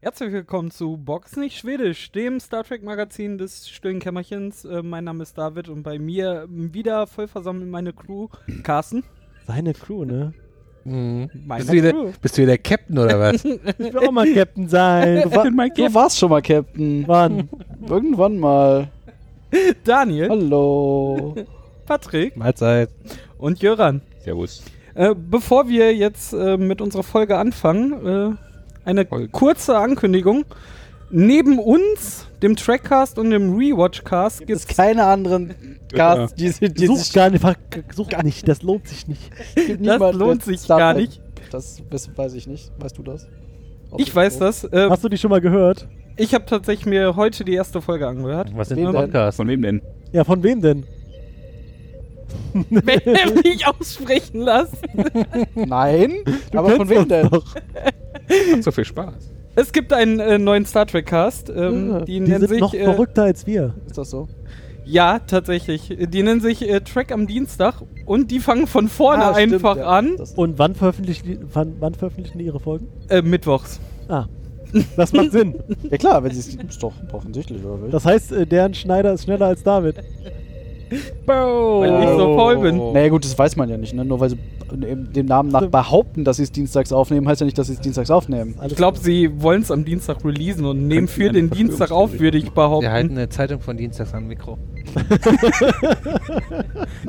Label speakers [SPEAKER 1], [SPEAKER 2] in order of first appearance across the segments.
[SPEAKER 1] Herzlich willkommen zu Box nicht Schwedisch, dem Star Trek Magazin des stillen Kämmerchens. Äh, mein Name ist David und bei mir ähm, wieder voll versammelt meine Crew, Carsten.
[SPEAKER 2] Seine Crew, ne?
[SPEAKER 3] Mhm.
[SPEAKER 1] Meine
[SPEAKER 3] Bist, du wieder,
[SPEAKER 1] Crew.
[SPEAKER 3] bist du wieder Captain oder was?
[SPEAKER 2] Ich will auch mal Captain sein.
[SPEAKER 4] Du, wa du warst schon mal Captain.
[SPEAKER 2] Wann?
[SPEAKER 4] Irgendwann mal.
[SPEAKER 1] Daniel,
[SPEAKER 4] Hallo.
[SPEAKER 1] Patrick
[SPEAKER 3] Mahlzeit.
[SPEAKER 1] und Jöran.
[SPEAKER 3] Servus.
[SPEAKER 1] Äh, bevor wir jetzt äh, mit unserer Folge anfangen, äh, eine
[SPEAKER 3] Folge.
[SPEAKER 1] kurze Ankündigung. Neben uns, dem Trackcast und dem Rewatchcast,
[SPEAKER 4] Gibt es
[SPEAKER 1] gibt's
[SPEAKER 4] keine anderen Casts, die sich die
[SPEAKER 2] Sucht gar nicht, fuck, sucht nicht, das lohnt sich nicht.
[SPEAKER 1] das lohnt sich gar nicht.
[SPEAKER 4] Das wissen- weiß ich nicht. Weißt du das? Ob
[SPEAKER 1] Ich weiß
[SPEAKER 4] so-
[SPEAKER 1] das. Äh,
[SPEAKER 2] Hast du die schon mal gehört?
[SPEAKER 1] ich habe tatsächlich mir heute die erste Folge angehört.
[SPEAKER 5] Was
[SPEAKER 4] Wem
[SPEAKER 5] denn
[SPEAKER 4] denn?
[SPEAKER 5] Podcast? Von wem denn?
[SPEAKER 2] Ja, von wem denn?
[SPEAKER 1] Wenn er mich aussprechen lässt.
[SPEAKER 4] Nein.
[SPEAKER 2] Du
[SPEAKER 4] aber von
[SPEAKER 2] kennst
[SPEAKER 4] wem
[SPEAKER 2] uns
[SPEAKER 4] denn?
[SPEAKER 2] Doch.
[SPEAKER 3] Macht so viel Spaß.
[SPEAKER 1] Es gibt einen äh, neuen Star Trek Cast. Ähm,
[SPEAKER 2] Ah, die
[SPEAKER 1] die nennen
[SPEAKER 2] sind
[SPEAKER 1] sich.
[SPEAKER 2] noch
[SPEAKER 1] äh,
[SPEAKER 2] verrückter als wir.
[SPEAKER 4] Ist das so?
[SPEAKER 1] Ja, tatsächlich. Die nennen sich äh, Track am Dienstag und die fangen von vorne
[SPEAKER 4] Ah, stimmt,
[SPEAKER 1] einfach
[SPEAKER 4] ja.
[SPEAKER 1] an.
[SPEAKER 4] Das-
[SPEAKER 2] Und wann veröffentlichen, die- wann, wann veröffentlichen die ihre Folgen?
[SPEAKER 1] Äh, mittwochs.
[SPEAKER 2] Ah, das macht Sinn.
[SPEAKER 4] ja klar, wenn sie es ist doch offensichtlich oder was?
[SPEAKER 2] Das heißt, äh, deren Schneider ist schneller als David.
[SPEAKER 1] Weil ich so faul bin.
[SPEAKER 4] Naja gut, das weiß man ja nicht, ne? Nur weil sie eben dem Namen nach
[SPEAKER 2] Stimmt.
[SPEAKER 4] behaupten, dass sie es dienstags aufnehmen, heißt ja nicht, dass sie es dienstags aufnehmen.
[SPEAKER 2] Alles
[SPEAKER 1] Ich glaube, sie wollen es am Dienstag releasen und nehmen für den Dienstag auf, würde ich
[SPEAKER 3] Wir halten
[SPEAKER 1] behaupten.
[SPEAKER 3] eine Zeitung von Dienstags am Mikro.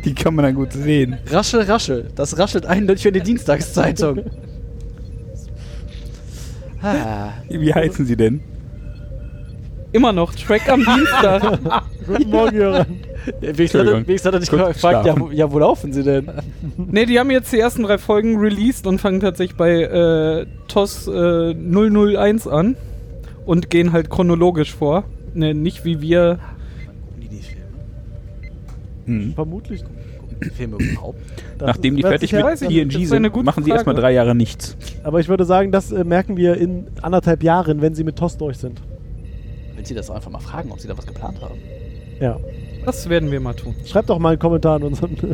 [SPEAKER 6] Die kann man dann gut sehen.
[SPEAKER 4] Raschel, raschel. Das raschelt eindeutig für die Dienstagszeitung. ah.
[SPEAKER 6] Wie heißen sie denn?
[SPEAKER 1] Immer noch Track am Dienstag.
[SPEAKER 2] Guten Morgen, Jöran.
[SPEAKER 4] Wenigstens hat, er-
[SPEAKER 6] Entschuldigung.
[SPEAKER 4] wenigstens hat er nicht
[SPEAKER 6] Kurz
[SPEAKER 4] gefragt, ja, wo-
[SPEAKER 6] schlafen.
[SPEAKER 4] ja, wo laufen sie denn?
[SPEAKER 1] Ne, die haben jetzt die ersten drei Folgen released und fangen tatsächlich bei äh, TOS äh, 001 an und gehen halt chronologisch vor. Ne, nicht wie wir.
[SPEAKER 6] Hm.
[SPEAKER 2] Vermutlich.
[SPEAKER 7] Filme überhaupt.
[SPEAKER 2] Das
[SPEAKER 6] Nachdem
[SPEAKER 2] ist-
[SPEAKER 6] die
[SPEAKER 2] das ist
[SPEAKER 6] fertig
[SPEAKER 2] ja-
[SPEAKER 6] mit
[SPEAKER 1] weiß ich nicht, das
[SPEAKER 6] TNG
[SPEAKER 1] ist eine
[SPEAKER 6] sind,
[SPEAKER 1] gute
[SPEAKER 6] machen sie
[SPEAKER 1] Frage.
[SPEAKER 6] erstmal drei Jahre nichts.
[SPEAKER 2] Aber ich würde sagen, das äh, merken wir in anderthalb Jahren, wenn sie mit TOS durch sind.
[SPEAKER 4] Wenn sie das einfach mal fragen, ob sie da was geplant haben.
[SPEAKER 2] Ja.
[SPEAKER 1] Das werden wir mal tun.
[SPEAKER 2] Schreibt doch mal einen Kommentar in unseren.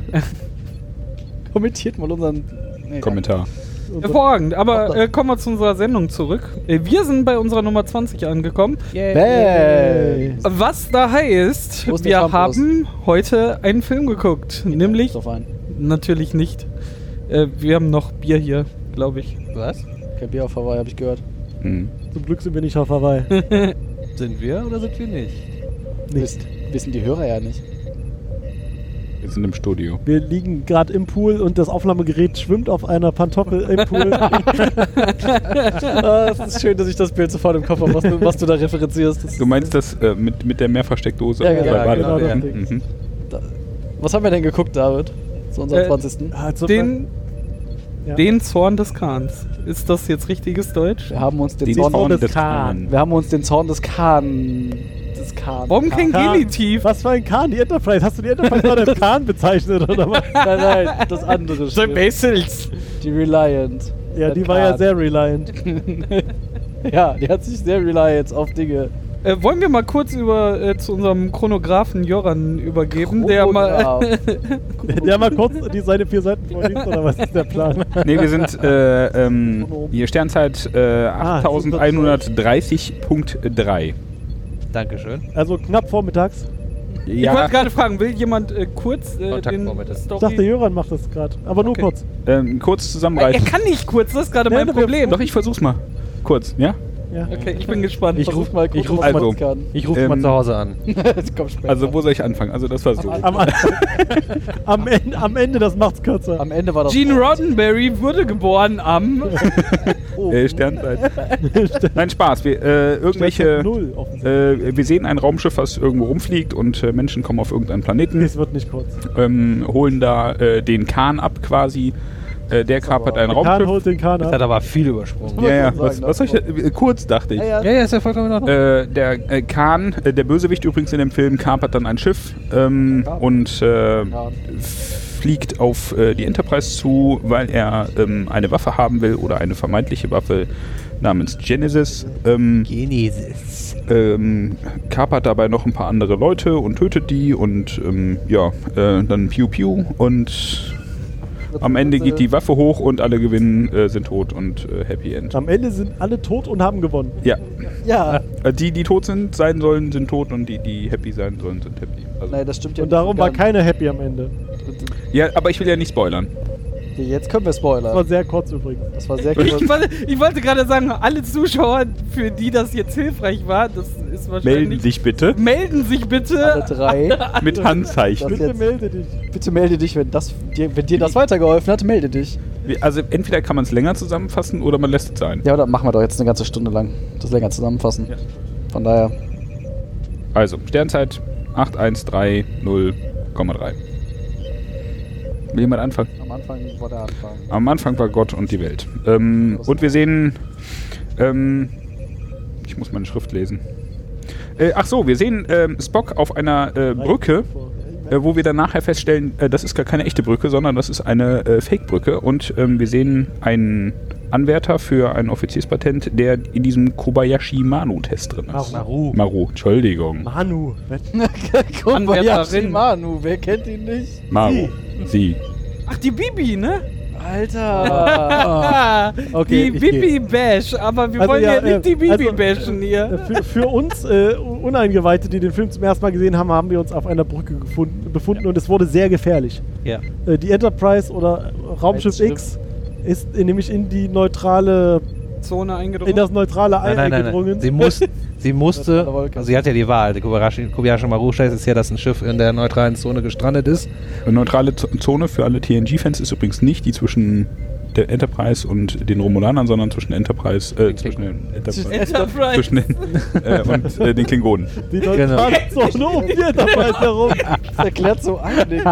[SPEAKER 4] Kommentiert mal unseren. Nee,
[SPEAKER 6] Kommentar.
[SPEAKER 2] unseren
[SPEAKER 1] Hervorragend, aber äh, kommen wir zu unserer Sendung zurück. Äh, wir sind bei unserer Nummer 20 angekommen.
[SPEAKER 4] Bäh.
[SPEAKER 1] Was da heißt,
[SPEAKER 4] Wo ist der
[SPEAKER 1] wir
[SPEAKER 4] Shampoo?
[SPEAKER 1] haben heute einen Film geguckt. Nämlich,
[SPEAKER 4] Auf einen.
[SPEAKER 1] natürlich nicht. Äh, wir haben noch Bier hier, glaube ich.
[SPEAKER 3] Was?
[SPEAKER 4] Kein Bier auf Hawaii, habe ich gehört.
[SPEAKER 6] Hm.
[SPEAKER 2] Zum Glück sind wir nicht auf Hawaii.
[SPEAKER 3] Sind wir oder sind wir nicht?
[SPEAKER 2] Nicht.
[SPEAKER 4] Wissen die Hörer ja nicht.
[SPEAKER 6] Wir sind im Studio.
[SPEAKER 2] Wir liegen gerade im Pool und das Aufnahmegerät schwimmt auf einer Pantoffel im Pool.
[SPEAKER 4] Ah, es ist schön, dass ich das Bild sofort im Kopf habe, was du, was du da referenzierst. Das,
[SPEAKER 6] Du meinst das äh, mit, mit der Mehrversteckdose?
[SPEAKER 4] Ja, ja,
[SPEAKER 6] Oder war
[SPEAKER 2] genau,
[SPEAKER 6] das-
[SPEAKER 2] das
[SPEAKER 6] Mhm,
[SPEAKER 2] Ding.
[SPEAKER 6] mhm.
[SPEAKER 4] was haben wir denn geguckt, David? Zu unserem
[SPEAKER 1] Äh,
[SPEAKER 4] 20.
[SPEAKER 2] Also,
[SPEAKER 1] Den,
[SPEAKER 2] Ja.
[SPEAKER 1] den Zorn des Kahns. Ist das jetzt richtiges Deutsch?
[SPEAKER 4] Wir haben uns den
[SPEAKER 6] Den
[SPEAKER 4] Zorn,
[SPEAKER 6] Zorn
[SPEAKER 2] des
[SPEAKER 6] des
[SPEAKER 2] Kahn.
[SPEAKER 6] Kahn.
[SPEAKER 4] wir haben uns den Zorn des Kahn. Des Kahn.
[SPEAKER 1] Warum kein
[SPEAKER 2] Kahn.
[SPEAKER 1] Genitiv?
[SPEAKER 2] was für ein Kahn? Die Enterprise? Hast du die Enterprise gerade als Kahn bezeichnet oder was?
[SPEAKER 4] Nein, nein, das andere. Schiff.
[SPEAKER 1] Basils.
[SPEAKER 4] Die Reliant.
[SPEAKER 2] Ja,
[SPEAKER 4] Der
[SPEAKER 2] die war ja
[SPEAKER 4] Kahn.
[SPEAKER 2] sehr reliant.
[SPEAKER 4] Ja, die hat sich sehr reliant auf Dinge.
[SPEAKER 1] Äh, wollen wir mal kurz über äh, zu unserem Chronografen Joran übergeben, der
[SPEAKER 4] Oh,
[SPEAKER 1] mal
[SPEAKER 4] Chronograph.
[SPEAKER 2] Der mal kurz die Seite vier Seiten vorliest oder was ist der Plan?
[SPEAKER 6] Nee, wir sind äh, ähm, hier Sternzeit äh,
[SPEAKER 2] Ah,
[SPEAKER 6] 8130.3.
[SPEAKER 3] Dankeschön.
[SPEAKER 2] Also knapp vormittags.
[SPEAKER 1] Ich wollte gerade fragen, will jemand äh, kurz äh,
[SPEAKER 3] Kontakt
[SPEAKER 1] den
[SPEAKER 3] vormittags.
[SPEAKER 2] Ich dachte,
[SPEAKER 1] Story...
[SPEAKER 2] Jöran macht das gerade. Aber nur
[SPEAKER 1] Okay.
[SPEAKER 2] kurz.
[SPEAKER 6] ähm, kurz
[SPEAKER 1] Er
[SPEAKER 6] zusammenreißen.
[SPEAKER 1] kann nicht kurz, das ist gerade
[SPEAKER 2] Nee,
[SPEAKER 1] mein
[SPEAKER 2] nee, wir-
[SPEAKER 1] Problem.
[SPEAKER 6] Doch, ich versuch's mal. Kurz, ja?
[SPEAKER 2] Ja.
[SPEAKER 1] Okay, ich bin gespannt.
[SPEAKER 4] Ich ruf mal kurz
[SPEAKER 6] Ich ruf
[SPEAKER 4] mal
[SPEAKER 6] also-
[SPEAKER 4] an.
[SPEAKER 3] Ich rufe
[SPEAKER 6] Ähm,
[SPEAKER 3] mal zu Hause an.
[SPEAKER 4] Komm später.
[SPEAKER 6] Also, wo soll ich anfangen? Also, das war so.
[SPEAKER 2] Am, Anfang. am, Ende, am Ende, das macht's kürzer.
[SPEAKER 4] am Ende war das.
[SPEAKER 1] Gene Roddenberry wurde geboren am...
[SPEAKER 6] Äh, Sternzeit. Nein, Spaß. Wir, äh, irgendwelche.
[SPEAKER 2] Null offensichtlich.
[SPEAKER 6] Äh, wir sehen ein Raumschiff, was irgendwo rumfliegt und äh, Menschen kommen auf irgendeinen Planeten,
[SPEAKER 2] Es wird nicht kurz.
[SPEAKER 6] ähm, holen da äh, den Kahn ab quasi. Äh, der kapert ein
[SPEAKER 2] Kahn
[SPEAKER 6] Raumschiff.
[SPEAKER 2] holt den Kahn
[SPEAKER 3] Das hat
[SPEAKER 2] ab.
[SPEAKER 3] aber viel übersprungen.
[SPEAKER 6] Ja, ja,
[SPEAKER 4] Sagen,
[SPEAKER 6] was,
[SPEAKER 4] ne?
[SPEAKER 6] was soll ich da, äh, kurz dachte ich.
[SPEAKER 4] Ja, ja.
[SPEAKER 3] Ja, ja, ist ja vollkommen in Ordnung.
[SPEAKER 6] Äh, der äh, Kahn, äh, der Bösewicht übrigens in dem Film, kapert dann ein Schiff ähm, und äh, fliegt auf äh, die Enterprise zu, weil er ähm, eine Waffe haben will oder eine vermeintliche Waffe namens Genesis. Ähm,
[SPEAKER 3] Genesis.
[SPEAKER 6] ähm, kapert dabei noch ein paar andere Leute und tötet die und ähm, ja, äh, dann Piu Piu und Am Ende geht die Waffe hoch und alle gewinnen, äh, sind tot und äh, Happy End.
[SPEAKER 2] Am Ende sind alle tot und haben gewonnen.
[SPEAKER 6] Ja.
[SPEAKER 4] Ja,
[SPEAKER 6] Äh, Die, die tot sind, sein sollen, sind tot und die, die happy sein sollen, sind happy. Also,
[SPEAKER 4] nein, das stimmt ja
[SPEAKER 2] Und darum war
[SPEAKER 4] nicht ganz.
[SPEAKER 2] keiner happy am Ende.
[SPEAKER 6] ja, aber ich will ja nicht spoilern.
[SPEAKER 4] Jetzt können wir
[SPEAKER 2] Das war
[SPEAKER 4] spoilern.
[SPEAKER 2] sehr kurz übrigens.
[SPEAKER 4] Das war sehr
[SPEAKER 1] Ich
[SPEAKER 4] kurz.
[SPEAKER 1] wollte, ich wollte gerade sagen, alle Zuschauer, für die das jetzt hilfreich war, das ist wahrscheinlich.
[SPEAKER 6] Melden dich bitte
[SPEAKER 1] Melden sich bitte.
[SPEAKER 4] Alle drei.
[SPEAKER 6] mit Handzeichen.
[SPEAKER 4] Das
[SPEAKER 2] Bitte
[SPEAKER 4] jetzt-
[SPEAKER 2] melde dich.
[SPEAKER 4] Bitte melde dich, wenn, das, dir, wenn dir das weitergeholfen hat, melde dich.
[SPEAKER 6] Also entweder kann man es länger zusammenfassen oder man lässt es sein.
[SPEAKER 4] Ja, dann machen wir doch jetzt eine ganze Stunde lang. Das länger zusammenfassen.
[SPEAKER 6] Ja.
[SPEAKER 4] Von daher.
[SPEAKER 6] Also, Sternzeit 8130,3. Will jemand anfangen?
[SPEAKER 4] Am Anfang war der Anfang.
[SPEAKER 6] Am Anfang war Gott und die Welt. Ähm, und wir sehen. Ähm, ich muss meine Schrift lesen. Äh, ach so, wir sehen ähm, Spock auf einer äh, Brücke, äh, wo wir dann nachher feststellen, äh, das ist gar keine echte Brücke, sondern das ist eine äh, Fake-Brücke. Und ähm, wir sehen einen Anwärter für ein Offizierspatent, der in diesem Kobayashi-Manu-Test drin ist.
[SPEAKER 2] Maru.
[SPEAKER 6] Maru, Entschuldigung.
[SPEAKER 2] Manu.
[SPEAKER 1] Anwärterin.
[SPEAKER 4] Manu, wer kennt ihn nicht?
[SPEAKER 6] Maru. Sie.
[SPEAKER 1] Ach, die Bibi, ne?
[SPEAKER 4] Alter!
[SPEAKER 1] Ah,
[SPEAKER 2] okay,
[SPEAKER 1] die
[SPEAKER 2] ich geh.
[SPEAKER 1] Bibi Bash, aber wir
[SPEAKER 2] Also
[SPEAKER 1] wollen ja,
[SPEAKER 2] ja,
[SPEAKER 1] nicht die
[SPEAKER 2] äh,
[SPEAKER 1] Bibi
[SPEAKER 2] also, äh,
[SPEAKER 1] bashen hier.
[SPEAKER 2] Für, für uns äh, Uneingeweihte, die den Film zum ersten Mal gesehen haben, haben wir uns auf einer Brücke gefunden, befunden und es wurde sehr gefährlich.
[SPEAKER 1] Ja.
[SPEAKER 2] Äh, die Enterprise oder Raumschiff
[SPEAKER 4] Ein
[SPEAKER 2] X ist äh, nämlich in die neutrale,
[SPEAKER 1] Zone
[SPEAKER 2] äh, in
[SPEAKER 1] eingedrungen.
[SPEAKER 2] das neutrale Ei
[SPEAKER 5] Nein, nein, nein,
[SPEAKER 2] eingedrungen.
[SPEAKER 5] nein. Sie, muss, sie musste,
[SPEAKER 4] Das war der
[SPEAKER 5] also sie hat ja die Wahl. Der Kobayashi, Kobayashi Maru Scheiß ist ja, dass ein Schiff in der neutralen Zone gestrandet ist.
[SPEAKER 6] Eine neutrale Z- Zone für alle TNG-Fans ist übrigens nicht die zwischen der Enterprise und den Romulanern, sondern zwischen Enterprise, äh, zwischen den Enterprise,
[SPEAKER 1] Enterprise.
[SPEAKER 6] zwischen den, äh, und äh, den Klingonen.
[SPEAKER 2] Die neutrale Zone um die Enterprise herum.
[SPEAKER 4] Das erklärt so einiges.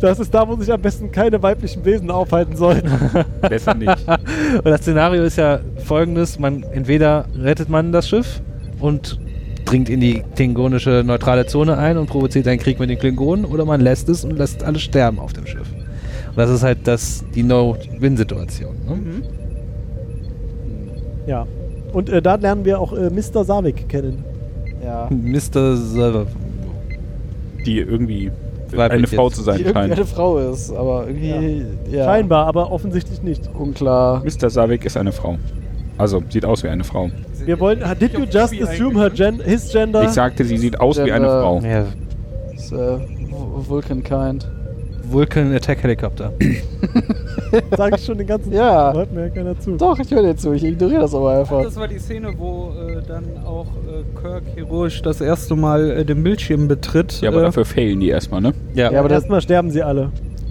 [SPEAKER 2] Das ist da, wo sich am besten keine weiblichen Wesen aufhalten sollen.
[SPEAKER 6] Besser nicht.
[SPEAKER 5] Und das Szenario ist ja folgendes: Man entweder rettet man das Schiff und dringt in die klingonische neutrale Zone ein und provoziert einen Krieg mit den Klingonen, oder man lässt es und lässt alle sterben auf dem Schiff. Und das ist halt das, die No-Win-Situation. Ne?
[SPEAKER 1] Mhm.
[SPEAKER 4] Hm,
[SPEAKER 2] Ja. Und äh, da lernen wir auch äh, Mr. Savik kennen.
[SPEAKER 4] Ja.
[SPEAKER 5] Mr. Server.
[SPEAKER 6] Die irgendwie eine
[SPEAKER 5] Weiblich
[SPEAKER 6] Frau
[SPEAKER 5] jetzt.
[SPEAKER 6] zu
[SPEAKER 4] Die
[SPEAKER 6] sein
[SPEAKER 4] irgendwie eine
[SPEAKER 6] scheint.
[SPEAKER 4] Frau ist, aber irgendwie. Ja.
[SPEAKER 2] Scheinbar, aber offensichtlich nicht.
[SPEAKER 4] Unklar.
[SPEAKER 6] Mr. Savik ist eine Frau. Also, sieht aus wie eine Frau.
[SPEAKER 2] Wir wollen. äh, Did you just assume her gen his gender?
[SPEAKER 6] Ich sagte, sie sieht aus wie eine
[SPEAKER 4] Gender-
[SPEAKER 6] Frau.
[SPEAKER 5] Ja,
[SPEAKER 4] Ist, äh, Vul- Vulcan Kind.
[SPEAKER 5] Vulcan Attack Helicopter.
[SPEAKER 2] Sag ich schon den ganzen
[SPEAKER 4] Ja.
[SPEAKER 2] Tag. Hört mir ja keiner zu.
[SPEAKER 4] Doch, ich höre dir zu, ich ignoriere das aber einfach.
[SPEAKER 1] Das war die Szene, wo äh, dann auch äh, Kirk heroisch das erste Mal äh, den Bildschirm betritt.
[SPEAKER 6] Ja, aber
[SPEAKER 1] äh,
[SPEAKER 6] dafür failen die erstmal, ne?
[SPEAKER 2] Ja, aber
[SPEAKER 4] das-
[SPEAKER 2] erstmal sterben sie alle.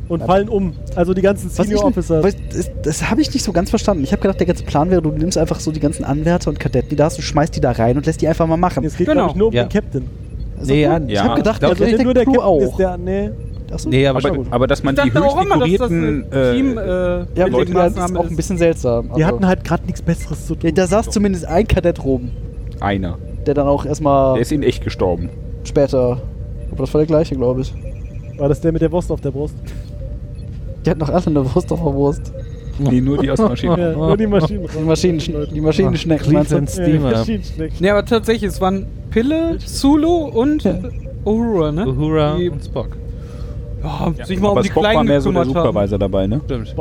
[SPEAKER 2] Und fallen um. Also die ganzen
[SPEAKER 4] Was ich,
[SPEAKER 2] Senior Officers.
[SPEAKER 4] was, das das habe ich nicht so ganz verstanden. Ich habe gedacht, der ganze Plan wäre, du nimmst einfach so die ganzen Anwärter und Kadetten, die da hast, und schmeißt die da rein und lässt die einfach mal machen.
[SPEAKER 2] Es geht
[SPEAKER 1] Genau.
[SPEAKER 2] genau. ich, nur um
[SPEAKER 5] Ja.
[SPEAKER 2] den Captain.
[SPEAKER 4] Also
[SPEAKER 5] Nee,
[SPEAKER 4] gut,
[SPEAKER 5] an-
[SPEAKER 4] ich
[SPEAKER 6] ja.
[SPEAKER 4] habe gedacht,
[SPEAKER 5] Also,
[SPEAKER 4] der,
[SPEAKER 5] wenn
[SPEAKER 4] der,
[SPEAKER 2] nur der
[SPEAKER 4] Crew
[SPEAKER 2] Captain ist
[SPEAKER 4] auch.
[SPEAKER 2] der. Nee.
[SPEAKER 4] Achso.
[SPEAKER 5] Nee, aber,
[SPEAKER 6] Aber, aber dass man
[SPEAKER 1] ich
[SPEAKER 6] die
[SPEAKER 1] dachte
[SPEAKER 6] höchst
[SPEAKER 1] auch immer, dass das
[SPEAKER 6] dekorierten...
[SPEAKER 1] ein Team
[SPEAKER 6] äh,
[SPEAKER 1] äh,
[SPEAKER 4] ja,
[SPEAKER 1] mit den
[SPEAKER 4] aber das ist
[SPEAKER 1] Maßnahmen
[SPEAKER 4] auch ein bisschen seltsam.
[SPEAKER 2] Die
[SPEAKER 4] Also-
[SPEAKER 2] hatten halt gerade nichts Besseres zu tun.
[SPEAKER 4] Ja, da saß zumindest ein Kadett rum,
[SPEAKER 6] einer.
[SPEAKER 4] der dann auch erstmal
[SPEAKER 6] Der ist in echt gestorben.
[SPEAKER 4] später. Aber das war der gleiche, glaube ich.
[SPEAKER 2] War das der mit der Wurst auf der Brust?
[SPEAKER 4] Die hatten noch alle eine Wurst auf der Wurst.
[SPEAKER 6] Nee, nur die aus der Maschine.
[SPEAKER 2] Ja, nur die Maschinen.
[SPEAKER 4] Die, Maschinen, die Maschinenschnecken, meinst du?
[SPEAKER 5] Cleveland Steamer.
[SPEAKER 2] Maschinenschnecken.
[SPEAKER 1] Nee, aber tatsächlich, es waren Pille, Sulu und
[SPEAKER 4] Ja.
[SPEAKER 1] Uhura, ne?
[SPEAKER 5] Uhura
[SPEAKER 1] Die,
[SPEAKER 5] und Spock.
[SPEAKER 1] ja,
[SPEAKER 6] Ja,
[SPEAKER 1] sich mal um
[SPEAKER 6] aber
[SPEAKER 1] die
[SPEAKER 6] Spock war
[SPEAKER 1] Kleinen
[SPEAKER 6] mehr so der
[SPEAKER 1] gekümmert haben.
[SPEAKER 6] Supervisor dabei, ne?
[SPEAKER 5] Stimmt.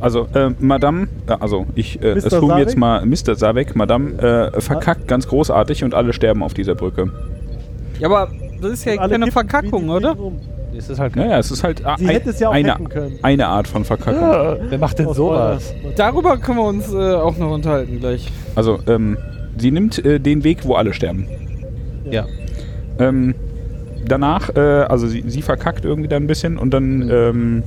[SPEAKER 6] Also, äh, Madame, äh, also ich äh,
[SPEAKER 2] Mr.
[SPEAKER 6] assume jetzt
[SPEAKER 2] Savek?
[SPEAKER 6] mal Mr. Savek, Madame, äh, verkackt ganz großartig und alle sterben auf dieser Brücke.
[SPEAKER 1] Ja, aber das ist ja
[SPEAKER 2] Und alle
[SPEAKER 1] keine
[SPEAKER 2] kippen wie
[SPEAKER 1] Verkackung,
[SPEAKER 2] die
[SPEAKER 1] oder?
[SPEAKER 2] Fliegen rum.
[SPEAKER 5] Das ist halt
[SPEAKER 6] Naja, es ist halt äh,
[SPEAKER 2] Sie hätte es ja auch
[SPEAKER 6] eine,
[SPEAKER 2] hacken können.
[SPEAKER 6] eine Art von Verkackung.
[SPEAKER 5] Hm? Wer macht denn
[SPEAKER 2] Aus
[SPEAKER 5] sowas?
[SPEAKER 1] Darüber können wir uns äh, auch noch unterhalten gleich.
[SPEAKER 6] Also, ähm, sie nimmt äh, den Weg, wo alle sterben.
[SPEAKER 5] Ja.
[SPEAKER 6] Ähm, danach, äh, also sie, sie verkackt irgendwie dann ein bisschen und dann ähm,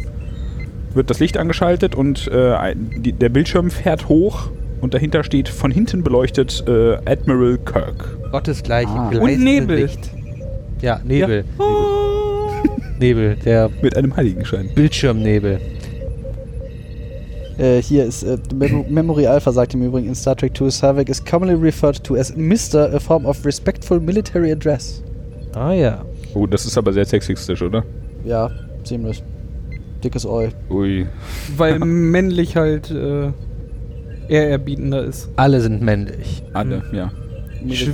[SPEAKER 6] wird das Licht angeschaltet und äh, ein- die, der Bildschirm fährt hoch und dahinter steht von hinten beleuchtet äh, Admiral Kirk.
[SPEAKER 5] Gottesgleich.
[SPEAKER 4] Ah.
[SPEAKER 5] gleich.
[SPEAKER 1] Und Nebel.
[SPEAKER 5] Ja, Ah. Nebel. Nebel. Nebel, der
[SPEAKER 6] Mit einem Heiligenschein.
[SPEAKER 5] Bildschirmnebel.
[SPEAKER 4] Äh, hier ist äh, Mem Memory Alpha sagt im Übrigen in Star Trek 2 Savik is commonly referred to as Mr. a form of respectful military address.
[SPEAKER 5] Ah ja.
[SPEAKER 6] Oh, das ist aber sehr sexistisch, oder?
[SPEAKER 4] Ja, ziemlich. Dickes Oi.
[SPEAKER 6] Ui.
[SPEAKER 1] Weil männlich halt äh, ehrerbietender ist.
[SPEAKER 5] Alle sind männlich.
[SPEAKER 6] Mhm. Alle, ja.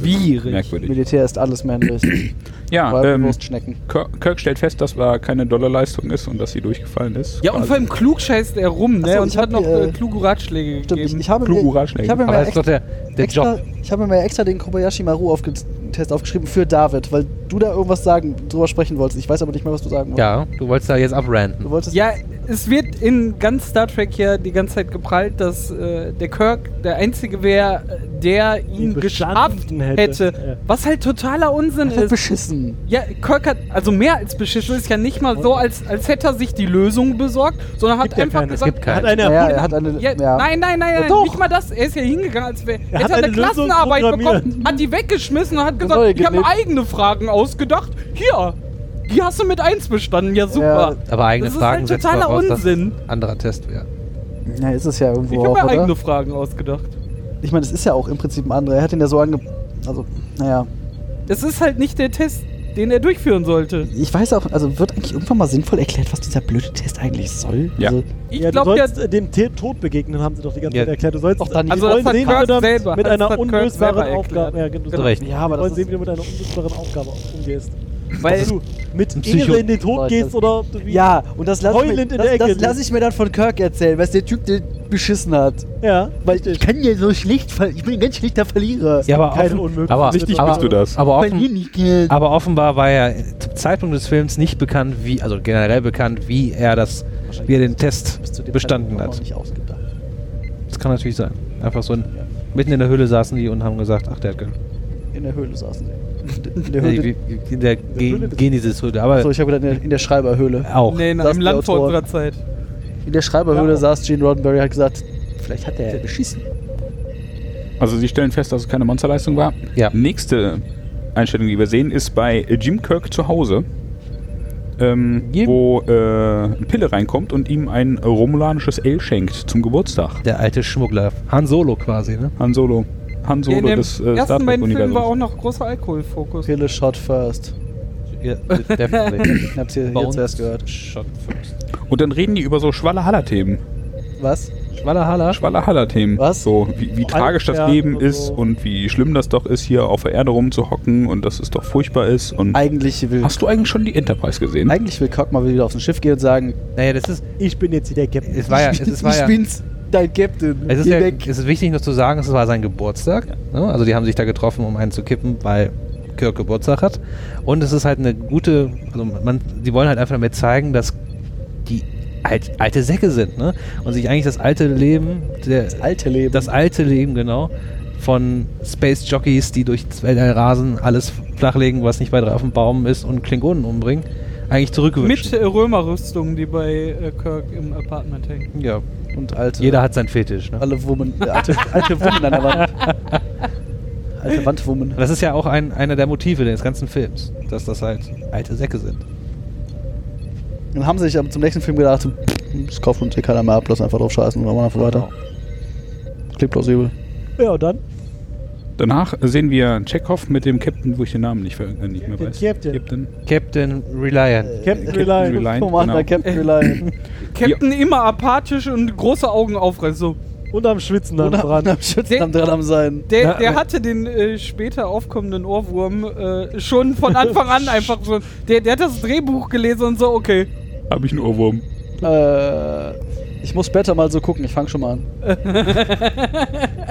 [SPEAKER 1] Schwierig.
[SPEAKER 6] Merkwürdig.
[SPEAKER 4] Militär ist alles männlich.
[SPEAKER 6] Ja,
[SPEAKER 4] Vor allem
[SPEAKER 6] ähm,
[SPEAKER 4] Wurstschnecken.
[SPEAKER 6] Kir- Kirk stellt fest, dass da keine Dollarleistung ist und dass sie durchgefallen ist.
[SPEAKER 1] Ja, und vor allem klug scheißt er rum, ne?
[SPEAKER 4] Ach so,
[SPEAKER 1] und
[SPEAKER 4] ich
[SPEAKER 1] hat
[SPEAKER 4] hab
[SPEAKER 1] noch
[SPEAKER 4] mir,
[SPEAKER 1] äh,
[SPEAKER 4] äh,
[SPEAKER 1] kluge Ratschläge
[SPEAKER 4] Stimmt, ich,
[SPEAKER 1] gegeben.
[SPEAKER 4] ich habe
[SPEAKER 6] Kluge
[SPEAKER 4] mir,
[SPEAKER 6] Ratschläge.
[SPEAKER 4] ich habe mir,
[SPEAKER 5] Aber
[SPEAKER 4] mal
[SPEAKER 5] das ist doch
[SPEAKER 4] extra,
[SPEAKER 5] der, der
[SPEAKER 4] extra,
[SPEAKER 5] Job.
[SPEAKER 4] ich habe mir extra den Kobayashi Maru auf Test aufgeschrieben für David, weil du da irgendwas sagen, drüber sprechen wolltest. Ich weiß aber nicht mehr, was du sagen wolltest.
[SPEAKER 5] Ja, du wolltest da jetzt abranten.
[SPEAKER 4] Du wolltest
[SPEAKER 1] Ja, es wird in ganz Star Trek ja die ganze Zeit geprallt, dass äh, der Kirk der Einzige wäre, der ihn geschafft
[SPEAKER 2] bestanden
[SPEAKER 1] hätte.
[SPEAKER 2] hätte.
[SPEAKER 1] Was halt totaler Unsinn
[SPEAKER 4] halt
[SPEAKER 1] ist.
[SPEAKER 4] beschissen.
[SPEAKER 1] Ja, Kirk hat also mehr als beschissen, ist ja nicht mal so, als, als hätte er sich die Lösung besorgt, sondern hat
[SPEAKER 2] Gibt ja
[SPEAKER 1] einfach
[SPEAKER 2] keine, es
[SPEAKER 1] gesagt,
[SPEAKER 5] gibt
[SPEAKER 2] Er
[SPEAKER 5] keine.
[SPEAKER 2] hat eine
[SPEAKER 4] Ja,
[SPEAKER 2] erfunden.
[SPEAKER 4] er hat eine.
[SPEAKER 1] Ja,
[SPEAKER 4] ja.
[SPEAKER 1] Nein, nein, nein,
[SPEAKER 4] Ja,
[SPEAKER 1] nein
[SPEAKER 4] doch.
[SPEAKER 1] nicht mal das. Er ist ja hingegangen, als wäre er
[SPEAKER 2] hat
[SPEAKER 1] hätte er eine,
[SPEAKER 2] eine Lösung
[SPEAKER 1] Klassenarbeit
[SPEAKER 2] programmiert.
[SPEAKER 1] bekommen, hat die weggeschmissen und hat gesagt,
[SPEAKER 4] neue
[SPEAKER 1] ich habe
[SPEAKER 4] gelebt.
[SPEAKER 1] eigene Fragen ausgedacht. Hier, die hast du mit 1 bestanden. Ja, super.
[SPEAKER 5] Aber eigene
[SPEAKER 1] Das ist
[SPEAKER 5] Fragen
[SPEAKER 1] halt
[SPEAKER 5] setzt
[SPEAKER 1] totaler
[SPEAKER 5] voraus, dass
[SPEAKER 1] Unsinn.
[SPEAKER 5] ein anderer Test wäre.
[SPEAKER 4] Ja, ist es ja
[SPEAKER 1] Ich
[SPEAKER 4] irgendwo
[SPEAKER 1] habe
[SPEAKER 4] auch,
[SPEAKER 1] mir
[SPEAKER 4] oder?
[SPEAKER 1] eigene Fragen ausgedacht.
[SPEAKER 4] Ich meine, es ist ja auch im Prinzip ein anderer. Er hat ihn ja so ange... Also, naja.
[SPEAKER 1] Es ist halt nicht der Test, den er durchführen sollte.
[SPEAKER 4] Ich weiß auch, also wird eigentlich irgendwann mal sinnvoll erklärt, was dieser blöde Test eigentlich soll?
[SPEAKER 6] Ja.
[SPEAKER 4] Also,
[SPEAKER 1] Ich
[SPEAKER 2] ja,
[SPEAKER 1] glaube,
[SPEAKER 2] du
[SPEAKER 1] der
[SPEAKER 2] sollst äh, dem Te- Tod begegnen, haben sie doch die ganze
[SPEAKER 5] Ja.
[SPEAKER 2] Zeit erklärt. Du sollst
[SPEAKER 4] Doch, dann-
[SPEAKER 2] die
[SPEAKER 1] Also, das
[SPEAKER 2] wollen
[SPEAKER 1] hat
[SPEAKER 2] sehen,
[SPEAKER 1] Kirk
[SPEAKER 2] wie du damit-
[SPEAKER 1] selber-
[SPEAKER 2] mit
[SPEAKER 1] das
[SPEAKER 2] einer
[SPEAKER 1] hat Kirk
[SPEAKER 2] unlösbaren
[SPEAKER 1] selber erklärt.
[SPEAKER 2] Aufgabe. Ja, genau.
[SPEAKER 1] Mit
[SPEAKER 5] Recht.
[SPEAKER 4] ja, aber
[SPEAKER 2] wollen
[SPEAKER 4] das
[SPEAKER 2] sehen,
[SPEAKER 4] ist,
[SPEAKER 2] wie du mit einer unlösbaren Aufgabe umgehst.
[SPEAKER 1] weil
[SPEAKER 2] Ob du mit
[SPEAKER 5] Psycho-
[SPEAKER 2] Ehre in den Tod
[SPEAKER 4] Leute.
[SPEAKER 2] gehst oder ob du wie-
[SPEAKER 4] Ja, und das lasse ich,
[SPEAKER 2] Heulend
[SPEAKER 4] mir-
[SPEAKER 2] in der
[SPEAKER 4] das, das
[SPEAKER 2] Ecke.
[SPEAKER 4] lass ich mir dann von Kirk erzählen, was der Typ den beschissen hat.
[SPEAKER 2] ja.
[SPEAKER 4] Weil ich kann ja so schlecht, ver- ich bin ein ganz schlechter Verlierer.
[SPEAKER 5] Ja, aber
[SPEAKER 2] Keine
[SPEAKER 5] offen-
[SPEAKER 2] unmögliche
[SPEAKER 5] aber,
[SPEAKER 6] Wichtig
[SPEAKER 5] aber,
[SPEAKER 6] bist du das.
[SPEAKER 5] Aber,
[SPEAKER 4] Bei mir
[SPEAKER 5] offen,
[SPEAKER 4] nicht geht.
[SPEAKER 5] aber offenbar war ja zum Zeitpunkt des Films nicht bekannt, wie, also generell bekannt, wie er das, wie er den Test bestanden hat.
[SPEAKER 4] Nicht ausgedacht.
[SPEAKER 5] Das kann natürlich sein. Einfach so ein, mitten in der Höhle saßen die und haben gesagt, ach, der hat ge
[SPEAKER 4] In der Höhle saßen sie. In der
[SPEAKER 5] nee,
[SPEAKER 4] Höhle.
[SPEAKER 5] wie- wie- in der Ge
[SPEAKER 2] Höhle des-
[SPEAKER 5] Genesis-Höhle, aber
[SPEAKER 4] so, ich habe gedacht, in der, in der Schreiberhöhle.
[SPEAKER 5] auch.
[SPEAKER 1] nee, in
[SPEAKER 4] Das
[SPEAKER 1] einem
[SPEAKER 4] ist
[SPEAKER 1] Land
[SPEAKER 4] die
[SPEAKER 1] vor
[SPEAKER 4] Autoren.
[SPEAKER 1] unserer Zeit.
[SPEAKER 4] In der Schreiberhöhle saß Gene Roddenberry hat gesagt, vielleicht hat er ja beschissen.
[SPEAKER 6] Also sie stellen fest, dass es keine Monsterleistung war.
[SPEAKER 5] Ja.
[SPEAKER 6] Nächste Einstellung, die wir sehen, ist bei Jim Kirk zu Hause, ähm,
[SPEAKER 5] Jim.
[SPEAKER 6] wo äh, eine Pille reinkommt und ihm ein romulanisches Ale schenkt zum Geburtstag.
[SPEAKER 5] Der alte Schmuggler. Han Solo quasi, ne?
[SPEAKER 6] Han Solo. Han
[SPEAKER 1] In
[SPEAKER 6] Solo
[SPEAKER 1] den
[SPEAKER 6] des äh, Star
[SPEAKER 1] ersten beiden Filmen war auch
[SPEAKER 6] Trek-Universums.
[SPEAKER 1] noch großer Alkoholfokus.
[SPEAKER 4] Pille shot first.
[SPEAKER 5] Ja, definitely.
[SPEAKER 4] Ich hab's hier,
[SPEAKER 5] Bei
[SPEAKER 4] hier
[SPEAKER 5] uns
[SPEAKER 4] zuerst gehört.
[SPEAKER 5] Shot first.
[SPEAKER 6] Und dann reden die über so Schwalahalla-Themen.
[SPEAKER 4] Was?
[SPEAKER 5] Schwallerhaller.
[SPEAKER 6] Schwalahalla-Themen.
[SPEAKER 4] Was?
[SPEAKER 6] So, wie, wie
[SPEAKER 2] Ein-
[SPEAKER 6] tragisch das
[SPEAKER 2] ja,
[SPEAKER 6] Leben
[SPEAKER 2] also-
[SPEAKER 6] ist und wie schlimm das doch ist, hier auf der Erde rumzuhocken und dass es doch furchtbar ist. Und
[SPEAKER 4] Eigentlich will,
[SPEAKER 6] hast du eigentlich schon die Enterprise gesehen?
[SPEAKER 4] eigentlich will Cock mal wieder aufs Schiff gehen und sagen,
[SPEAKER 5] Naja, das ist,
[SPEAKER 2] Ich bin jetzt hier der Captain.
[SPEAKER 5] es war ja, es, es war
[SPEAKER 4] ich
[SPEAKER 5] ja,
[SPEAKER 4] bin's, dein Captain.
[SPEAKER 5] es ist
[SPEAKER 4] Geh
[SPEAKER 5] ja,
[SPEAKER 4] weg.
[SPEAKER 5] es ist wichtig noch zu sagen, es war sein Geburtstag. Ne? Also die haben sich da getroffen, um einen zu kippen, weil Kirk Geburtstag hat. Und es ist halt eine gute, also man, die wollen halt einfach damit zeigen, dass die alt, alte Säcke sind, ne? Und sich eigentlich das alte Leben, der,
[SPEAKER 4] Alte Leben.
[SPEAKER 5] das alte Leben, genau, von Space Jockeys, die durch das Weltall rasen, alles flachlegen, was nicht weiter auf dem Baum ist und Klingonen umbringen, eigentlich
[SPEAKER 1] Mit
[SPEAKER 5] zurückwünschen.
[SPEAKER 1] äh, Römerrüstung, die bei äh, Kirk im Apartment hängt.
[SPEAKER 4] äh,
[SPEAKER 5] ja,
[SPEAKER 4] und alte,
[SPEAKER 5] jeder hat seinen Fetisch, ne?
[SPEAKER 4] alle Woman, äh, alte, alte Woman an der Wand. Alte Wandwoman.
[SPEAKER 5] Das ist ja auch ein, einer der Motive des ganzen Films, dass das halt alte Säcke sind.
[SPEAKER 4] Dann haben sie sich aber zum nächsten Film gedacht, pff, das kauft uns hier keiner mehr ab, lass einfach drauf scheißen und machen wir einfach weiter.
[SPEAKER 2] Genau.
[SPEAKER 4] Klingt plausibel.
[SPEAKER 2] Ja, und dann?
[SPEAKER 6] Danach sehen wir Chekhov mit dem Captain, wo ich den Namen nicht, ver- äh, nicht mehr
[SPEAKER 2] Den
[SPEAKER 6] weiß.
[SPEAKER 2] Captain.
[SPEAKER 5] Captain Reliant.
[SPEAKER 2] Captain
[SPEAKER 6] Captain
[SPEAKER 2] Reliant.
[SPEAKER 6] Reliant. Nein,
[SPEAKER 4] Commander
[SPEAKER 6] genau.
[SPEAKER 4] Captain Reliant.
[SPEAKER 1] Captain immer apathisch und große Augen aufreißt. So,
[SPEAKER 2] Und am Schwitzen dann
[SPEAKER 4] Oder
[SPEAKER 2] dran.
[SPEAKER 4] am Schützen am dran am sein.
[SPEAKER 1] Der,
[SPEAKER 5] Na,
[SPEAKER 1] der
[SPEAKER 5] aber-
[SPEAKER 1] hatte den äh, später aufkommenden Ohrwurm äh, schon von Anfang an einfach so. Der, der hat das Drehbuch gelesen und so, okay.
[SPEAKER 6] Habe ich einen Ohrwurm.
[SPEAKER 4] Äh, ich muss später mal so gucken, ich fange schon mal an.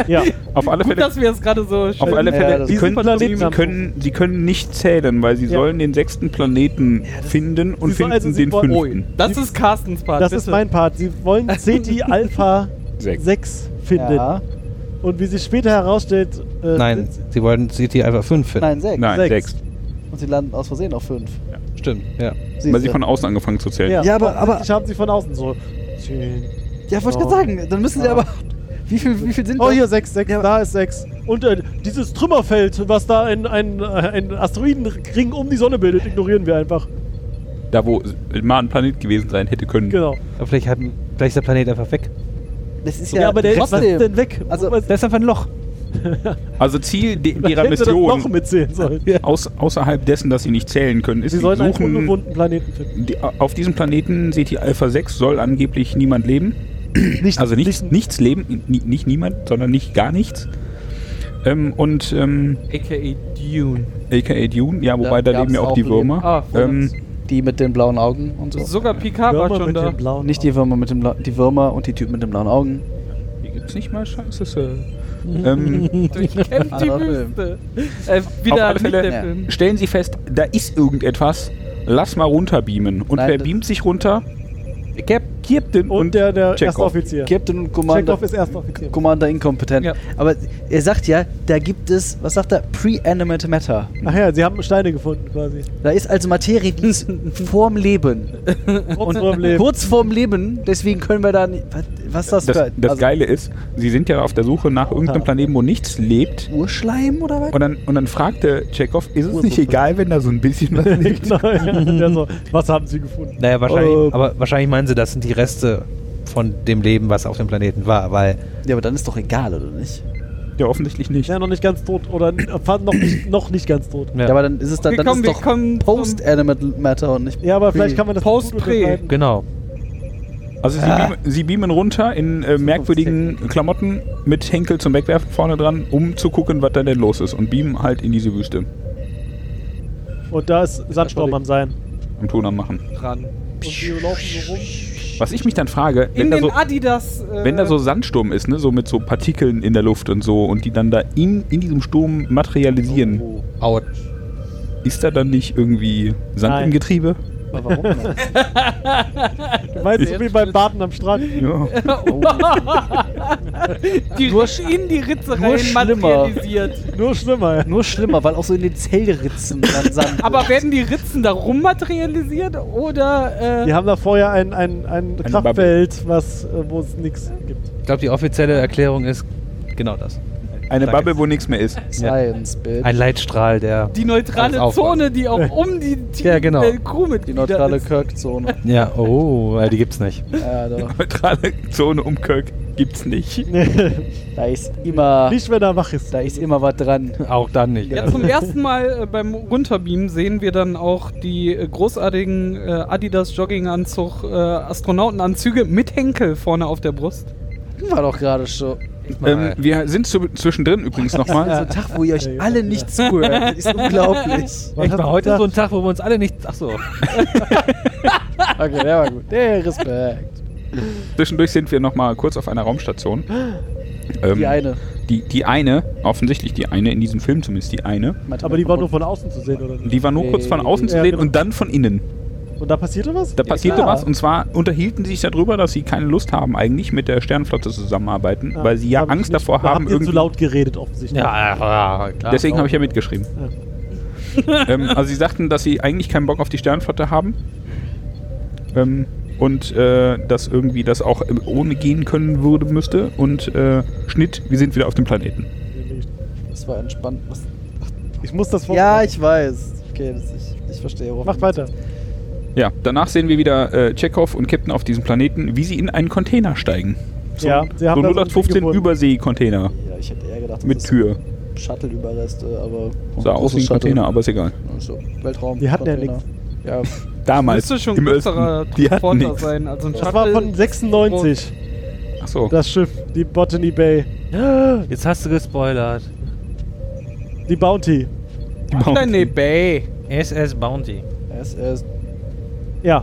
[SPEAKER 2] Ja.
[SPEAKER 6] Auf alle
[SPEAKER 1] Gut,
[SPEAKER 6] Fälle
[SPEAKER 1] dass wir es gerade so
[SPEAKER 6] Auf
[SPEAKER 1] schön-
[SPEAKER 6] alle
[SPEAKER 4] Ja,
[SPEAKER 6] Fälle,
[SPEAKER 4] das
[SPEAKER 6] sie,
[SPEAKER 2] ist
[SPEAKER 6] können,
[SPEAKER 2] ein Planeten
[SPEAKER 6] sie,
[SPEAKER 2] am
[SPEAKER 6] können, sie können nicht zählen, weil sie
[SPEAKER 2] Ja.
[SPEAKER 6] sollen den sechsten Planeten finden und
[SPEAKER 2] sie soll-
[SPEAKER 6] finden
[SPEAKER 2] also sie
[SPEAKER 6] den
[SPEAKER 2] wollen-
[SPEAKER 1] Ui,
[SPEAKER 6] fünften.
[SPEAKER 1] Das ist Carstens Part.
[SPEAKER 2] Das ist
[SPEAKER 1] bitte.
[SPEAKER 2] mein Part. Sie wollen CT Alpha
[SPEAKER 6] Sechs.
[SPEAKER 2] 6 finden.
[SPEAKER 4] Ja.
[SPEAKER 2] Und wie sich später herausstellt, äh,
[SPEAKER 5] Nein,
[SPEAKER 2] sind-
[SPEAKER 5] sie wollten CT Alpha 5 finden.
[SPEAKER 4] Nein, sechs.
[SPEAKER 6] Nein,
[SPEAKER 2] Sechs.
[SPEAKER 6] sechs.
[SPEAKER 4] Und sie landen aus Versehen auf fünf.
[SPEAKER 5] Stimmt, ja.
[SPEAKER 6] Weil
[SPEAKER 4] Siehste.
[SPEAKER 6] sie von außen angefangen zu zählen.
[SPEAKER 2] ja,
[SPEAKER 4] Ja, aber- aber-
[SPEAKER 2] ich habe sie von außen so. Zehn.
[SPEAKER 4] ja, wollte ich gerade sagen, dann müssen sie
[SPEAKER 2] Ja.
[SPEAKER 4] aber. Wie viel, wie viel sind
[SPEAKER 2] Oh,
[SPEAKER 4] das?
[SPEAKER 2] hier 6, 6, da ist 6. Und äh, dieses Trümmerfeld, was da ein, ein, äh, ein Asteroidenring um die Sonne bildet, ignorieren wir einfach.
[SPEAKER 6] Da, wo mal ein Planet gewesen sein hätte können.
[SPEAKER 2] Genau.
[SPEAKER 5] Aber vielleicht, hat, vielleicht ist der Planet einfach weg.
[SPEAKER 4] Das ist
[SPEAKER 2] Ja,
[SPEAKER 4] ja.
[SPEAKER 2] aber der ist was
[SPEAKER 4] trotzdem.
[SPEAKER 2] ist denn weg.
[SPEAKER 4] Also,
[SPEAKER 2] was,
[SPEAKER 5] Da ist einfach ein Loch.
[SPEAKER 6] Also Ziel de ihrer
[SPEAKER 2] hätten sie das noch
[SPEAKER 6] Mission,
[SPEAKER 2] mitzählen sollen.
[SPEAKER 6] aus, außerhalb dessen, dass sie nicht zählen können, ist,
[SPEAKER 2] Sie
[SPEAKER 6] sie
[SPEAKER 2] sollen einen
[SPEAKER 6] suchen...
[SPEAKER 2] unbewohnten Planeten finden.
[SPEAKER 6] Die, auf diesem Planeten CT Alpha 6 soll angeblich niemand leben.
[SPEAKER 2] Nicht,
[SPEAKER 6] Also nichts, nichts leben, ni- nicht niemand, sondern nicht gar nichts. Ähm, und ähm,
[SPEAKER 1] AKA Dune.
[SPEAKER 6] aka Dune, ja, wobei
[SPEAKER 4] Da
[SPEAKER 6] da, leben
[SPEAKER 4] gab's
[SPEAKER 6] ja auch
[SPEAKER 4] auch
[SPEAKER 6] die
[SPEAKER 4] Leben.
[SPEAKER 1] Ah,
[SPEAKER 6] Würmer.
[SPEAKER 1] vorhin
[SPEAKER 6] ähm,
[SPEAKER 4] Die mit den blauen Augen und so.
[SPEAKER 1] Sogar Picard war
[SPEAKER 2] Würmer
[SPEAKER 1] schon
[SPEAKER 2] mit
[SPEAKER 1] da.
[SPEAKER 2] den blauen
[SPEAKER 4] Nicht die Würmer mit dem Bla die Würmer und die Typen mit den blauen Augen.
[SPEAKER 6] die gibt's nicht mal, scheiße. ähm,
[SPEAKER 1] Ich kenn die
[SPEAKER 4] Anderer
[SPEAKER 1] Wüste. Äh,
[SPEAKER 6] auf
[SPEAKER 1] wieder
[SPEAKER 6] alle
[SPEAKER 1] nicht
[SPEAKER 6] Fälle
[SPEAKER 1] der Film.
[SPEAKER 6] stellen sie fest, da ist irgendetwas. Lass mal runterbeamen. Und
[SPEAKER 4] Nein,
[SPEAKER 6] wer
[SPEAKER 4] das-
[SPEAKER 6] beamt sich runter? Cap, Captain
[SPEAKER 2] Und, der, der erste
[SPEAKER 6] Chekhov.
[SPEAKER 2] Offizier.
[SPEAKER 4] Captain und Commander,
[SPEAKER 2] Chekhov ist erster Offizier.
[SPEAKER 4] Commander inkompetent.
[SPEAKER 1] Ja.
[SPEAKER 4] Aber er sagt ja, da gibt es, was sagt er? Pre-animate Matter.
[SPEAKER 2] Ach ja, sie haben Steine gefunden quasi.
[SPEAKER 4] Da ist also Materie, die ist vorm Leben.
[SPEAKER 2] Kurz vor dem Leben.
[SPEAKER 4] Kurz vorm Leben, deswegen können wir da nicht. Was, was ist das,
[SPEAKER 6] Das,
[SPEAKER 4] für ein-
[SPEAKER 6] das
[SPEAKER 4] also
[SPEAKER 6] Geile ist, sie sind ja auf der Suche nach irgendeinem Planeten, wo nichts lebt.
[SPEAKER 4] Urschleim oder was?
[SPEAKER 6] Und dann, und dann fragte Chekhov, ist es nicht egal, wenn da so ein bisschen was liegt?
[SPEAKER 2] genau, ja, der so, was haben sie gefunden?
[SPEAKER 5] Naja, wahrscheinlich,
[SPEAKER 2] Äh,
[SPEAKER 5] aber wahrscheinlich meinen sie, das sind die Reste von dem Leben, was auf dem Planeten war, weil
[SPEAKER 4] Ja, aber dann ist doch egal, oder nicht?
[SPEAKER 6] Ja, offensichtlich nicht.
[SPEAKER 2] Ja, noch nicht ganz tot. Oder äh, fast noch nicht, noch nicht ganz tot.
[SPEAKER 5] Ja.
[SPEAKER 4] Ja, aber dann ist es dann,
[SPEAKER 1] Okay,
[SPEAKER 4] dann
[SPEAKER 1] komm,
[SPEAKER 4] ist
[SPEAKER 1] wir
[SPEAKER 4] doch
[SPEAKER 1] kommen zum-
[SPEAKER 4] Post-Animate Matter und nicht.
[SPEAKER 2] Ja, aber vielleicht kann man das
[SPEAKER 1] Post
[SPEAKER 2] gut
[SPEAKER 1] Pre.
[SPEAKER 2] unterscheiden.
[SPEAKER 5] genau.
[SPEAKER 6] Also sie, beamen, sie beamen runter in äh, merkwürdigen Klamotten mit Henkel zum Wegwerfen vorne dran, um zu gucken, was da denn los ist. Und beamen halt in diese Wüste.
[SPEAKER 2] Und da ist Sandsturm am Sein.
[SPEAKER 6] Am Ton am Machen.
[SPEAKER 1] Dran.
[SPEAKER 2] Und die laufen so rum.
[SPEAKER 6] Was ich mich dann frage, wenn
[SPEAKER 1] In
[SPEAKER 6] da
[SPEAKER 1] den
[SPEAKER 6] so...
[SPEAKER 1] Adidas. Äh,
[SPEAKER 6] Wenn da so Sandsturm ist, ne, so mit so Partikeln in der Luft und so, und die dann da in, in diesem Sturm materialisieren,
[SPEAKER 2] Oh,
[SPEAKER 5] Out.
[SPEAKER 6] ist da dann nicht irgendwie Sand
[SPEAKER 2] Nein.
[SPEAKER 6] im Getriebe?
[SPEAKER 4] Aber warum? denn?
[SPEAKER 2] Weißt du, wie beim Baden am Strand.
[SPEAKER 6] Ja.
[SPEAKER 1] äh, die Risch in die Ritze
[SPEAKER 4] nur
[SPEAKER 1] rein
[SPEAKER 4] schlimmer.
[SPEAKER 1] materialisiert.
[SPEAKER 2] Nur schlimmer, ja.
[SPEAKER 4] Nur schlimmer, weil auch so in den Zellritzen dann Sand.
[SPEAKER 1] Aber werden die Ritzen da rum materialisiert oder. Äh,
[SPEAKER 2] Die haben da vorher ein, ein, ein Kraftfeld, was, äh, wo es nichts gibt.
[SPEAKER 5] Ich glaube, die offizielle Erklärung ist genau das.
[SPEAKER 6] Eine
[SPEAKER 5] Danke.
[SPEAKER 6] Bubble, wo nichts mehr ist.
[SPEAKER 4] Science, bitch.
[SPEAKER 5] Ein Leitstrahl, der.
[SPEAKER 1] Die
[SPEAKER 5] Alles
[SPEAKER 1] neutrale
[SPEAKER 5] aufpassen.
[SPEAKER 1] Zone, die auch um die die-
[SPEAKER 5] Ja, genau.
[SPEAKER 1] äh, Crew mit
[SPEAKER 4] Die neutrale Kirk-Zone.
[SPEAKER 5] Ja, oh, äh, die gibt's nicht.
[SPEAKER 4] ja, doch.
[SPEAKER 6] Neutrale Zone um Kirk gibt's nicht.
[SPEAKER 2] nicht,
[SPEAKER 4] Da ist immer.
[SPEAKER 2] wenn er wach ist.
[SPEAKER 4] Da ist immer was dran.
[SPEAKER 5] Auch dann nicht.
[SPEAKER 1] Ja, zum ersten Mal äh, beim Runterbeamen sehen wir dann auch die äh, großartigen äh, Adidas Jogginganzug äh, Astronautenanzüge mit Henkel vorne auf der Brust.
[SPEAKER 4] War doch gerade schon.
[SPEAKER 6] Ähm, wir sind zu, zwischendrin übrigens
[SPEAKER 4] So ein
[SPEAKER 6] nochmal.
[SPEAKER 4] Tag, wo ihr euch alle nicht zuhört. Ist unglaublich.
[SPEAKER 5] Echt mal, heute ist so ein Tag, wo wir uns alle nicht. Achso.
[SPEAKER 4] Okay, der war gut. Der Respekt.
[SPEAKER 6] Zwischendurch sind wir nochmal kurz auf einer Raumstation. Ähm,
[SPEAKER 4] Die eine.
[SPEAKER 6] Die, die eine, offensichtlich die eine, in diesem Film zumindest die eine,
[SPEAKER 2] Aber
[SPEAKER 4] oh,
[SPEAKER 2] die war nur von außen zu sehen, oder? nicht?
[SPEAKER 6] die war nur kurz von außen zu
[SPEAKER 2] Ja,
[SPEAKER 6] sehen
[SPEAKER 2] genau.
[SPEAKER 6] und dann von innen.
[SPEAKER 2] Und da passierte was?
[SPEAKER 6] Da passierte
[SPEAKER 4] klar.
[SPEAKER 6] was und zwar unterhielten sie sich darüber, dass sie keine Lust haben, eigentlich mit der Sternenflotte zusammenarbeiten,
[SPEAKER 2] Ah,
[SPEAKER 6] weil sie ja
[SPEAKER 2] hab ich
[SPEAKER 6] Angst
[SPEAKER 2] nicht-
[SPEAKER 6] davor
[SPEAKER 2] da
[SPEAKER 6] haben,
[SPEAKER 2] habt ihr zu
[SPEAKER 6] irgendwie.
[SPEAKER 2] laut geredet, offensichtlich.
[SPEAKER 5] Ja, ja, klar.
[SPEAKER 6] Deswegen habe ich ja mitgeschrieben. ähm, also sie sagten, dass sie eigentlich keinen Bock auf die Sternenflotte haben ähm, und äh, dass irgendwie das auch ähm, ohne gehen können würde müsste und äh, Schnitt, wir sind wieder auf dem Planeten.
[SPEAKER 4] oh, Das war entspannt. Was?
[SPEAKER 2] Ich muss das
[SPEAKER 4] Ja, ich weiß. Okay, das, ich, ich verstehe. worauf
[SPEAKER 2] Macht
[SPEAKER 4] du-
[SPEAKER 2] weiter.
[SPEAKER 6] Ja, danach sehen wir wieder äh, Chekhov und Captain auf diesem Planeten, wie sie in einen Container steigen. So,
[SPEAKER 2] Ja, sie haben
[SPEAKER 6] so
[SPEAKER 2] da so ein
[SPEAKER 6] 0815
[SPEAKER 2] Ding gefunden.
[SPEAKER 6] Übersee-Container
[SPEAKER 4] Ja, ich hätte eher gedacht, das
[SPEAKER 6] mit
[SPEAKER 4] ist
[SPEAKER 6] Tür.
[SPEAKER 4] Shuttle-Überreste, aber.
[SPEAKER 6] Sah aus wie ein
[SPEAKER 4] Großes Shuttle.
[SPEAKER 6] Container, aber ist egal.
[SPEAKER 4] Also, Weltraum.
[SPEAKER 2] Die hatten ja
[SPEAKER 4] Container. Ja,
[SPEAKER 6] Damals
[SPEAKER 1] Müsste schon
[SPEAKER 6] im
[SPEAKER 1] größerer
[SPEAKER 6] Osten, die hatten
[SPEAKER 1] Transporter
[SPEAKER 6] nichts.
[SPEAKER 1] sein. Also ein
[SPEAKER 2] Das war von 96,
[SPEAKER 6] Achso,
[SPEAKER 2] das Schiff, die Botany Bay,
[SPEAKER 5] Jetzt hast du gespoilert.
[SPEAKER 2] die Bounty.
[SPEAKER 6] die bauen-
[SPEAKER 1] Deine Bay.
[SPEAKER 5] SS Bounty.
[SPEAKER 4] SS.
[SPEAKER 2] Ja,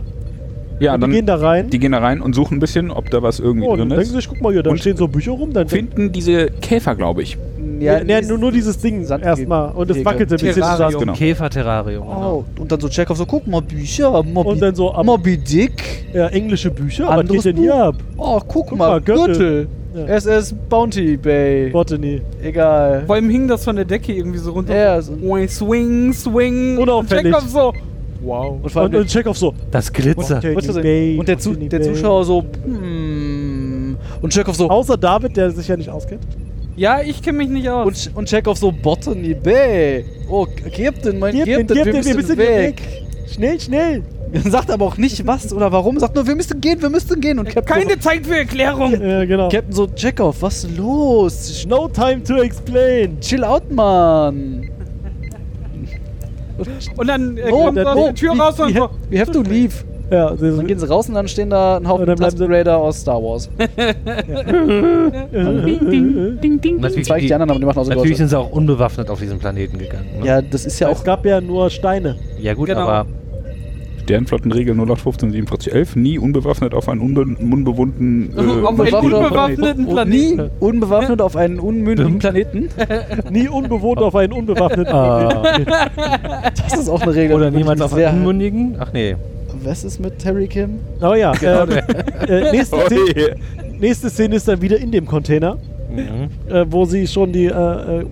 [SPEAKER 6] ja,
[SPEAKER 2] und
[SPEAKER 6] dann,
[SPEAKER 2] die gehen da rein.
[SPEAKER 6] Die gehen da rein und suchen ein bisschen, ob da was irgendwie
[SPEAKER 2] oh, dann
[SPEAKER 6] drin
[SPEAKER 2] denken sie
[SPEAKER 6] ist.
[SPEAKER 2] sich, guck mal hier, da
[SPEAKER 6] Und-
[SPEAKER 2] stehen so Bücher rum. Dann
[SPEAKER 6] Finden diese Käfer, glaube ich.
[SPEAKER 2] ja, nee, nur, nur dieses Ding
[SPEAKER 4] Sand-
[SPEAKER 2] erstmal. Und es
[SPEAKER 4] Gehege.
[SPEAKER 2] wackelte ein bisschen
[SPEAKER 1] Terrarium.
[SPEAKER 2] zusammen.
[SPEAKER 6] Genau.
[SPEAKER 5] Käferterrarium. genau.
[SPEAKER 4] Oh, und dann so Chekhov so, guck mal, Bücher, Moby,
[SPEAKER 2] Und dann so ab-
[SPEAKER 4] Moby Dick.
[SPEAKER 2] Ja, englische Bücher? Was
[SPEAKER 4] Genau. Anderes
[SPEAKER 2] geht denn hier
[SPEAKER 4] Buch.
[SPEAKER 2] ab?
[SPEAKER 4] Oh, guck, mal,
[SPEAKER 2] mal, Gürtel.
[SPEAKER 4] Gürtel.
[SPEAKER 2] Ja.
[SPEAKER 4] SS Bounty Bay.
[SPEAKER 2] Botany.
[SPEAKER 4] Egal.
[SPEAKER 1] Vor allem hing das von der Decke irgendwie so runter.
[SPEAKER 4] Ja,
[SPEAKER 1] so.
[SPEAKER 4] so-
[SPEAKER 1] Swing, swing.
[SPEAKER 2] Unauffällig.
[SPEAKER 1] Und Chekhov so.
[SPEAKER 2] Wow. Und,
[SPEAKER 4] vor allem
[SPEAKER 2] und Chekhov so.
[SPEAKER 5] Das Glitzer.
[SPEAKER 2] Okay.
[SPEAKER 4] Wolltest du
[SPEAKER 2] Botany
[SPEAKER 4] sehen?
[SPEAKER 2] Bay,
[SPEAKER 4] Oh. und der, Zu
[SPEAKER 2] Botany
[SPEAKER 4] der
[SPEAKER 2] Bay.
[SPEAKER 4] Zuschauer so, hm. Und Chekhov so,
[SPEAKER 2] Außer David, der sich ja nicht auskennt.
[SPEAKER 1] Ja, ich kenne mich nicht aus.
[SPEAKER 4] und, Ch- und Chekhov so, Botany Bay. Oh, Captain, mein
[SPEAKER 2] Gib den,
[SPEAKER 4] Captain,
[SPEAKER 2] gib
[SPEAKER 4] wir
[SPEAKER 2] den, wir
[SPEAKER 4] müssen
[SPEAKER 2] müssen
[SPEAKER 4] weg.
[SPEAKER 2] weg. Schnell, schnell.
[SPEAKER 4] Sagt aber auch nicht was oder warum, sagt nur, wir müssen gehen, wir müssen gehen. Und Captain
[SPEAKER 1] Äh, Keine Zeit für Erklärung.
[SPEAKER 2] Ja, genau.
[SPEAKER 4] so, Captain so, Chekhov, was ist los?
[SPEAKER 2] No time to explain.
[SPEAKER 4] Chill out, Mann.
[SPEAKER 1] Und dann äh,
[SPEAKER 4] No,
[SPEAKER 1] kommt
[SPEAKER 4] no,
[SPEAKER 1] aus der Tür
[SPEAKER 4] we-
[SPEAKER 1] raus und
[SPEAKER 4] we
[SPEAKER 1] so.
[SPEAKER 4] have- We have to leave.
[SPEAKER 2] Ja, das
[SPEAKER 4] Dann gehen sie raus und dann stehen da ein Haufen
[SPEAKER 2] Und dann bleiben sie-
[SPEAKER 4] Tusken Raider aus Star Wars.
[SPEAKER 5] Natürlich,
[SPEAKER 4] zeig ich die anderen, aber die machen auch so
[SPEAKER 5] natürlich
[SPEAKER 4] Geräusche.
[SPEAKER 5] sind sie auch unbewaffnet auf diesen Planeten gegangen. ne?
[SPEAKER 4] Ja, das ist ja
[SPEAKER 2] es
[SPEAKER 4] auch.
[SPEAKER 2] gab ja nur Steine.
[SPEAKER 5] ja gut,
[SPEAKER 1] genau.
[SPEAKER 5] aber
[SPEAKER 6] Sternflottenregel 0815 47 11. Nie unbewaffnet auf einen unbe unbewohnten. äh,
[SPEAKER 1] Auf einen
[SPEAKER 6] Planeten.
[SPEAKER 1] unbewaffneten
[SPEAKER 4] und
[SPEAKER 1] Planeten.
[SPEAKER 4] Nie unbewaffnet auf einen unmündigen Planeten.
[SPEAKER 2] Nie unbewohnt auf einen unbewaffneten.
[SPEAKER 4] Das ist auch eine Regel.
[SPEAKER 5] oder
[SPEAKER 4] die
[SPEAKER 5] niemals
[SPEAKER 4] mich
[SPEAKER 5] auf
[SPEAKER 4] sehr-
[SPEAKER 5] einen Unmündigen? Ach nee.
[SPEAKER 4] Was ist mit Terry Kim?
[SPEAKER 2] Aber ja, ähm, äh, nächste,
[SPEAKER 6] Oh,
[SPEAKER 2] Szene,
[SPEAKER 6] yeah.
[SPEAKER 2] nächste Szene ist dann wieder in dem Container,
[SPEAKER 5] Mhm.
[SPEAKER 2] äh, wo sie schon die, äh, äh,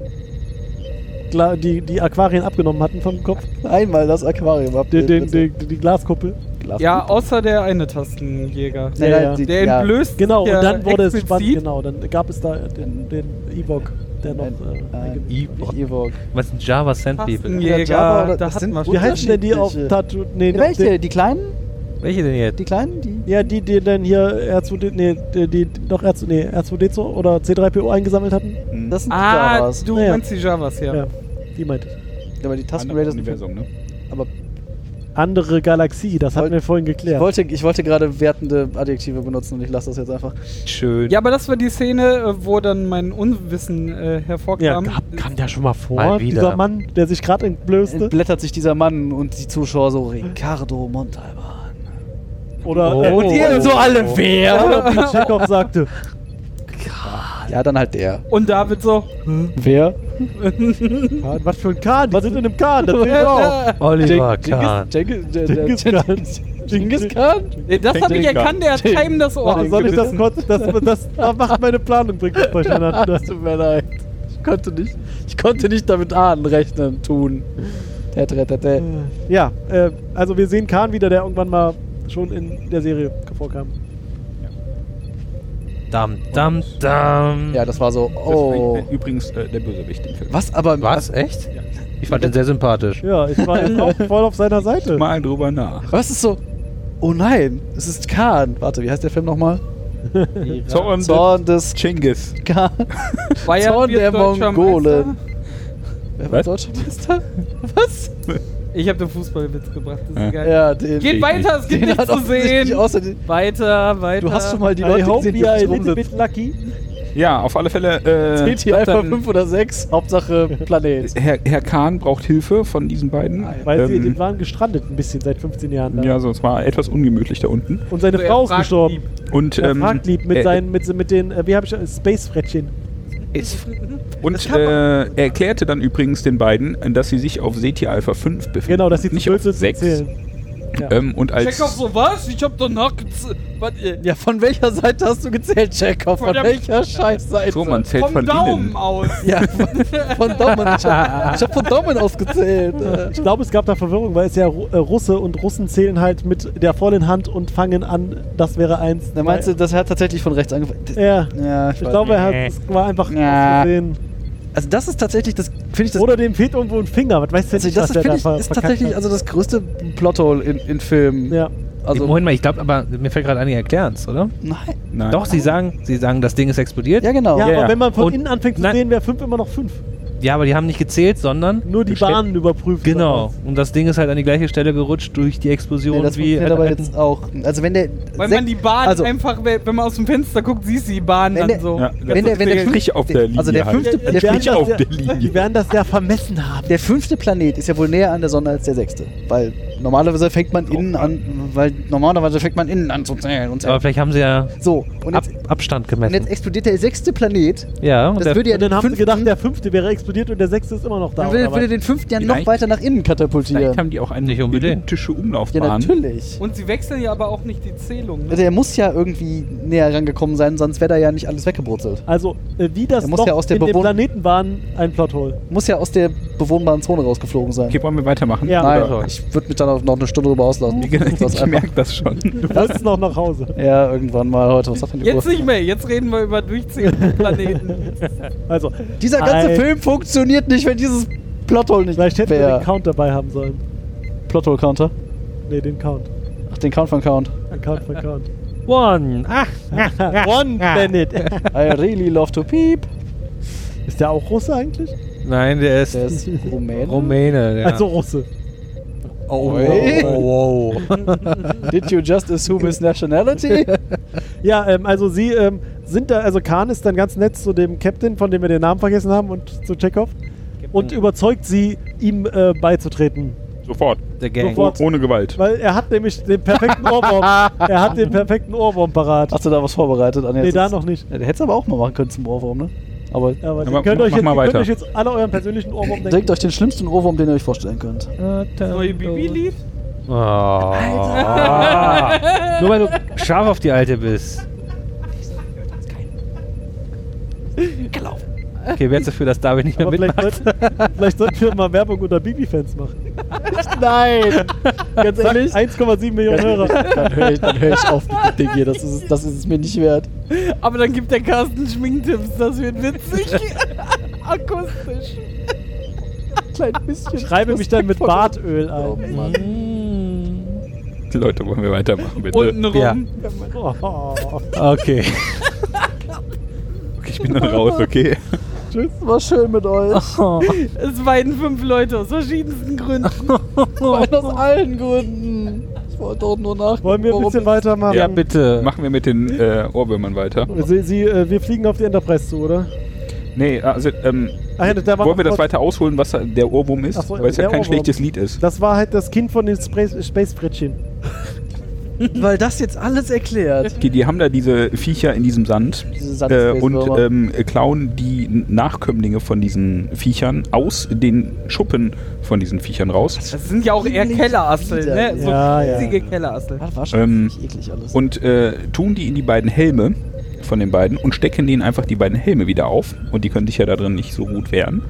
[SPEAKER 2] Gla- die, die Aquarien abgenommen hatten vom Kopf.
[SPEAKER 4] Einmal das Aquarium ab.
[SPEAKER 2] Den, den, den, die Glaskuppel.
[SPEAKER 1] Ja, außer der eine Tastenjäger.
[SPEAKER 4] Nein,
[SPEAKER 2] Ja,
[SPEAKER 4] nein,
[SPEAKER 2] ja.
[SPEAKER 4] die-
[SPEAKER 1] Der
[SPEAKER 4] ja.
[SPEAKER 1] entblößt.
[SPEAKER 2] Genau,
[SPEAKER 1] ja
[SPEAKER 2] und dann wurde es spannend.
[SPEAKER 1] explizit.
[SPEAKER 2] Genau, dann gab es da den, den Ewok, der noch. Äh,
[SPEAKER 4] Nein,
[SPEAKER 2] eingewickelt-
[SPEAKER 4] nicht Ewok.
[SPEAKER 5] Was sind Java Sand People?
[SPEAKER 1] Tastenjäger.
[SPEAKER 4] Java oder-
[SPEAKER 1] da
[SPEAKER 4] das
[SPEAKER 1] hat
[SPEAKER 4] sind
[SPEAKER 1] man
[SPEAKER 2] Wie heißen denn die auf
[SPEAKER 4] Unterschiedliche.
[SPEAKER 2] Tattoo? Nee,
[SPEAKER 4] Welche?
[SPEAKER 2] die-
[SPEAKER 4] Die kleinen?
[SPEAKER 5] Welche denn jetzt?
[SPEAKER 4] Die kleinen? Die?
[SPEAKER 2] Ja, die, die dann hier R2D, nee, die, die noch R2, nee, R2D2 oder C3PO eingesammelt hatten.
[SPEAKER 4] Das sind die
[SPEAKER 1] Ah,
[SPEAKER 4] Javas.
[SPEAKER 1] du
[SPEAKER 2] genau. Ja, ja.
[SPEAKER 1] meinst die Javas, ja.
[SPEAKER 2] Ja, die meinte ich.
[SPEAKER 4] Aber die Tusken
[SPEAKER 6] Anderes
[SPEAKER 4] Raiders. sind-
[SPEAKER 6] Universum, ne?
[SPEAKER 4] Aber
[SPEAKER 2] Andere Galaxie, das hatten
[SPEAKER 4] Wollt-
[SPEAKER 2] wir vorhin
[SPEAKER 4] ich
[SPEAKER 2] geklärt.
[SPEAKER 4] wollte, ich wollte gerade wertende Adjektive benutzen und ich lasse das jetzt einfach.
[SPEAKER 5] Schön.
[SPEAKER 1] Ja, aber das war die Szene, äh, wo dann mein Unwissen äh,
[SPEAKER 2] Ja,
[SPEAKER 1] hervorkam.
[SPEAKER 2] kam, kam der schon mal vor,
[SPEAKER 5] Mal wieder.
[SPEAKER 2] dieser Mann, der sich gerade entblößte?
[SPEAKER 4] Blättert sich dieser Mann und die Zuschauer so Ricardo Montalban.
[SPEAKER 2] Oder,
[SPEAKER 5] Oh.
[SPEAKER 2] äh,
[SPEAKER 5] Und
[SPEAKER 2] oder
[SPEAKER 5] ihr
[SPEAKER 2] so
[SPEAKER 5] alle
[SPEAKER 4] Oh.
[SPEAKER 2] wer? Wie Chekhov sagte.
[SPEAKER 4] Ja, dann halt der.
[SPEAKER 1] Und David so.
[SPEAKER 4] Wer?
[SPEAKER 2] Kahn, was für ein Kahn? Was sind in einem Kahn? Das fehlt auch.
[SPEAKER 1] Äh,
[SPEAKER 5] Oliver Kahn.
[SPEAKER 4] Genghis,
[SPEAKER 2] Genghis
[SPEAKER 4] Genghis,
[SPEAKER 2] Khan.
[SPEAKER 4] Genghis Khan?
[SPEAKER 1] das habe ich
[SPEAKER 6] Ding,
[SPEAKER 1] erkannt, der hat
[SPEAKER 4] Ding.
[SPEAKER 1] keinem das Ohr.
[SPEAKER 2] Warte, soll ich das kurz? Das, das, das macht meine Planung, bringt es durcheinander.
[SPEAKER 4] Das tut mir leid. Ich konnte nicht, ich konnte nicht damit ahnen, rechnen, tun. Der, der, der, der.
[SPEAKER 2] Ja, äh, also wir sehen Kahn wieder, der irgendwann mal schon in der Serie vorkam.
[SPEAKER 5] Dam, dam, dam.
[SPEAKER 4] Ja, das war so,
[SPEAKER 6] Das
[SPEAKER 4] oh.
[SPEAKER 6] ist übrigens äh, der Bösewicht im Film.
[SPEAKER 4] Was aber?
[SPEAKER 5] Was? Echt? Ich fand den sehr sympathisch.
[SPEAKER 2] Ja, ich war jetzt auch voll auf seiner Seite.
[SPEAKER 6] Mal drüber nach.
[SPEAKER 4] Was ist so? Oh nein, es ist Khan. Warte, wie heißt der Film nochmal?
[SPEAKER 6] Zorn,
[SPEAKER 4] Zorn des
[SPEAKER 6] Chingis.
[SPEAKER 4] Khan.
[SPEAKER 1] War ja
[SPEAKER 4] Zorn
[SPEAKER 1] wir
[SPEAKER 4] der
[SPEAKER 1] deutscher
[SPEAKER 4] Mongolen.
[SPEAKER 1] Meister?
[SPEAKER 4] Wer war
[SPEAKER 6] Was?
[SPEAKER 4] deutscher Meister? Was?
[SPEAKER 1] Ich habe den Fußballwitz gebracht, das ist
[SPEAKER 6] Ja.
[SPEAKER 1] geil.
[SPEAKER 4] Ja, den.
[SPEAKER 1] Geht weiter, es gibt
[SPEAKER 4] den
[SPEAKER 1] nichts
[SPEAKER 4] hat
[SPEAKER 1] zu
[SPEAKER 4] offensichtlich
[SPEAKER 1] sehen.
[SPEAKER 4] Außer den,
[SPEAKER 1] Weiter, weiter.
[SPEAKER 4] du hast schon mal die
[SPEAKER 2] I
[SPEAKER 4] Leute
[SPEAKER 2] hope
[SPEAKER 4] gesehen, die
[SPEAKER 2] we are
[SPEAKER 4] auf
[SPEAKER 2] a
[SPEAKER 4] dich
[SPEAKER 2] little
[SPEAKER 4] rumsitzen.
[SPEAKER 2] bit lucky.
[SPEAKER 6] Ja, auf alle Fälle. Äh,
[SPEAKER 4] Zählt hier einfach
[SPEAKER 1] dann-
[SPEAKER 4] 5 oder 6, Hauptsache Planet.
[SPEAKER 6] Herr, Herr Kahn braucht Hilfe von diesen beiden.
[SPEAKER 2] Weil sie, die
[SPEAKER 6] ähm,
[SPEAKER 2] waren gestrandet ein bisschen seit 15 Jahren. da.
[SPEAKER 6] ja, so, es war etwas ungemütlich da unten.
[SPEAKER 2] Und seine
[SPEAKER 1] Also er
[SPEAKER 2] Frau ist
[SPEAKER 1] fragt
[SPEAKER 2] gestorben.
[SPEAKER 1] lieb.
[SPEAKER 6] Und,
[SPEAKER 2] Er
[SPEAKER 6] ähm,
[SPEAKER 2] fragt lieb
[SPEAKER 6] äh,
[SPEAKER 2] mit, seinen, mit, mit den, äh, wie habe ich, äh, Space-Frettchen.
[SPEAKER 6] Und äh, er erklärte dann übrigens den beiden, dass sie sich auf Seti Alpha 5 befinden.
[SPEAKER 2] Genau, dass sie zu
[SPEAKER 6] nicht
[SPEAKER 2] blöd
[SPEAKER 6] auf
[SPEAKER 2] sind zu
[SPEAKER 6] 6.
[SPEAKER 2] zählen.
[SPEAKER 6] Ähm, und als
[SPEAKER 1] Check auf so was? Ich hab danach gez- was, äh,
[SPEAKER 4] Ja, von welcher Seite hast du gezählt, Chekhov? Von,
[SPEAKER 1] Von der-
[SPEAKER 4] welcher Scheißseite?
[SPEAKER 6] so, man zählt
[SPEAKER 1] vom
[SPEAKER 6] von
[SPEAKER 1] Daumen
[SPEAKER 6] innen.
[SPEAKER 1] aus.
[SPEAKER 4] Ja, von, von Daumen. Ich hab, ich hab von Daumen ausgezählt. Äh,
[SPEAKER 2] Ich glaube, es gab da Verwirrung, weil es ja Ru- äh, Russe und Russen zählen halt mit der vollen Hand und fangen an, das wäre eins.
[SPEAKER 4] Da Äh, meinst du, das hat tatsächlich von rechts angefangen. Das-
[SPEAKER 2] Ja.
[SPEAKER 4] Ja, ich,
[SPEAKER 2] Ich
[SPEAKER 4] weiß
[SPEAKER 2] glaube, er hat,
[SPEAKER 5] Nee.
[SPEAKER 2] es war einfach
[SPEAKER 4] Ja.
[SPEAKER 2] ausgesehen.
[SPEAKER 4] nicht. Also, das ist tatsächlich, das finde ich das.
[SPEAKER 2] Oder dem fehlt irgendwo ein Finger. Was weißt du
[SPEAKER 4] also
[SPEAKER 2] nicht,
[SPEAKER 4] das
[SPEAKER 2] was der
[SPEAKER 4] finde
[SPEAKER 2] da
[SPEAKER 4] ich,
[SPEAKER 2] ver-
[SPEAKER 4] ist
[SPEAKER 2] verkackt
[SPEAKER 4] tatsächlich
[SPEAKER 2] hat?
[SPEAKER 4] also das größte Plothole in, in Filmen.
[SPEAKER 2] Ja.
[SPEAKER 4] Also,
[SPEAKER 5] Moment mal, ich glaube aber, mir fällt gerade an, die erklären es, oder?
[SPEAKER 4] nein.
[SPEAKER 6] Nein.
[SPEAKER 5] Doch, sie sagen, sie sagen, das Ding ist explodiert.
[SPEAKER 4] Ja, genau.
[SPEAKER 2] Ja,
[SPEAKER 6] Ja,
[SPEAKER 2] aber
[SPEAKER 6] ja.
[SPEAKER 2] wenn man von
[SPEAKER 5] Und-
[SPEAKER 2] innen anfängt zu
[SPEAKER 5] Nein.
[SPEAKER 2] sehen, wäre 5 immer noch 5.
[SPEAKER 5] Ja, aber die haben nicht gezählt, sondern
[SPEAKER 2] Nur die
[SPEAKER 5] Bestell-
[SPEAKER 2] Bahnen überprüft.
[SPEAKER 5] Genau. Und das Ding ist halt an die gleiche Stelle gerutscht durch die Explosion
[SPEAKER 4] Nee, das
[SPEAKER 5] wie.
[SPEAKER 4] funktioniert aber jetzt auch. Also, wenn der.
[SPEAKER 1] Weil
[SPEAKER 4] sech-
[SPEAKER 1] man die Bahn
[SPEAKER 4] also,
[SPEAKER 1] einfach, wenn wenn man aus dem Fenster guckt, siehst du die Bahn
[SPEAKER 4] Wenn
[SPEAKER 1] dann
[SPEAKER 4] der-
[SPEAKER 1] so.
[SPEAKER 6] Ja,
[SPEAKER 4] Wenn der, wenn der,
[SPEAKER 6] Strich
[SPEAKER 4] fünfte-
[SPEAKER 6] auf der Linie.
[SPEAKER 4] Also, der fünfte,
[SPEAKER 6] halt.
[SPEAKER 2] Die
[SPEAKER 4] der,
[SPEAKER 2] werden
[SPEAKER 4] fünfte,
[SPEAKER 6] Strich auf
[SPEAKER 2] das
[SPEAKER 6] der
[SPEAKER 2] ja-
[SPEAKER 6] Linie.
[SPEAKER 2] Die werden das ja vermessen haben.
[SPEAKER 4] der fünfte Planet ist ja wohl näher an der Sonne als der sechste. Weil normalerweise fängt man innen an. Weil normalerweise fängt man innen an zu zählen und
[SPEAKER 5] aber
[SPEAKER 4] zählen.
[SPEAKER 5] vielleicht haben sie ja
[SPEAKER 4] So, und
[SPEAKER 5] Ab
[SPEAKER 4] jetzt,
[SPEAKER 5] Abstand
[SPEAKER 4] und jetzt
[SPEAKER 5] gemessen.
[SPEAKER 4] explodiert der sechste Planet.
[SPEAKER 5] Ja, und
[SPEAKER 4] Das
[SPEAKER 5] der,
[SPEAKER 4] würde ja
[SPEAKER 2] Und dann
[SPEAKER 4] den
[SPEAKER 2] haben sie
[SPEAKER 4] fünften,
[SPEAKER 2] gedacht, der fünfte wäre explodiert und der sechste ist immer noch da.
[SPEAKER 4] dann würde,
[SPEAKER 2] oder
[SPEAKER 4] würde
[SPEAKER 2] was?
[SPEAKER 4] den fünften ja noch
[SPEAKER 6] Vielleicht-
[SPEAKER 4] weiter nach innen katapultieren.
[SPEAKER 6] Vielleicht haben die auch eine
[SPEAKER 5] Nicht unbedingt.
[SPEAKER 6] identische
[SPEAKER 4] Ja,
[SPEAKER 6] Umlaufbahn.
[SPEAKER 4] natürlich. Also
[SPEAKER 1] Und sie wechseln ja aber auch nicht die Zählung. Ne?
[SPEAKER 4] Der muss ja irgendwie näher rangekommen sein, sonst wäre da ja nicht alles weggebrutzelt.
[SPEAKER 2] also, äh, wie das
[SPEAKER 4] Er muss
[SPEAKER 2] Loch
[SPEAKER 4] ja aus der
[SPEAKER 2] in dem
[SPEAKER 4] Bewohn-
[SPEAKER 2] Planeten waren, ein Plothole.
[SPEAKER 4] Muss ja aus der bewohnbaren Zone rausgeflogen sein.
[SPEAKER 6] Okay, wollen wir weitermachen?
[SPEAKER 2] Ja.
[SPEAKER 4] Nein,
[SPEAKER 5] Oder-
[SPEAKER 4] ich würde mich dann auch noch eine Stunde drüber auslassen.
[SPEAKER 6] Ich,
[SPEAKER 4] Das
[SPEAKER 6] ich
[SPEAKER 4] einfach-
[SPEAKER 6] merke das schon.
[SPEAKER 2] Du wolltest noch nach Hause.
[SPEAKER 4] ja, irgendwann mal heute. Was sagt denn die
[SPEAKER 1] Jetzt
[SPEAKER 4] Uhr?
[SPEAKER 1] nicht mehr, jetzt reden wir über durchziehende Planeten.
[SPEAKER 2] Also,
[SPEAKER 4] Dieser ganze
[SPEAKER 2] Ei.
[SPEAKER 4] Film funktioniert nicht, wenn dieses Plothole nicht
[SPEAKER 2] vielleicht hätten wir den
[SPEAKER 4] wäre.
[SPEAKER 2] Count dabei haben sollen.
[SPEAKER 4] Plothole-Counter.
[SPEAKER 2] Ne, den Count.
[SPEAKER 4] Ach, den Count von Count.
[SPEAKER 2] Den Count von Count.
[SPEAKER 5] One. Ach,
[SPEAKER 2] One Planet.
[SPEAKER 4] I really love to peep.
[SPEAKER 2] ist der auch Russe eigentlich?
[SPEAKER 5] Nein, der ist
[SPEAKER 4] Der ist Rumäne.
[SPEAKER 5] Rumäne. Ja.
[SPEAKER 2] Also Russe.
[SPEAKER 5] Oh,
[SPEAKER 4] Oi.
[SPEAKER 5] wow, wow.
[SPEAKER 4] Did you just assume his nationality?
[SPEAKER 2] Ja, ähm, also sie ähm, sind da, also Khan ist dann ganz nett zu dem Captain, von dem wir den Namen vergessen haben, und zu Chekhov. Und überzeugt sie, ihm äh, beizutreten.
[SPEAKER 6] Sofort.
[SPEAKER 5] Der Gang.
[SPEAKER 2] Sofort.
[SPEAKER 6] Ohne Gewalt.
[SPEAKER 2] Weil er hat nämlich den perfekten Ohrwurm. er hat den perfekten Ohrwurm parat.
[SPEAKER 4] Hast du da was vorbereitet? Anja?
[SPEAKER 2] nee,
[SPEAKER 4] Jetzt-
[SPEAKER 2] da noch nicht.
[SPEAKER 4] Ja, hättest du aber auch mal machen können zum Ohrwurm, ne? Aber
[SPEAKER 2] Aber
[SPEAKER 6] Aber
[SPEAKER 2] ihr könnt,
[SPEAKER 6] mach-
[SPEAKER 2] euch
[SPEAKER 6] mach
[SPEAKER 2] jetzt, ihr
[SPEAKER 6] mal
[SPEAKER 2] könnt
[SPEAKER 6] weiter.
[SPEAKER 2] euch jetzt alle euren persönlichen Ohrwurm denken. Ah,
[SPEAKER 4] denkt euch den schlimmsten Ohrwurm, den ihr euch vorstellen könnt.
[SPEAKER 1] Neue Bibi-Lied?
[SPEAKER 5] Oh. Nur weil du scharf auf die Alte bist. Okay, wer ist dafür, dass David nicht mehr
[SPEAKER 2] Aber vielleicht,
[SPEAKER 5] mitmacht?
[SPEAKER 2] sollten- vielleicht sollten wir mal Werbung unter Bibi-Fans machen.
[SPEAKER 4] Nein! Ganz
[SPEAKER 2] Zack,
[SPEAKER 4] ehrlich?
[SPEAKER 2] 1,7 Millionen Hörer.
[SPEAKER 4] Dann höre ich, dann hör ich auf mit dem Ding hier. Das ist, es- das ist es mir nicht wert.
[SPEAKER 1] Aber dann gibt der Carsten Schminktipps, das wird witzig. Akustisch.
[SPEAKER 4] Klein bisschen.
[SPEAKER 2] Schreibe mich dann mit Bartöl
[SPEAKER 4] Oh
[SPEAKER 2] ein.
[SPEAKER 4] Mann.
[SPEAKER 6] Die Leute wollen wir weitermachen, bitte.
[SPEAKER 1] Untenrum.
[SPEAKER 5] Ja.
[SPEAKER 2] Oh,
[SPEAKER 5] Okay.
[SPEAKER 6] Okay, ich bin dann raus, okay?
[SPEAKER 4] Tschüss, war schön mit euch.
[SPEAKER 2] oh.
[SPEAKER 1] Es weinen fünf Leute aus verschiedensten Gründen.
[SPEAKER 4] Wein aus allen Gründen. Ich wollte auch nur nach.
[SPEAKER 2] wollen wir ein bisschen weitermachen?
[SPEAKER 5] Ja, bitte.
[SPEAKER 6] Machen wir mit den äh, Ohrwürmern weiter.
[SPEAKER 2] Sie, sie, äh, wir fliegen auf die Enterprise zu, oder?
[SPEAKER 6] Nee, also, ähm,
[SPEAKER 2] Ach ja, da war
[SPEAKER 6] wollen wir
[SPEAKER 2] noch
[SPEAKER 6] das
[SPEAKER 2] kurz-
[SPEAKER 6] weiter ausholen, was da der Ohrwurm ist?
[SPEAKER 2] Ach so,
[SPEAKER 6] Weil es ja
[SPEAKER 2] der
[SPEAKER 6] kein
[SPEAKER 2] Ohrwurm.
[SPEAKER 6] schlechtes Lied ist.
[SPEAKER 2] Das war halt das Kind von den Space- Space-Frettchen.
[SPEAKER 4] Weil das jetzt alles erklärt.
[SPEAKER 6] Okay, die haben da diese Viecher in diesem Sand,
[SPEAKER 4] Diese Sand-
[SPEAKER 6] äh, und
[SPEAKER 4] Space-Würmer.
[SPEAKER 6] ähm, klauen die Nachkömmlinge von diesen Viechern aus den Schuppen von diesen Viechern raus.
[SPEAKER 1] Das sind ja auch eher Kellerasseln, ne? So
[SPEAKER 2] Ja, ja.
[SPEAKER 1] riesige Kellerasseln.
[SPEAKER 4] Das war schon
[SPEAKER 6] Ähm,
[SPEAKER 4] ziemlich eklig alles.
[SPEAKER 6] Und äh, tun die in die beiden Helme von den beiden und stecken denen einfach die beiden Helme wieder auf. Und die können sich ja da drin nicht so gut wehren.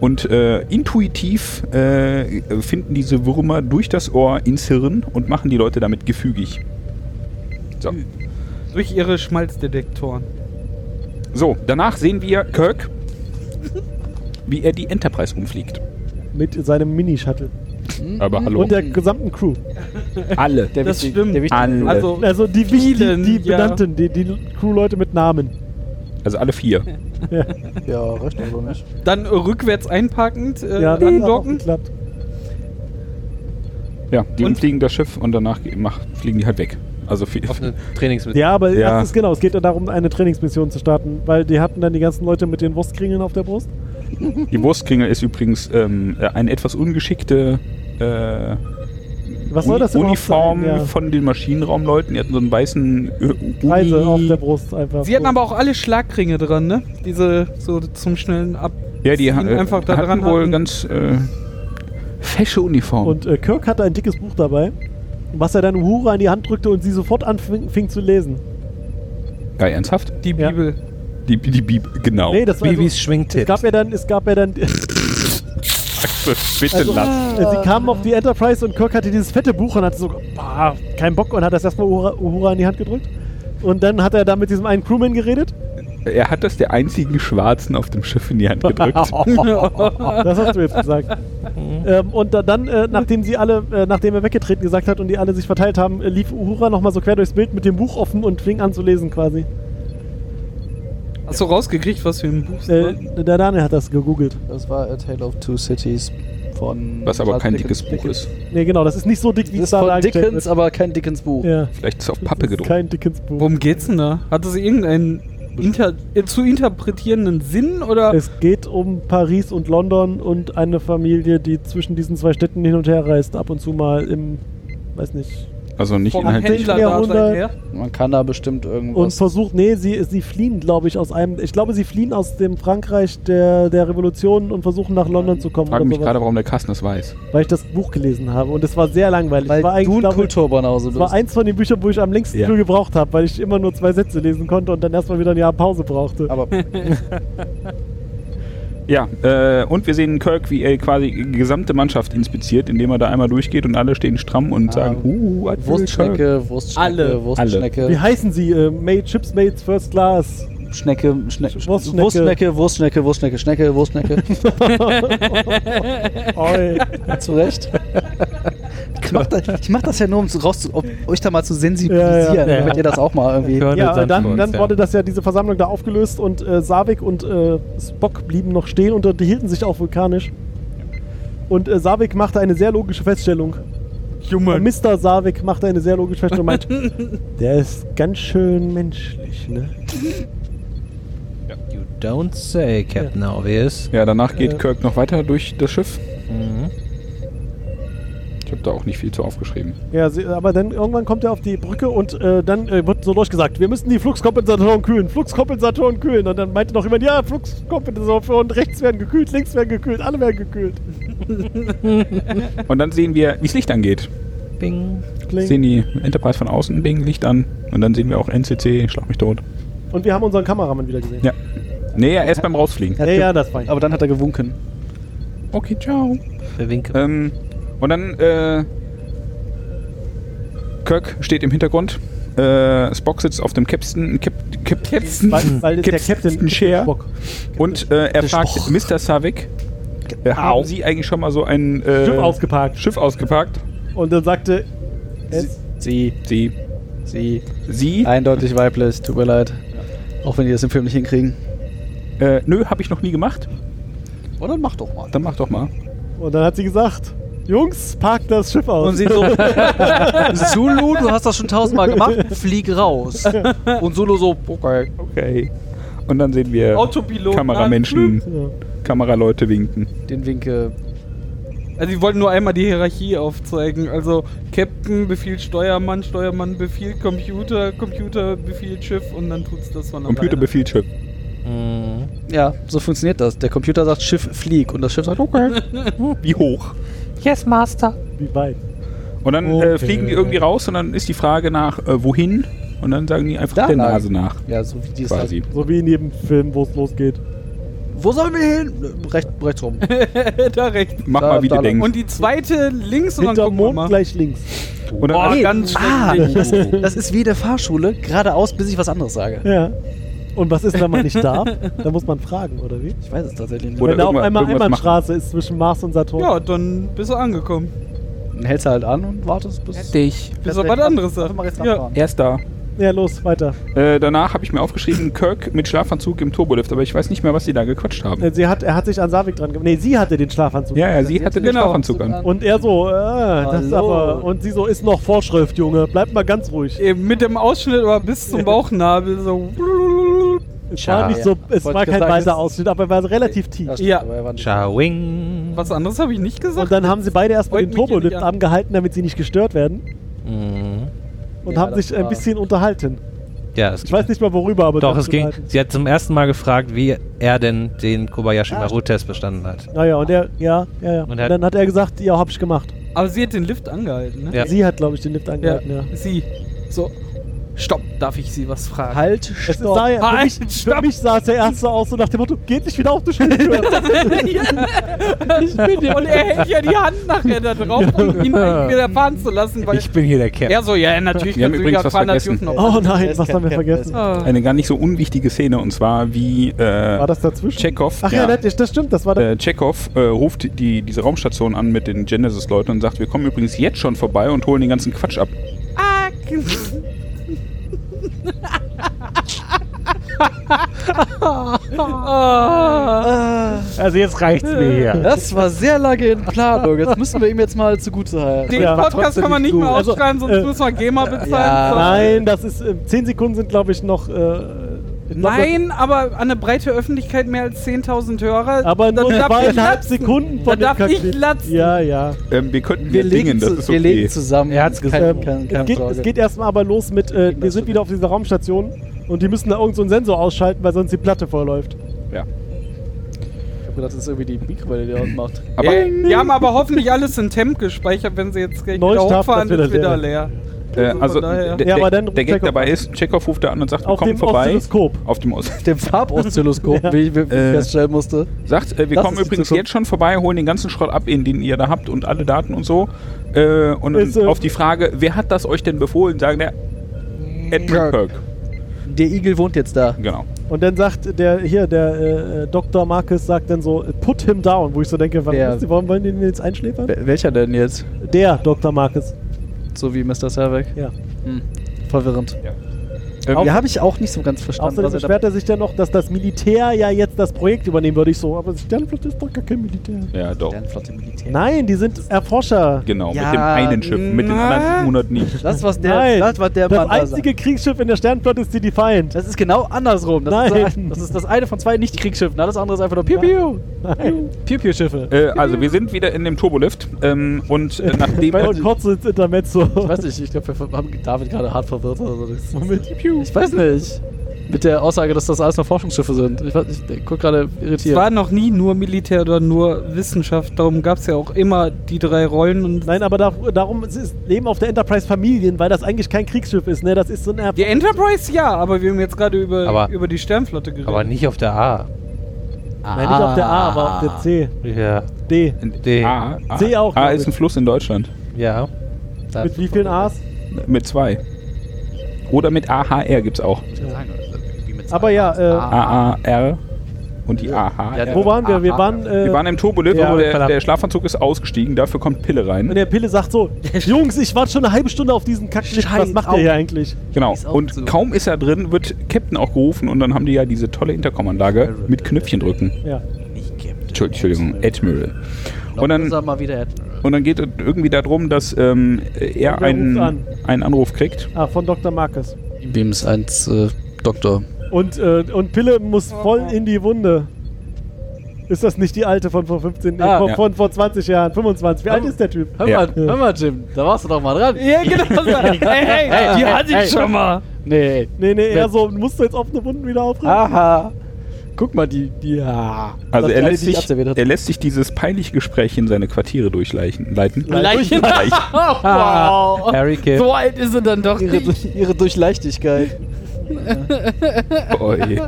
[SPEAKER 6] Und äh, intuitiv äh, finden diese Würmer durch das Ohr ins Hirn und machen die Leute damit gefügig. So.
[SPEAKER 1] Durch ihre Schmalzdetektoren.
[SPEAKER 6] so, danach sehen wir Kirk, wie er die Enterprise umfliegt.
[SPEAKER 2] Mit seinem Mini-Shuttle.
[SPEAKER 6] Aber hallo.
[SPEAKER 2] Und der
[SPEAKER 1] Oh.
[SPEAKER 2] gesamten Crew.
[SPEAKER 6] Alle.
[SPEAKER 4] der
[SPEAKER 1] Mhm. das
[SPEAKER 4] wichtige-
[SPEAKER 1] stimmt.
[SPEAKER 4] Der wichtige
[SPEAKER 6] Alle.
[SPEAKER 1] Also,
[SPEAKER 2] Also die,
[SPEAKER 1] Vielen,
[SPEAKER 2] Vielen, die, die
[SPEAKER 1] ja.
[SPEAKER 2] benannten, die, die Crew-Leute mit Namen.
[SPEAKER 6] Also alle vier.
[SPEAKER 4] ja, recht aber nicht.
[SPEAKER 1] dann rückwärts einpackend, äh,
[SPEAKER 2] Ja, das hat auch
[SPEAKER 1] andocken.
[SPEAKER 2] geklappt.
[SPEAKER 6] Ja, die
[SPEAKER 1] Und-
[SPEAKER 6] umfliegen das Schiff und danach ge- mach, fliegen die halt weg. Also viel.
[SPEAKER 5] Auf eine Trainingsmittel.
[SPEAKER 2] Ja, aber
[SPEAKER 6] Ja.
[SPEAKER 2] erstens genau, es geht ja darum, eine Trainingsmission zu starten, weil die hatten dann die ganzen Leute mit den Wurstkringeln auf der Brust.
[SPEAKER 6] Die Wurstkringel ist übrigens ähm, äh, eine etwas ungeschickte äh,
[SPEAKER 2] Was soll
[SPEAKER 6] Uni-
[SPEAKER 2] das denn
[SPEAKER 6] Uniform
[SPEAKER 2] Sein? Ja.
[SPEAKER 6] von den Maschinenraumleuten. Die hatten so einen weißen äh, Uni-
[SPEAKER 2] Kreise auf der Brust einfach.
[SPEAKER 1] Sie hatten
[SPEAKER 2] so.
[SPEAKER 1] aber auch alle Schlagringe dran, ne? Diese so zum schnellen Ab.
[SPEAKER 6] Ja, die ha
[SPEAKER 1] Ihn einfach
[SPEAKER 6] einfach
[SPEAKER 1] da
[SPEAKER 6] hatten
[SPEAKER 1] dran
[SPEAKER 6] wohl
[SPEAKER 1] haken.
[SPEAKER 6] ganz äh, fesche Uniform.
[SPEAKER 2] Und äh, Kirk hatte ein dickes Buch dabei, was er dann Uhura in die Hand drückte und sie sofort anfing fing zu lesen.
[SPEAKER 6] Geil, ernsthaft?
[SPEAKER 1] Die
[SPEAKER 2] Ja.
[SPEAKER 1] Bibel.
[SPEAKER 6] Die, die, die genau.
[SPEAKER 2] Nee, das war also,
[SPEAKER 5] Bibis
[SPEAKER 2] es
[SPEAKER 5] Schwingtipp.
[SPEAKER 2] gab ja dann, es gab ja dann,
[SPEAKER 6] Bitte
[SPEAKER 2] also,
[SPEAKER 6] lass.
[SPEAKER 2] äh, sie kamen auf die Enterprise und Kirk hatte dieses fette Buch und hat so, bah, keinen Bock und hat das erstmal Uhura, Uhura in die Hand gedrückt. Und dann hat er da mit diesem einen Crewman geredet. Also-
[SPEAKER 6] Er hat das der einzigen Schwarzen auf dem Schiff in die Hand gedrückt.
[SPEAKER 2] Das hast du jetzt gesagt.
[SPEAKER 4] Mhm.
[SPEAKER 2] ähm, und da, dann, äh, nachdem sie alle, äh, nachdem er weggetreten gesagt hat und die alle sich verteilt haben, äh, lief Uhura nochmal so quer durchs Bild mit dem Buch offen und fing an zu lesen quasi.
[SPEAKER 1] Hast du rausgekriegt, was für ein Buch es
[SPEAKER 2] Äh,
[SPEAKER 1] war?
[SPEAKER 2] der Daniel hat das gegoogelt.
[SPEAKER 4] Das war A Tale of Two Cities von.
[SPEAKER 6] was aber kein dickes
[SPEAKER 4] Dickens.
[SPEAKER 6] Buch ist.
[SPEAKER 2] Nee, genau, das ist nicht so dick wie
[SPEAKER 4] Das
[SPEAKER 2] es
[SPEAKER 4] ist
[SPEAKER 2] da
[SPEAKER 4] von
[SPEAKER 2] dargestellt
[SPEAKER 4] Dickens,
[SPEAKER 2] wird.
[SPEAKER 4] aber kein Dickens Buch.
[SPEAKER 2] Ja.
[SPEAKER 6] Vielleicht ist es auf Pappe
[SPEAKER 2] Das ist
[SPEAKER 6] gedruckt.
[SPEAKER 2] Kein Dickens Buch.
[SPEAKER 1] Worum geht's denn da? Hat das irgendeinen inter äh, zu interpretierenden Sinn oder?
[SPEAKER 2] Es geht um Paris und London und eine Familie, die zwischen diesen zwei Städten hin und her reist, ab und zu mal im, weiß nicht,
[SPEAKER 6] Also nicht
[SPEAKER 2] halt
[SPEAKER 1] vom
[SPEAKER 6] inhaltlich.
[SPEAKER 1] Händler
[SPEAKER 2] Jahrhundert.
[SPEAKER 1] her?
[SPEAKER 4] Man kann da bestimmt
[SPEAKER 2] und
[SPEAKER 4] irgendwas.
[SPEAKER 2] versucht, nee, sie, sie fliehen, glaube ich, aus einem, ich glaube, sie fliehen aus dem Frankreich der, der Revolution und versuchen nach London zu kommen.
[SPEAKER 6] Ich frage
[SPEAKER 2] oder
[SPEAKER 6] mich
[SPEAKER 2] sowas.
[SPEAKER 6] gerade, warum der Carsten das weiß.
[SPEAKER 2] weil ich das Buch gelesen habe und es war sehr langweilig.
[SPEAKER 4] weil
[SPEAKER 2] es war
[SPEAKER 4] du
[SPEAKER 2] eigentlich,
[SPEAKER 4] ein
[SPEAKER 2] glaube ich,
[SPEAKER 4] Kulturbanause
[SPEAKER 2] es war
[SPEAKER 4] bist.
[SPEAKER 2] eins von den Büchern, wo ich am längsten
[SPEAKER 6] Ja.
[SPEAKER 2] für gebraucht habe, weil ich immer nur zwei Sätze lesen konnte und dann erstmal wieder ein Jahr Pause brauchte.
[SPEAKER 4] Aber
[SPEAKER 6] Ja, äh, und wir sehen Kirk, wie er quasi die gesamte Mannschaft inspiziert, indem er da einmal durchgeht und alle stehen stramm und sagen, uh, I feel Kirk.
[SPEAKER 4] Wurstschnecke, Wurstschnecke,
[SPEAKER 1] Alle.
[SPEAKER 4] Wurstschnecke,
[SPEAKER 2] Wie heißen sie? Äh, May Chips Mates First Class.
[SPEAKER 4] Schnecke, Schne
[SPEAKER 2] Wurstschnecke.
[SPEAKER 4] Wurstschnecke, Wurstschnecke, Wurstschnecke, Schnecke, Wurstschnecke.
[SPEAKER 2] Oi.
[SPEAKER 4] zu Recht. Ich mach, das, ich mach das ja nur, um, zu, raus, um euch da mal zu sensibilisieren,
[SPEAKER 2] Ja, ja, ja.
[SPEAKER 4] damit ihr das auch mal irgendwie.
[SPEAKER 2] ja, und dann, dann wurde das ja diese Versammlung da aufgelöst und äh, Savik und äh, Spock blieben noch stehen und unterhielten sich auch vulkanisch. Und äh, Savik machte eine sehr logische Feststellung.
[SPEAKER 1] Junge.
[SPEAKER 2] Mr. Savik macht eine sehr logische Feststellung und meint, der ist ganz schön menschlich, ne?
[SPEAKER 5] You don't say, Captain Obvious.
[SPEAKER 6] Ja, danach geht
[SPEAKER 2] Äh.
[SPEAKER 6] Kirk noch weiter durch das Schiff.
[SPEAKER 5] Mhm.
[SPEAKER 6] Ich habe da auch nicht viel zu aufgeschrieben.
[SPEAKER 2] Ja, sie, aber dann irgendwann kommt er auf die Brücke und äh, dann äh, wird so durchgesagt, wir müssen die Fluxkompensatoren kühlen, Fluxkompensatoren kühlen. Und dann meinte noch jemand, ja, Fluxkompensatoren rechts werden gekühlt, links werden gekühlt, alle werden gekühlt.
[SPEAKER 6] Und dann sehen wir, wie es Licht angeht.
[SPEAKER 5] Bing.
[SPEAKER 2] Kling.
[SPEAKER 6] Sehen die Enterprise von außen, Ding, Licht an. Und dann sehen wir auch NCC, schlag mich tot.
[SPEAKER 2] Und wir haben unseren Kameramann wieder gesehen.
[SPEAKER 6] Ja. Nee, ja, erst beim Rausfliegen.
[SPEAKER 4] Er
[SPEAKER 2] Ja,
[SPEAKER 4] hat
[SPEAKER 2] ja,
[SPEAKER 4] ge-
[SPEAKER 2] das war ich.
[SPEAKER 4] Aber dann hat er gewunken.
[SPEAKER 6] Okay, ciao.
[SPEAKER 5] Verwinke.
[SPEAKER 6] Ähm, und dann, äh, Kirk steht im Hintergrund. Äh, Spock sitzt auf dem Capstan, Cap, Cap, Capstan,
[SPEAKER 2] weil, weil der Captain
[SPEAKER 6] Chair.
[SPEAKER 2] Spock.
[SPEAKER 6] Und äh, er fragt Mr. Savik, äh, haben Sie eigentlich schon mal so ein äh,
[SPEAKER 2] Schiff ausgeparkt.
[SPEAKER 6] Schiff ausgepackt?
[SPEAKER 2] Und dann sagte, es,
[SPEAKER 4] Sie,
[SPEAKER 6] Sie.
[SPEAKER 4] sie.
[SPEAKER 6] Sie?
[SPEAKER 4] Eindeutig weiblich, tut mir leid. Auch wenn die das im Film nicht hinkriegen.
[SPEAKER 6] Äh, nö, habe ich noch nie gemacht.
[SPEAKER 4] Oh, dann mach doch mal.
[SPEAKER 6] Dann mach doch mal.
[SPEAKER 2] und dann hat sie gesagt, Jungs, parkt das Schiff aus.
[SPEAKER 3] Und sie so, Zulu, du hast das schon tausendmal gemacht, flieg raus. Und Zulu so, okay.
[SPEAKER 6] Okay. Und dann sehen wir
[SPEAKER 1] Autopilot.
[SPEAKER 6] Kameramenschen,
[SPEAKER 2] ja.
[SPEAKER 6] Kameraleute winken.
[SPEAKER 4] Den äh, Winke.
[SPEAKER 1] Also die wollten nur einmal die Hierarchie aufzeigen. Also Captain, Befehl Steuermann, Steuermann, Befehl Computer, Computer, Befehl Schiff und dann tut's das von alleine.
[SPEAKER 6] Computer befiehlt Schiff.
[SPEAKER 5] Mhm.
[SPEAKER 4] Ja, so funktioniert das. Der Computer sagt Schiff flieg und das Schiff sagt okay.
[SPEAKER 6] Wie hoch?
[SPEAKER 5] Yes, Master.
[SPEAKER 2] Wie weit?
[SPEAKER 6] Und dann äh, fliegen die irgendwie raus und dann ist die Frage nach, äh, wohin? Und dann sagen die einfach
[SPEAKER 4] Da
[SPEAKER 6] der
[SPEAKER 4] lang.
[SPEAKER 6] Nase nach.
[SPEAKER 4] halt. Ja, so wie die es
[SPEAKER 6] Quasi.
[SPEAKER 2] So wie in jedem Film, wo es losgeht.
[SPEAKER 4] halt- Wo sollen wir hin? Recht, rechts rum.
[SPEAKER 1] da rechts.
[SPEAKER 6] Mach
[SPEAKER 4] Da-
[SPEAKER 6] mal, wie
[SPEAKER 4] da
[SPEAKER 6] du
[SPEAKER 4] lang.
[SPEAKER 6] denkst.
[SPEAKER 1] Und die zweite links und
[SPEAKER 2] Hinter
[SPEAKER 1] dann gucken wir
[SPEAKER 2] Mond
[SPEAKER 1] mal.
[SPEAKER 2] gleich links.
[SPEAKER 6] Und dann,
[SPEAKER 1] Boah,
[SPEAKER 4] Nee.
[SPEAKER 1] ganz
[SPEAKER 4] Ah.
[SPEAKER 1] schrecklich.
[SPEAKER 4] Das ist wie in der Fahrschule, geradeaus, bis ich was anderes sage.
[SPEAKER 2] Ja. Und was ist, wenn man nicht darf? Dann muss man fragen, oder wie?
[SPEAKER 4] Ich weiß es tatsächlich nicht.
[SPEAKER 6] Oder
[SPEAKER 2] wenn da auf
[SPEAKER 6] irgendwas-
[SPEAKER 2] einmal
[SPEAKER 6] irgendwas
[SPEAKER 2] Einbahnstraße ist zwischen Mars und Saturn.
[SPEAKER 1] Ja, dann bist du angekommen.
[SPEAKER 4] Dann hältst du halt an und wartest bis.
[SPEAKER 3] Dich.
[SPEAKER 1] Bis er was anderes sagt. Ja.
[SPEAKER 6] oh, erst da.
[SPEAKER 2] Ja, los, weiter.
[SPEAKER 6] Äh, danach habe ich mir aufgeschrieben, Kirk mit Schlafanzug im Turbolift, aber ich weiß nicht mehr, was die da gequatscht haben.
[SPEAKER 2] Äh, Sie hat, er hat sich an Savik dran gemacht. Nee, sie hatte den Schlafanzug.
[SPEAKER 6] Ja, ja, sie hatte den
[SPEAKER 1] Genau.
[SPEAKER 6] Schlafanzug an.
[SPEAKER 2] Und er so, äh, das ist
[SPEAKER 4] Hallo.
[SPEAKER 2] aber. Und sie so, ist noch Vorschrift, Junge. Bleib mal ganz ruhig.
[SPEAKER 1] Eben mit dem Ausschnitt aber bis zum Bauchnabel so.
[SPEAKER 2] Es war, nicht so, es
[SPEAKER 4] Wollte
[SPEAKER 2] war
[SPEAKER 4] ich
[SPEAKER 2] kein
[SPEAKER 4] sagen,
[SPEAKER 2] weiter
[SPEAKER 4] es-
[SPEAKER 2] Ausschnitt, aber er war relativ tief.
[SPEAKER 1] Ja.
[SPEAKER 5] Chawing.
[SPEAKER 1] Was anderes habe ich nicht
[SPEAKER 2] Und
[SPEAKER 1] gesagt.
[SPEAKER 2] dann haben sie beide erstmal
[SPEAKER 1] Freut
[SPEAKER 2] den
[SPEAKER 1] mich hier
[SPEAKER 2] Turbolift
[SPEAKER 1] nicht an.
[SPEAKER 2] angehalten, damit sie nicht gestört werden.
[SPEAKER 5] Mhm.
[SPEAKER 2] Und
[SPEAKER 4] Ja,
[SPEAKER 2] haben
[SPEAKER 4] das
[SPEAKER 2] sich ein
[SPEAKER 4] war-
[SPEAKER 2] bisschen unterhalten.
[SPEAKER 5] Ja, es
[SPEAKER 2] Ich weiß nicht mal worüber, aber
[SPEAKER 5] Doch,
[SPEAKER 2] sie
[SPEAKER 5] es ging.
[SPEAKER 2] unterhalten.
[SPEAKER 5] Sie hat zum ersten Mal gefragt, wie er denn den
[SPEAKER 2] Ah.
[SPEAKER 5] Kobayashi Maru-Test bestanden hat.
[SPEAKER 2] Naja, und er, ja, ja, ja.
[SPEAKER 5] Und
[SPEAKER 2] Und
[SPEAKER 5] er hat-
[SPEAKER 2] dann hat er gesagt, ja, hab ich gemacht.
[SPEAKER 1] Aber sie hat den Lift angehalten, ne?
[SPEAKER 5] Ja.
[SPEAKER 2] Sie hat, glaube ich, den Lift angehalten, ja.
[SPEAKER 1] Sie. So. Stopp, darf ich Sie was fragen?
[SPEAKER 4] Halt,
[SPEAKER 2] Es
[SPEAKER 4] stopp.
[SPEAKER 2] sah ja, für,
[SPEAKER 1] Halt,
[SPEAKER 2] mich, für
[SPEAKER 1] stopp.
[SPEAKER 2] mich sah es der erste aus, so nach dem Motto: geht nicht wieder auf die Schiffstür.
[SPEAKER 1] ich bin hier. Und er hält ja die Hand nachher da drauf, um ihn nicht wieder fahren zu lassen, weil
[SPEAKER 5] bin hier der Captain.
[SPEAKER 1] er so, ja, natürlich
[SPEAKER 6] Wir haben
[SPEAKER 1] kannst du
[SPEAKER 6] übrigens
[SPEAKER 1] wieder
[SPEAKER 6] was
[SPEAKER 1] fahren, das
[SPEAKER 6] vergessen.
[SPEAKER 1] dürfen auch.
[SPEAKER 2] oh nein, was haben wir vergessen?
[SPEAKER 1] Ah.
[SPEAKER 6] Eine gar nicht so unwichtige Szene und zwar wie
[SPEAKER 2] War
[SPEAKER 6] äh,
[SPEAKER 2] das dazwischen?
[SPEAKER 6] Chekhov.
[SPEAKER 2] Ach ja, das, das stimmt, das war da.
[SPEAKER 6] Äh, Chekhov äh, ruft die, diese Raumstation an mit den Genesis-Leuten und sagt, wir kommen übrigens jetzt schon vorbei und holen den ganzen Quatsch ab.
[SPEAKER 1] Ah, ah.
[SPEAKER 5] Also jetzt reicht's mir hier.
[SPEAKER 4] Das war sehr lange in Planung. Jetzt müssen wir ihm jetzt mal zugute halten.
[SPEAKER 1] Den
[SPEAKER 2] Ja, war
[SPEAKER 1] Podcast
[SPEAKER 4] trotzdem
[SPEAKER 1] kann man
[SPEAKER 4] nicht
[SPEAKER 1] nicht mehr
[SPEAKER 2] gut.
[SPEAKER 1] ausschreiben, sonst
[SPEAKER 2] Also,
[SPEAKER 1] müssen wir GEMA bezahlen.
[SPEAKER 4] ja,
[SPEAKER 1] So.
[SPEAKER 2] Nein, das ist. Äh, 10 Sekunden sind, glaube ich, noch. Äh, ich glaub,
[SPEAKER 1] Nein, aber an eine breite Öffentlichkeit mehr als 10.000 Hörer.
[SPEAKER 2] Das, aber
[SPEAKER 1] dann
[SPEAKER 2] nur
[SPEAKER 1] darf ich
[SPEAKER 2] zweieinhalb
[SPEAKER 1] latzen.
[SPEAKER 2] Sekunden
[SPEAKER 1] Da
[SPEAKER 2] von
[SPEAKER 1] darf
[SPEAKER 2] dem
[SPEAKER 1] ich
[SPEAKER 2] Kaktus.
[SPEAKER 1] latzen.
[SPEAKER 2] Ja, ja.
[SPEAKER 6] Ähm, wir könnten
[SPEAKER 4] Wir
[SPEAKER 6] hier singen,
[SPEAKER 4] legen,
[SPEAKER 6] das
[SPEAKER 4] zu,
[SPEAKER 6] ist
[SPEAKER 4] wir legen
[SPEAKER 6] okay.
[SPEAKER 4] zusammen.
[SPEAKER 5] Er hat's gesagt.
[SPEAKER 4] Keine,
[SPEAKER 2] Ähm,
[SPEAKER 4] keine,
[SPEAKER 2] es,
[SPEAKER 4] keine
[SPEAKER 2] geht,
[SPEAKER 4] Sorge.
[SPEAKER 2] es geht erstmal aber los mit, äh, wir sind wieder auf dieser Raumstation und die müssen da irgendeinen so einen Sensor ausschalten, weil sonst die Platte vorläuft.
[SPEAKER 6] Ja.
[SPEAKER 4] Ich hab gedacht, das ist irgendwie die Mikrowelle, die ausmacht.
[SPEAKER 6] Aber
[SPEAKER 1] Äh, die haben aber hoffentlich alles in Temp gespeichert, wenn sie jetzt gleich wieder
[SPEAKER 2] Neustart,
[SPEAKER 1] hochfahren,
[SPEAKER 2] das
[SPEAKER 1] ist
[SPEAKER 2] wieder
[SPEAKER 1] wieder leer.
[SPEAKER 6] äh,
[SPEAKER 1] von
[SPEAKER 6] also
[SPEAKER 1] daher.
[SPEAKER 6] der,
[SPEAKER 2] Ja, aber
[SPEAKER 6] der,
[SPEAKER 2] dann ruft
[SPEAKER 6] der Gag
[SPEAKER 2] Chekhov
[SPEAKER 6] dabei
[SPEAKER 2] an.
[SPEAKER 6] ist, Chekhov ruft da an und sagt, wir
[SPEAKER 2] Auf
[SPEAKER 6] kommen
[SPEAKER 2] dem
[SPEAKER 6] vorbei.
[SPEAKER 2] Oszilloskop.
[SPEAKER 6] Auf dem Ost
[SPEAKER 4] Dem Farboszilloskop, wie ich wie ich
[SPEAKER 6] Äh.
[SPEAKER 4] feststellen musste.
[SPEAKER 6] sagt, äh, wir
[SPEAKER 4] Das
[SPEAKER 6] kommen
[SPEAKER 4] ist die
[SPEAKER 6] übrigens
[SPEAKER 4] Zukunft.
[SPEAKER 6] jetzt schon vorbei, holen den ganzen Schrott ab, in den ihr da habt und alle Daten und so. Äh, und
[SPEAKER 2] Ist, äh,
[SPEAKER 6] auf die Frage, wer hat das euch denn befohlen, sagen der Edmund Kirk.
[SPEAKER 4] Der Igel wohnt jetzt da.
[SPEAKER 6] Genau.
[SPEAKER 2] Und dann sagt der hier, der äh, äh, Dr. Marcus sagt dann so, put him down, wo ich so denke, wann,
[SPEAKER 4] Der-
[SPEAKER 2] wisst ihr, warum wollen die den jetzt einschläfern?
[SPEAKER 4] Wel- Welcher denn jetzt?
[SPEAKER 2] Der Dr. Marcus.
[SPEAKER 4] So wie Mr. Servek.
[SPEAKER 2] Ja.
[SPEAKER 4] Verwirrend. Ja, habe ich auch nicht so ganz verstanden.
[SPEAKER 2] Außerdem
[SPEAKER 4] was er da-
[SPEAKER 2] beschwert er sich ja noch, dass das Militär ja jetzt das Projekt übernehmen würde. Ich so, aber Sternflotte ist doch gar kein Militär.
[SPEAKER 6] Ja, doch.
[SPEAKER 4] Sternflotte Militär.
[SPEAKER 2] Nein, die sind Erforscher.
[SPEAKER 6] Genau,
[SPEAKER 4] Ja,
[SPEAKER 6] mit dem einen Schiff, mit den
[SPEAKER 1] na.
[SPEAKER 6] anderen 700 nicht.
[SPEAKER 4] Das, was der,
[SPEAKER 2] Nein,
[SPEAKER 4] das, was der
[SPEAKER 2] das
[SPEAKER 4] Mann da sagt.
[SPEAKER 2] einzige Kriegsschiff in der Sternflotte ist die Defiant.
[SPEAKER 4] Das ist genau andersrum. Das, Ist,
[SPEAKER 2] Nein.
[SPEAKER 4] das ist das eine von zwei Nicht-Kriegsschiffen. Alles andere ist einfach nur Piu Piu. Piu Piu Schiffe.
[SPEAKER 6] Äh, also, wir sind wieder in dem Turbolift ähm, und äh, nachdem.
[SPEAKER 2] Bei uns kurz ins
[SPEAKER 4] Ich
[SPEAKER 2] Intermezzo.
[SPEAKER 4] weiß nicht, ich glaube, wir haben David gerade hart verwirrt oder so. Das-
[SPEAKER 2] Moment.
[SPEAKER 4] Ich weiß nicht. Mit der Aussage, dass das alles nur Forschungsschiffe sind. Ich, weiß, ich, ich guck gerade
[SPEAKER 1] Es war
[SPEAKER 4] irritiert.
[SPEAKER 1] noch nie nur Militär oder nur Wissenschaft, darum gab es ja auch immer die drei Rollen und
[SPEAKER 2] Nein, aber da, darum es ist Leben auf der Enterprise Familien, weil das eigentlich kein Kriegsschiff ist. Ne? Das ist so ein
[SPEAKER 1] die Enterprise ja, aber wir haben jetzt gerade über,
[SPEAKER 5] Aber-
[SPEAKER 1] über die Sternflotte geredet.
[SPEAKER 5] Aber nicht auf der A.
[SPEAKER 2] Nein, nicht auf der A,
[SPEAKER 4] Ah.
[SPEAKER 2] aber auf der C.
[SPEAKER 5] Ja.
[SPEAKER 2] D.
[SPEAKER 5] D.
[SPEAKER 6] A, A,
[SPEAKER 2] Sehe auch,
[SPEAKER 6] A
[SPEAKER 2] glaub
[SPEAKER 6] ist
[SPEAKER 2] ich.
[SPEAKER 6] ein Fluss in Deutschland.
[SPEAKER 5] Ja. Da-
[SPEAKER 2] Mit wie vielen A's?
[SPEAKER 6] Mit zwei. Oder mit AHR gibt's auch.
[SPEAKER 2] Aber ja, äh,
[SPEAKER 6] AAR und die AHR.
[SPEAKER 3] Ah, Ja,
[SPEAKER 2] wo waren wir? Wir
[SPEAKER 3] Ah,
[SPEAKER 2] waren, äh,
[SPEAKER 6] wir waren im Turbolift,
[SPEAKER 2] ja,
[SPEAKER 6] wo der,
[SPEAKER 5] verdammt.
[SPEAKER 6] der Schlafanzug ist ausgestiegen, dafür kommt Pille
[SPEAKER 2] und
[SPEAKER 6] rein.
[SPEAKER 2] der Pille sagt so, Jungs, ich warte schon eine halbe Stunde auf diesen Kackschliff. Was
[SPEAKER 3] Scheiß
[SPEAKER 2] macht
[SPEAKER 3] auf.
[SPEAKER 2] ihr hier eigentlich?
[SPEAKER 6] Genau.
[SPEAKER 3] Ist auch
[SPEAKER 6] Und
[SPEAKER 3] so.
[SPEAKER 6] kaum ist er drin, wird Captain auch gerufen und dann haben die ja diese tolle Intercom-Anlage mit Knöpfchen drücken.
[SPEAKER 2] Ja.
[SPEAKER 6] Entschuld- Entschuldigung, Admiral. Und dann,
[SPEAKER 3] Sag mal wieder Admiral.
[SPEAKER 6] und dann geht es irgendwie darum, dass ähm, er
[SPEAKER 2] ruft
[SPEAKER 6] einen,
[SPEAKER 2] an?
[SPEAKER 6] einen Anruf kriegt.
[SPEAKER 2] Ah, von Dr. Marcus.
[SPEAKER 3] Wem ist eins äh, Doktor?
[SPEAKER 2] Und, äh, und Pille muss voll in die Wunde. Ist das nicht die alte von vor 15, nee,
[SPEAKER 3] Ah,
[SPEAKER 2] von,
[SPEAKER 6] ja.
[SPEAKER 2] von vor 20 Jahren, 25? Wie alt ist der Typ?
[SPEAKER 3] Hör,
[SPEAKER 6] Ja.
[SPEAKER 3] mal, hör mal, Jim, da warst du doch mal dran.
[SPEAKER 1] ja, genau. hey, hey,
[SPEAKER 3] Hey,
[SPEAKER 1] die
[SPEAKER 3] hey,
[SPEAKER 1] hatte ich
[SPEAKER 3] hey.
[SPEAKER 1] schon mal.
[SPEAKER 3] Nee,
[SPEAKER 2] Nee, nee, eher so, musst du jetzt offene Wunden wieder aufrichten?
[SPEAKER 3] aha. Guck mal, die, die, ja.
[SPEAKER 6] Also
[SPEAKER 4] Das
[SPEAKER 6] er
[SPEAKER 4] hat
[SPEAKER 6] lässt,
[SPEAKER 4] sich
[SPEAKER 6] sich,
[SPEAKER 4] abserviert hat.
[SPEAKER 6] er lässt sich dieses peinliche Gespräch in seine Quartiere durchleiten. Leiten.
[SPEAKER 4] Leichen.
[SPEAKER 1] wow.
[SPEAKER 5] Harry Kim.
[SPEAKER 1] So alt ist er dann doch
[SPEAKER 4] Ihre,
[SPEAKER 1] nicht.
[SPEAKER 4] durch, ihre Durchleichtigkeit.
[SPEAKER 6] Oh, ey.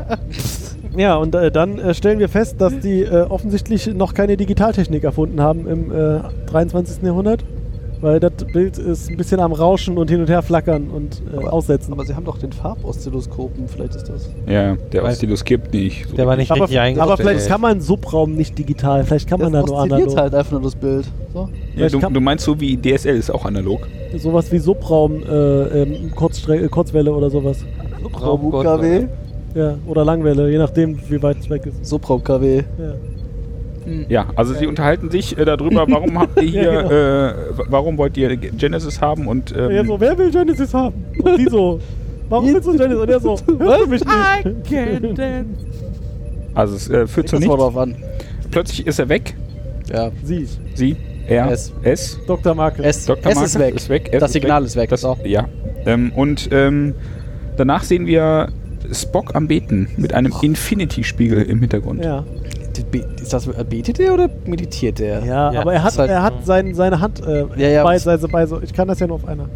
[SPEAKER 2] Ja, und äh, dann äh, stellen wir fest, dass die äh, offensichtlich noch keine Digitaltechnik erfunden haben im äh, 23. Jahrhundert. Weil das Bild ist ein bisschen am Rauschen und hin und her flackern und äh, aussetzen.
[SPEAKER 4] Aber sie haben doch den Farboszilloskopen, vielleicht ist das.
[SPEAKER 6] Ja, der
[SPEAKER 5] Weiß-
[SPEAKER 6] Oszillus gibt nicht. So
[SPEAKER 5] Der war nicht
[SPEAKER 2] aber,
[SPEAKER 5] richtig eingestellt.
[SPEAKER 2] aber vielleicht kann man Subraum nicht digital, vielleicht kann man da
[SPEAKER 4] das
[SPEAKER 2] nur
[SPEAKER 4] oszilliert
[SPEAKER 2] analog.
[SPEAKER 4] halt einfach nur das Bild. So.
[SPEAKER 6] ja, du,
[SPEAKER 2] kann-
[SPEAKER 6] du meinst so wie DSL ist auch analog.
[SPEAKER 2] Sowas wie Subraum, äh, ähm, Kurzstre äh, Kurzwelle oder sowas.
[SPEAKER 5] Raum-
[SPEAKER 4] KW.
[SPEAKER 2] Ja, oder Langwelle, je nachdem, wie weit es weg ist.
[SPEAKER 4] Subraum KW.
[SPEAKER 2] Ja.
[SPEAKER 4] Ähm. Mhm.
[SPEAKER 6] Ja, also sie unterhalten sich äh, darüber, warum habt ihr hier,
[SPEAKER 2] Ja, genau.
[SPEAKER 6] äh, w- warum wollt ihr Genesis haben und ähm,
[SPEAKER 2] Er so, wer will Genesis haben? Und die so, warum willst du Genesis? Und er so, hörst du mich
[SPEAKER 1] I
[SPEAKER 2] nicht?
[SPEAKER 1] can dance.
[SPEAKER 6] also es äh, führt zu
[SPEAKER 4] Das mal
[SPEAKER 6] nichts.
[SPEAKER 4] drauf an.
[SPEAKER 6] Plötzlich ist er weg.
[SPEAKER 4] Ja.
[SPEAKER 2] Sie,
[SPEAKER 6] Sie, er,
[SPEAKER 4] S.
[SPEAKER 6] S.
[SPEAKER 2] Dr. Marcus.
[SPEAKER 4] S,
[SPEAKER 6] Dr.
[SPEAKER 4] S
[SPEAKER 6] Marcus
[SPEAKER 4] ist weg.
[SPEAKER 6] ist weg, S
[SPEAKER 4] das
[SPEAKER 6] ist
[SPEAKER 4] Signal
[SPEAKER 6] weg.
[SPEAKER 4] ist weg.
[SPEAKER 6] Das auch. Ja. Ähm, und ähm, danach sehen wir Spock am Beten mit einem Infinity-Spiegel im Hintergrund.
[SPEAKER 2] Ja.
[SPEAKER 4] Die be- Ist das äh, betet der oder meditiert der?
[SPEAKER 2] Ja,
[SPEAKER 5] Ja,
[SPEAKER 2] aber er hat,
[SPEAKER 4] ist halt-
[SPEAKER 2] er hat sein, seine Hand äh,
[SPEAKER 4] Ja, ja.
[SPEAKER 2] bei, bei, bei so. Ich kann das ja nur auf einer.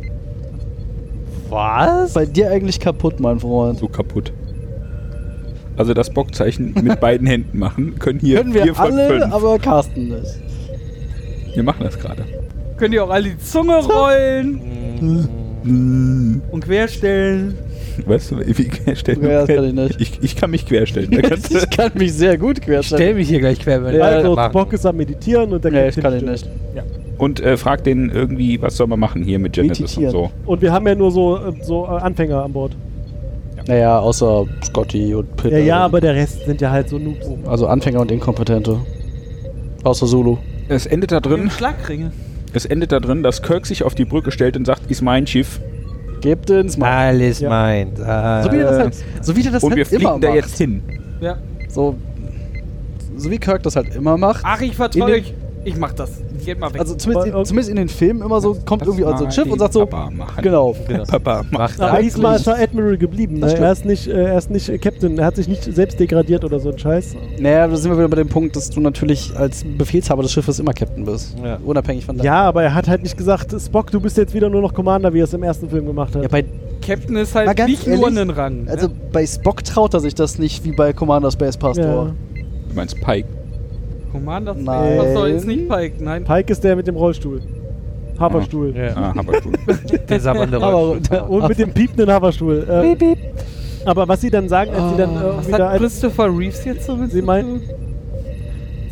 [SPEAKER 4] Was? Bei dir eigentlich kaputt, mein Freund.
[SPEAKER 6] So kaputt. Also das Bockzeichen mit beiden Händen machen können hier
[SPEAKER 4] Können wir
[SPEAKER 6] vier von
[SPEAKER 4] alle,
[SPEAKER 6] fünf.
[SPEAKER 4] aber Carsten nicht.
[SPEAKER 6] Wir machen das gerade.
[SPEAKER 1] Könnt ihr auch alle die Zunge rollen
[SPEAKER 2] Mhm.
[SPEAKER 1] und querstellen.
[SPEAKER 6] Weißt du, wie querstellen?
[SPEAKER 4] Ja, das kann ich nicht.
[SPEAKER 6] Ich, ich kann mich querstellen. Da kannst du-
[SPEAKER 4] Ich kann mich sehr gut
[SPEAKER 5] Ich stell
[SPEAKER 4] querstellen.
[SPEAKER 5] mich hier gleich quer, wenn
[SPEAKER 4] Ja,
[SPEAKER 5] wir
[SPEAKER 2] also,
[SPEAKER 5] weitermachen.
[SPEAKER 2] Spock ist am Meditieren und der
[SPEAKER 4] Nee,
[SPEAKER 2] kriegt
[SPEAKER 4] ich kann ihn
[SPEAKER 2] den
[SPEAKER 4] nicht.
[SPEAKER 6] und äh, frag den irgendwie, was soll man machen hier mit Genesis und
[SPEAKER 4] Meditieren.
[SPEAKER 6] so.
[SPEAKER 2] Und wir haben ja nur so, äh, so äh, Anfänger an Bord.
[SPEAKER 4] Naja, außer Scotty und Pitt.
[SPEAKER 2] Ja, ja, aber der Rest sind ja halt so Noobs.
[SPEAKER 4] Also Anfänger und Inkompetente. Außer Solo.
[SPEAKER 6] Es endet da
[SPEAKER 1] Im
[SPEAKER 6] drin,
[SPEAKER 1] Schlagringe.
[SPEAKER 6] es endet da drin, dass Kirk sich auf die Brücke stellt und sagt, ist mein Schiff.
[SPEAKER 4] Gebt ins Mal.
[SPEAKER 5] Alles
[SPEAKER 2] Ja.
[SPEAKER 5] meint. Ah.
[SPEAKER 4] So wie der das halt, so wie der das
[SPEAKER 6] Äh, und wir
[SPEAKER 4] halt immer
[SPEAKER 6] fliegen da
[SPEAKER 4] macht.
[SPEAKER 6] jetzt hin.
[SPEAKER 1] Ja.
[SPEAKER 4] So, so wie Kirk das halt immer macht.
[SPEAKER 1] Ach, ich vertraue euch. Ich mach das. Geht mal weg.
[SPEAKER 4] Also zumindest,
[SPEAKER 2] Aber-
[SPEAKER 4] zumindest in den Filmen immer so, kommt
[SPEAKER 6] Das
[SPEAKER 4] irgendwie an so ein
[SPEAKER 6] mal
[SPEAKER 4] Schiff
[SPEAKER 6] die
[SPEAKER 4] und sagt so,
[SPEAKER 6] Papa machen.
[SPEAKER 4] genau.
[SPEAKER 6] Papa macht
[SPEAKER 5] Macht
[SPEAKER 2] Aber
[SPEAKER 5] er.
[SPEAKER 2] diesmal ist er Admiral geblieben.
[SPEAKER 4] Das
[SPEAKER 2] Ne? Er, ist nicht, äh, er ist nicht äh, Captain. Er hat sich nicht selbst degradiert oder so ein Scheiß.
[SPEAKER 4] Naja, da sind wir wieder bei dem Punkt, dass du natürlich als Befehlshaber des Schiffes immer Captain bist.
[SPEAKER 5] Ja.
[SPEAKER 4] Unabhängig von
[SPEAKER 2] Ja, aber er hat halt nicht gesagt, Spock, du bist jetzt wieder nur noch Commander, wie er es im ersten Film gemacht hat.
[SPEAKER 4] Ja, bei,
[SPEAKER 1] Captain ist
[SPEAKER 4] Mal
[SPEAKER 1] halt
[SPEAKER 4] ganz
[SPEAKER 1] nicht nur
[SPEAKER 4] ehrlich,
[SPEAKER 1] einen Rang.
[SPEAKER 4] also
[SPEAKER 1] ne?
[SPEAKER 4] bei Spock traut er sich das nicht wie bei Commander Space Pastor.
[SPEAKER 6] Du meinst Pike.
[SPEAKER 1] Commander Space
[SPEAKER 4] Nein.
[SPEAKER 1] Pastor ist nicht Pike. Nein.
[SPEAKER 2] Pike ist der mit dem Rollstuhl. Haferstuhl. äh,
[SPEAKER 5] Ja.
[SPEAKER 6] Ah, Haberstuhl.
[SPEAKER 5] Der Sabander
[SPEAKER 4] Aber
[SPEAKER 2] Und mit dem piependen Haferstuhl. Äh,
[SPEAKER 4] Piep, piep. Oh,
[SPEAKER 2] aber was sie dann sagen, als sie dann äh,
[SPEAKER 1] Oh. Was
[SPEAKER 2] wieder
[SPEAKER 1] hat
[SPEAKER 2] als
[SPEAKER 1] Christopher Reeves jetzt so mit
[SPEAKER 2] Sie
[SPEAKER 1] zu
[SPEAKER 2] meinten-
[SPEAKER 1] tun?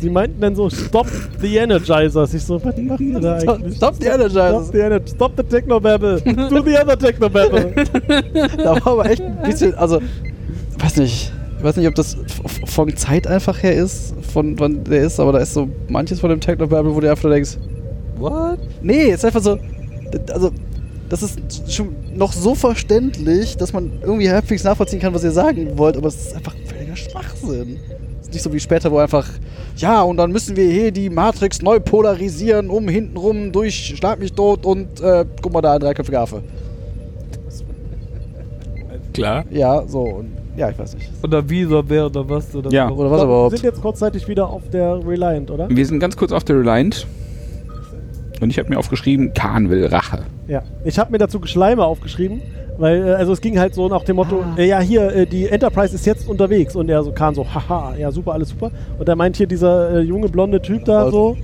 [SPEAKER 2] Sie meinten dann so, stop the Energizers. Ich so, was macht ihr da eigentlich?
[SPEAKER 4] Stop the Energizers.
[SPEAKER 2] Stop the, Ener stop the Technobabble. Do the other Technobabble.
[SPEAKER 4] Da war aber echt ein bisschen, also, weiß nicht. Ich weiß nicht, ob das f- f- von Zeit einfach her ist, von wann der ist, aber da ist so manches von dem Technobabble, wo du einfach denkst,
[SPEAKER 3] What?
[SPEAKER 4] Nee, ist einfach so. d- Also, das ist schon noch so verständlich, dass man irgendwie halbwegs nachvollziehen kann, was ihr sagen wollt, aber es ist einfach völliger Schwachsinn. Es ist nicht so wie später, wo einfach, ja, und dann müssen wir hier die Matrix neu polarisieren, um hintenrum durch Schlag mich tot und äh, guck mal da, ein dreiköpfiger Affe.
[SPEAKER 6] Klar.
[SPEAKER 4] Ja, so und ja, ich weiß nicht.
[SPEAKER 1] Oder Visa Verde, was oder
[SPEAKER 6] Ja.
[SPEAKER 4] Oder was
[SPEAKER 2] So,
[SPEAKER 4] überhaupt?
[SPEAKER 2] Wir sind jetzt kurzzeitig wieder auf der Reliant, oder?
[SPEAKER 6] Wir sind ganz kurz auf der Reliant. Und ich habe mir aufgeschrieben, Kahn will Rache.
[SPEAKER 2] Ja. Ich habe mir dazu Geschleime aufgeschrieben, weil äh, also es ging halt so nach dem Motto,
[SPEAKER 4] Ah.
[SPEAKER 2] äh, ja hier, äh, die Enterprise ist jetzt unterwegs. Und er so Kahn so, haha, ja super, alles super. Und da meint hier dieser äh, junge blonde Typ da
[SPEAKER 4] Aber-
[SPEAKER 2] so.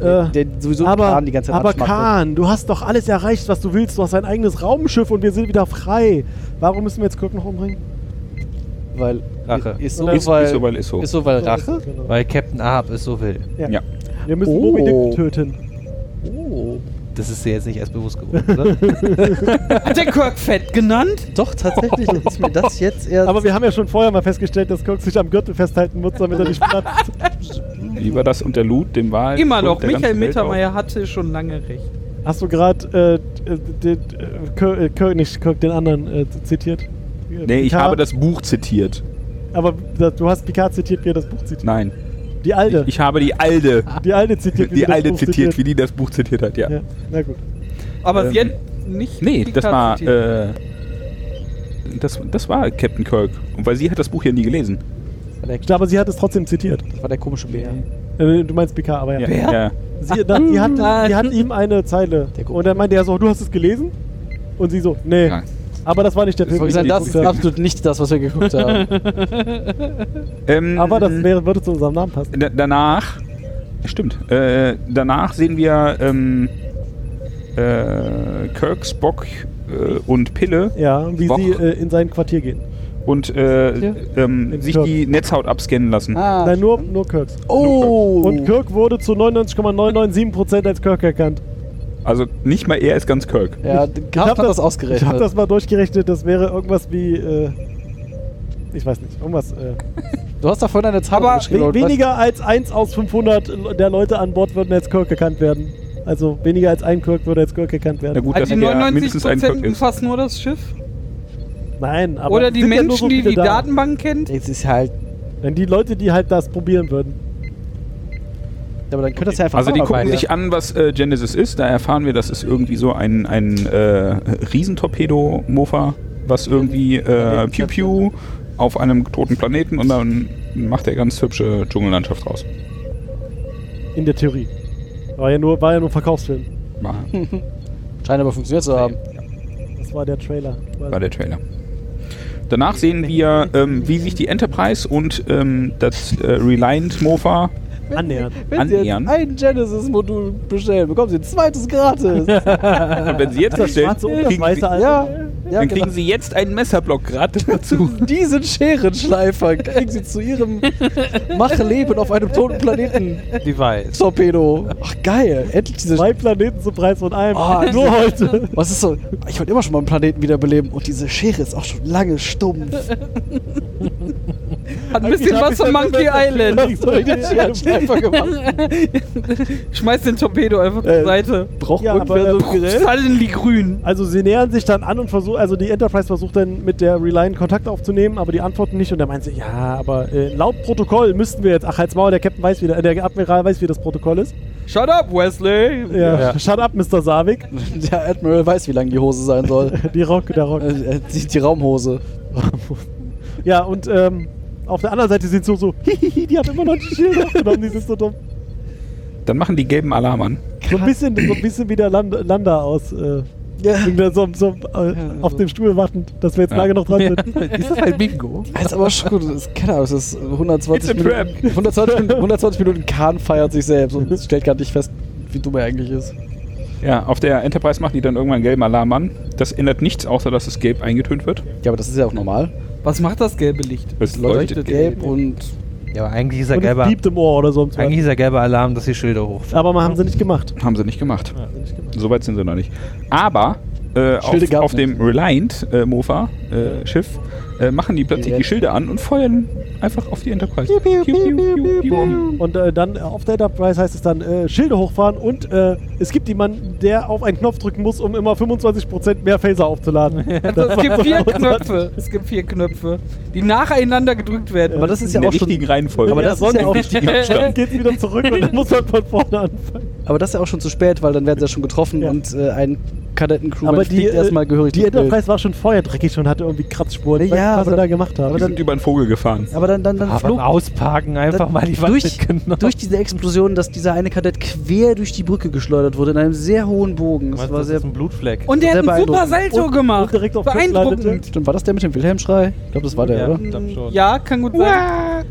[SPEAKER 2] äh,
[SPEAKER 4] Also, der sowieso
[SPEAKER 2] aber
[SPEAKER 4] Kahn die ganze Zeit ne?
[SPEAKER 2] aber
[SPEAKER 4] abschmackt.
[SPEAKER 2] Kahn, du hast doch alles erreicht, was du willst. Du hast ein eigenes Raumschiff und wir sind wieder frei. Warum müssen wir jetzt Kirk noch umbringen?
[SPEAKER 4] Weil
[SPEAKER 5] Rache.
[SPEAKER 4] Ist so,
[SPEAKER 2] Oder-
[SPEAKER 6] Ist,
[SPEAKER 4] weil,
[SPEAKER 6] ist so, weil ist so.
[SPEAKER 4] ist so, weil Rache.
[SPEAKER 2] Genau.
[SPEAKER 5] Weil Captain Ahab es so will.
[SPEAKER 6] Ja.
[SPEAKER 2] Wir müssen
[SPEAKER 4] Oh.
[SPEAKER 2] Moby Dick töten.
[SPEAKER 5] Oh. Das ist dir jetzt nicht erst bewusst geworden, oder?
[SPEAKER 1] Hat der Kirk fett genannt?
[SPEAKER 4] Doch tatsächlich ist mir das jetzt erst.
[SPEAKER 2] Aber wir haben ja schon vorher mal festgestellt, dass Kirk sich am Gürtel festhalten muss, damit er nicht platzt.
[SPEAKER 6] Lieber das und der Loot, dem Wahl.
[SPEAKER 1] Immer
[SPEAKER 6] und
[SPEAKER 1] noch.
[SPEAKER 6] der
[SPEAKER 1] Michael
[SPEAKER 6] ganzen Welt
[SPEAKER 1] Mittermeier hatte schon lange recht.
[SPEAKER 2] Hast du gerade äh, äh, den, äh, Kirk, äh, Kirk, nicht Kirk, den anderen äh, z- zitiert?
[SPEAKER 6] auch. Nee, ich
[SPEAKER 2] Picard?
[SPEAKER 6] habe das Buch zitiert.
[SPEAKER 2] Aber da, du hast Picard zitiert, wie er das Buch zitiert.
[SPEAKER 6] Nein.
[SPEAKER 2] Die alte.
[SPEAKER 6] Ich habe die Alde.
[SPEAKER 2] die alte zitiert, wie sie
[SPEAKER 6] Die
[SPEAKER 2] das
[SPEAKER 6] Alde
[SPEAKER 2] Buch
[SPEAKER 6] zitiert, wie die das Buch zitiert hat, ja.
[SPEAKER 2] ja, na gut.
[SPEAKER 1] Aber
[SPEAKER 6] Ähm,
[SPEAKER 1] sie hat nicht.
[SPEAKER 6] Nee,
[SPEAKER 1] die
[SPEAKER 6] das
[SPEAKER 1] Karte
[SPEAKER 6] war.
[SPEAKER 1] zitiert.
[SPEAKER 6] Äh, das, das war Captain Kirk. Und weil sie hat das Buch hier nie gelesen.
[SPEAKER 2] Aber sie hat es trotzdem zitiert.
[SPEAKER 4] war der komische Bär.
[SPEAKER 2] Äh, du meinst Picard, aber ja.
[SPEAKER 6] Ja.
[SPEAKER 2] Sie, na, sie, hat, sie hat ihm eine Zeile.
[SPEAKER 4] Der guckt.
[SPEAKER 2] Und dann meinte er so, du hast es gelesen? Und sie so, nee.
[SPEAKER 6] ja.
[SPEAKER 2] Aber das war nicht der
[SPEAKER 4] Ich
[SPEAKER 2] Film.
[SPEAKER 4] wollte
[SPEAKER 2] den
[SPEAKER 4] sagen,
[SPEAKER 2] ich
[SPEAKER 4] das ist
[SPEAKER 2] geguckt habe.
[SPEAKER 4] absolut nicht das, was wir geguckt haben.
[SPEAKER 6] Ähm,
[SPEAKER 2] aber das wäre, würde zu unserem Namen passen.
[SPEAKER 6] Da- danach. Stimmt. Äh, danach sehen wir ähm, äh, Kirk, Spock äh, und Pille
[SPEAKER 2] Ja, wie
[SPEAKER 6] Woch.
[SPEAKER 2] sie äh, in sein Quartier gehen.
[SPEAKER 6] und äh,
[SPEAKER 1] Ja.
[SPEAKER 6] ähm, sich die Netzhaut abscannen lassen.
[SPEAKER 4] Ah,
[SPEAKER 2] Nein, nur, nur Kirks.
[SPEAKER 4] oh!
[SPEAKER 2] Und Kirk wurde zu 99,997% als Kirk erkannt.
[SPEAKER 6] Also nicht mal er ist ganz Kirk.
[SPEAKER 4] Ja, Kraft hat das,
[SPEAKER 2] Ich
[SPEAKER 4] ausgerechnet.
[SPEAKER 2] habe das mal durchgerechnet, das wäre irgendwas wie. Äh, ich weiß nicht, irgendwas. Äh,
[SPEAKER 4] du hast da vorhin eine Zahl
[SPEAKER 1] Aber
[SPEAKER 4] geschrieben.
[SPEAKER 2] we- weniger als 1 aus 500 der Leute an Bord würden als Kirk erkannt werden. Also weniger als ein Kirk würde als Kirk erkannt
[SPEAKER 6] Na
[SPEAKER 2] werden.
[SPEAKER 6] gut, dass
[SPEAKER 1] also die
[SPEAKER 6] er mindestens ein
[SPEAKER 1] 99
[SPEAKER 6] Kirk ist.
[SPEAKER 1] umfassen nur das Schiff?
[SPEAKER 2] Nein, aber.
[SPEAKER 1] Oder die
[SPEAKER 2] sind ja nur
[SPEAKER 1] Menschen,
[SPEAKER 2] so
[SPEAKER 1] die
[SPEAKER 2] viele
[SPEAKER 1] die
[SPEAKER 2] da.
[SPEAKER 1] Datenbank kennt?
[SPEAKER 4] Jetzt ist halt.
[SPEAKER 2] Wenn die Leute, die halt das probieren würden.
[SPEAKER 4] Aber dann könnte das ja einfach
[SPEAKER 6] Also die gucken
[SPEAKER 4] Fahrrad
[SPEAKER 6] sich an, was äh, Genesis ist. Da erfahren wir, das ist irgendwie so ein, ein äh, Riesentorpedo-Mofa, was irgendwie äh, Piu Piu auf einem toten Planeten und dann macht er ganz hübsche Dschungellandschaft raus.
[SPEAKER 2] In der Theorie. War ja nur, war ja nur ein Verkaufsfilm.
[SPEAKER 6] War,
[SPEAKER 4] Hm. sein. Scheint aber funktioniert zu haben.
[SPEAKER 2] Das war der Trailer.
[SPEAKER 6] war der Trailer. Danach sehen wir, ähm, wie sich die Enterprise und ähm, das äh, Reliant-Mofa
[SPEAKER 2] Annähernd.
[SPEAKER 4] Wenn Sie jetzt
[SPEAKER 6] Annähern.
[SPEAKER 4] ein Genesis-Modul bestellen, bekommen Sie ein zweites gratis.
[SPEAKER 6] und wenn sie
[SPEAKER 4] Äh,
[SPEAKER 6] jetzt bestellen,
[SPEAKER 2] Schwarze und das
[SPEAKER 6] kriegen sie,
[SPEAKER 2] weiße Alter.
[SPEAKER 4] ja, ja
[SPEAKER 6] dann
[SPEAKER 4] genau.
[SPEAKER 6] kriegen sie jetzt einen Messerblock gratis dazu.
[SPEAKER 4] Diesen Scherenschleifer kriegen Sie zu Ihrem Machleben auf einem toten Planeten
[SPEAKER 5] Device.
[SPEAKER 4] Torpedo. Ach geil, endlich diese.
[SPEAKER 2] Zwei Planeten zum Preis von einem.
[SPEAKER 4] Oh,
[SPEAKER 2] nur heute.
[SPEAKER 4] Was ist so? Ich wollte immer schon mal einen Planeten wiederbeleben und diese Schere ist auch schon lange stumpf.
[SPEAKER 1] Hat ein bisschen
[SPEAKER 2] hab
[SPEAKER 1] was von Monkey Island.
[SPEAKER 2] soll ich denn hier?
[SPEAKER 4] Scherenschleifer halt gemacht.
[SPEAKER 1] Schmeiß den Torpedo einfach zur
[SPEAKER 2] Äh,
[SPEAKER 1] Seite.
[SPEAKER 4] Braucht
[SPEAKER 2] Ja,
[SPEAKER 4] irgendwer
[SPEAKER 2] aber,
[SPEAKER 4] so
[SPEAKER 2] äh,
[SPEAKER 4] ein Gerät?
[SPEAKER 1] Suddenly grün.
[SPEAKER 2] Also sie nähern sich dann an und versuchen, also die Enterprise versucht dann mit der Reliant Kontakt aufzunehmen, aber die antworten nicht und dann meint sie, ja, aber äh, laut Protokoll müssten wir jetzt, ach halt's Maul, der Captain weiß wieder, äh, der Admiral weiß, wie das Protokoll ist.
[SPEAKER 1] Shut up, Wesley.
[SPEAKER 2] Ja,
[SPEAKER 5] Ja.
[SPEAKER 2] shut up, Mr. Savik.
[SPEAKER 4] Der Admiral weiß, wie lang die Hose sein soll.
[SPEAKER 2] Die Rock, der Rock.
[SPEAKER 4] Äh, äh, die, die Raumhose.
[SPEAKER 2] Ja, und ähm, auf der anderen Seite sind so so, hihihi, die haben immer noch die Schilder aufgenommen, die sind so dumm.
[SPEAKER 6] Dann machen die gelben Alarm an.
[SPEAKER 2] So ein bisschen, so ein bisschen wie der Land Landa aus, äh,
[SPEAKER 4] Ja.
[SPEAKER 2] irgendwer so, so äh, auf dem Stuhl wartend, dass wir jetzt
[SPEAKER 6] Ja.
[SPEAKER 2] lange noch dran sind.
[SPEAKER 5] Ist das ein Bingo?
[SPEAKER 4] Das ist aber schon gut. Das ist, keine Ahnung, das ist
[SPEAKER 6] It's a
[SPEAKER 4] 120 Minuten, 120, Minuten- 120 Minuten Kahn feiert sich selbst und stellt gar nicht fest, wie dumm er eigentlich ist.
[SPEAKER 6] Ja, auf der Enterprise machen die dann irgendwann einen gelben Alarm an. Das ändert nichts, außer dass es gelb eingetönt wird.
[SPEAKER 4] Ja, aber das ist ja auch normal.
[SPEAKER 1] Was macht das gelbe Licht?
[SPEAKER 6] Es
[SPEAKER 4] Leuchtet gelb und
[SPEAKER 5] Ja, aber eigentlich ist er
[SPEAKER 2] Und es
[SPEAKER 5] gelber.
[SPEAKER 2] piept im Ohr oder so. Im
[SPEAKER 5] Eigentlich
[SPEAKER 2] Zweifel.
[SPEAKER 5] ist er gelber Alarm, dass die Schilder hochfahren.
[SPEAKER 2] aber man haben sie nicht gemacht.
[SPEAKER 6] Haben sie nicht gemacht.
[SPEAKER 2] Ja, haben sie nicht gemacht.
[SPEAKER 6] Soweit sind sie noch nicht. Aber äh,
[SPEAKER 4] Schilde
[SPEAKER 6] auf,
[SPEAKER 4] gab's
[SPEAKER 6] auf dem Reliant-Mofa, äh, Schiff, äh, machen die plötzlich die Schilde an und feuern einfach auf die Enterprise. Piu, piu, piu, piu.
[SPEAKER 2] Und äh, dann äh, auf der Enterprise heißt es dann äh, Schilde hochfahren und äh, es gibt jemanden, der auf einen Knopf drücken muss, um immer 25% mehr Phaser aufzuladen.
[SPEAKER 1] Also es gibt
[SPEAKER 2] war
[SPEAKER 1] vier
[SPEAKER 2] großartig.
[SPEAKER 1] Knöpfe. Es gibt vier Knöpfe, die nacheinander gedrückt werden.
[SPEAKER 4] Aber das ist ja
[SPEAKER 6] In der
[SPEAKER 4] auch schon.
[SPEAKER 6] richtigen Reihenfolge.
[SPEAKER 4] Aber das ist ja auch-
[SPEAKER 2] Dann geht's wieder zurück und dann muss man von vorne anfangen.
[SPEAKER 4] Aber das ist ja auch schon zu spät, weil dann werden sie ja schon getroffen
[SPEAKER 2] Ja.
[SPEAKER 4] und äh, ein Kadettencrew
[SPEAKER 2] Aber die, äh,
[SPEAKER 4] erstmal gehörig
[SPEAKER 2] Die
[SPEAKER 4] durchs Bild.
[SPEAKER 2] Enterprise war schon vorher dreckig und hatte irgendwie Kratzspuren. Ich
[SPEAKER 4] Ja,
[SPEAKER 2] weiß nicht, was
[SPEAKER 4] aber
[SPEAKER 2] sie
[SPEAKER 4] dann-
[SPEAKER 2] da gemacht haben.
[SPEAKER 6] Die sind über einen Vogel gefahren.
[SPEAKER 4] Aber dann, dann, dann
[SPEAKER 5] Aber
[SPEAKER 4] flog
[SPEAKER 5] beim Ausparken einfach mal die Wand
[SPEAKER 4] durch,
[SPEAKER 5] mitgenommen.
[SPEAKER 4] durch diese Explosion, dass dieser eine Kadett quer durch die Brücke geschleudert wurde, in einem sehr hohen Bogen. Das
[SPEAKER 5] Meinst du,
[SPEAKER 4] war
[SPEAKER 5] das
[SPEAKER 4] sehr.
[SPEAKER 5] ist ein Blutfleck.
[SPEAKER 1] Und der
[SPEAKER 4] Sehr
[SPEAKER 1] hat einen super
[SPEAKER 4] beeindruckend.
[SPEAKER 1] Salto
[SPEAKER 2] Und-
[SPEAKER 1] gemacht.
[SPEAKER 2] und direkt auf Platz landete.
[SPEAKER 1] Beeindruckend.
[SPEAKER 4] Stimmt, war das der mit dem Wilhelm-Schrei? Ich glaube, das war der,
[SPEAKER 5] Ja.
[SPEAKER 4] oder?
[SPEAKER 5] Ich glaub schon.
[SPEAKER 1] Ja, kann gut sein.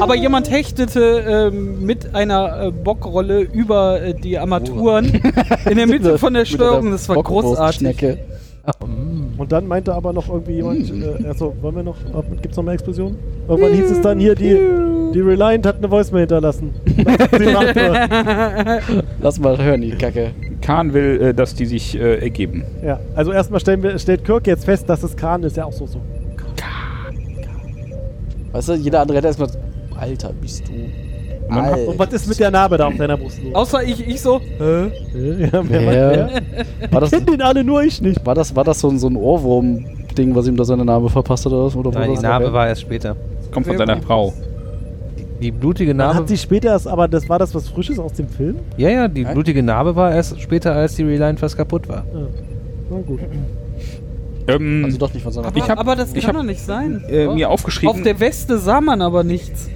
[SPEAKER 1] Aber jemand hechtete ähm, mit einer äh, Bockrolle über äh, die Armaturen in der Mitte von der
[SPEAKER 4] Mit
[SPEAKER 1] Steuerung. Das war großartig.
[SPEAKER 4] Bockwurstschnecke.
[SPEAKER 2] Und dann meinte aber noch irgendwie jemand, äh, achso, wollen wir noch, ob- gibt's noch mehr Explosionen? Irgendwann hieß es dann hier, die, die Reliant hat eine Voicemail hinterlassen. Sie lachte.
[SPEAKER 4] Lass mal hören, die Kacke.
[SPEAKER 6] Kahn will, äh, dass die sich äh, ergeben.
[SPEAKER 2] ja, also erstmal stellen wir, stellt Kirk jetzt fest, dass es Kahn ist, ja auch so so.
[SPEAKER 4] Weißt du, jeder andere hätte erstmal. Alter, bist du.
[SPEAKER 6] Man hat-
[SPEAKER 4] Alter.
[SPEAKER 2] Und was ist mit der Narbe da auf deiner Brust? los?
[SPEAKER 1] Außer ich, ich so.
[SPEAKER 2] ja, wer
[SPEAKER 4] Ja.
[SPEAKER 2] weiß,
[SPEAKER 4] War das,
[SPEAKER 2] wer? Kennt den alle, nur ich nicht.
[SPEAKER 4] war das, war das so, ein- so ein Ohrwurm-Ding, was ihm da seine Narbe verpasst hat? Oder, was? oder
[SPEAKER 5] Nein,
[SPEAKER 4] wo
[SPEAKER 5] die Narbe war erst später.
[SPEAKER 6] Kommt von seiner Frau.
[SPEAKER 5] Die blutige
[SPEAKER 2] Narbe.
[SPEAKER 5] Narbe.
[SPEAKER 2] Hat sie später, erst- aber das war das was Frisches aus dem Film?
[SPEAKER 5] ja, ja, die blutige Narbe war erst später, als die Reline fast kaputt war.
[SPEAKER 2] Na gut.
[SPEAKER 6] Ähm,
[SPEAKER 4] Also doch nicht von seiner
[SPEAKER 1] Aber,
[SPEAKER 6] Ich hab-
[SPEAKER 1] aber das
[SPEAKER 6] ich
[SPEAKER 1] kann
[SPEAKER 6] hab-
[SPEAKER 1] doch nicht sein.
[SPEAKER 6] äh, mir
[SPEAKER 1] Auf
[SPEAKER 6] aufgeschrieben,
[SPEAKER 1] der Weste sah man aber nichts.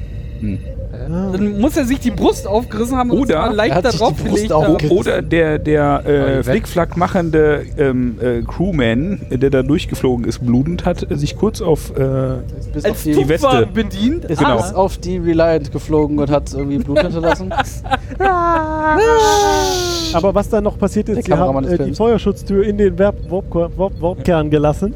[SPEAKER 2] Ah.
[SPEAKER 1] Dann muss er sich die Brust aufgerissen haben und
[SPEAKER 6] Oder
[SPEAKER 1] es mal
[SPEAKER 4] er
[SPEAKER 1] leicht
[SPEAKER 4] hat
[SPEAKER 1] da
[SPEAKER 4] sich die
[SPEAKER 1] drauf
[SPEAKER 4] Brust
[SPEAKER 1] gelegt äh,
[SPEAKER 4] auch-
[SPEAKER 1] haben.
[SPEAKER 4] Okay.
[SPEAKER 6] oder der, der
[SPEAKER 5] die
[SPEAKER 6] äh,
[SPEAKER 5] Welt-
[SPEAKER 6] Flickflack machende ähm, äh, Crewman, der da durchgeflogen ist, blutend, hat äh, sich kurz auf äh,
[SPEAKER 4] Bis auf
[SPEAKER 1] Als
[SPEAKER 4] die,
[SPEAKER 1] Tupfer
[SPEAKER 6] Weste.
[SPEAKER 1] bedient.
[SPEAKER 4] ist
[SPEAKER 6] genau.
[SPEAKER 4] bis auf die Reliant geflogen und hat irgendwie Blut hinterlassen.
[SPEAKER 2] Aber was dann noch passiert
[SPEAKER 4] Der
[SPEAKER 2] ist, sie haben
[SPEAKER 4] Kameramann des
[SPEAKER 2] äh, die
[SPEAKER 4] Films.
[SPEAKER 2] Feuerschutztür in den Warp- Warp- Warp- Warpkern gelassen.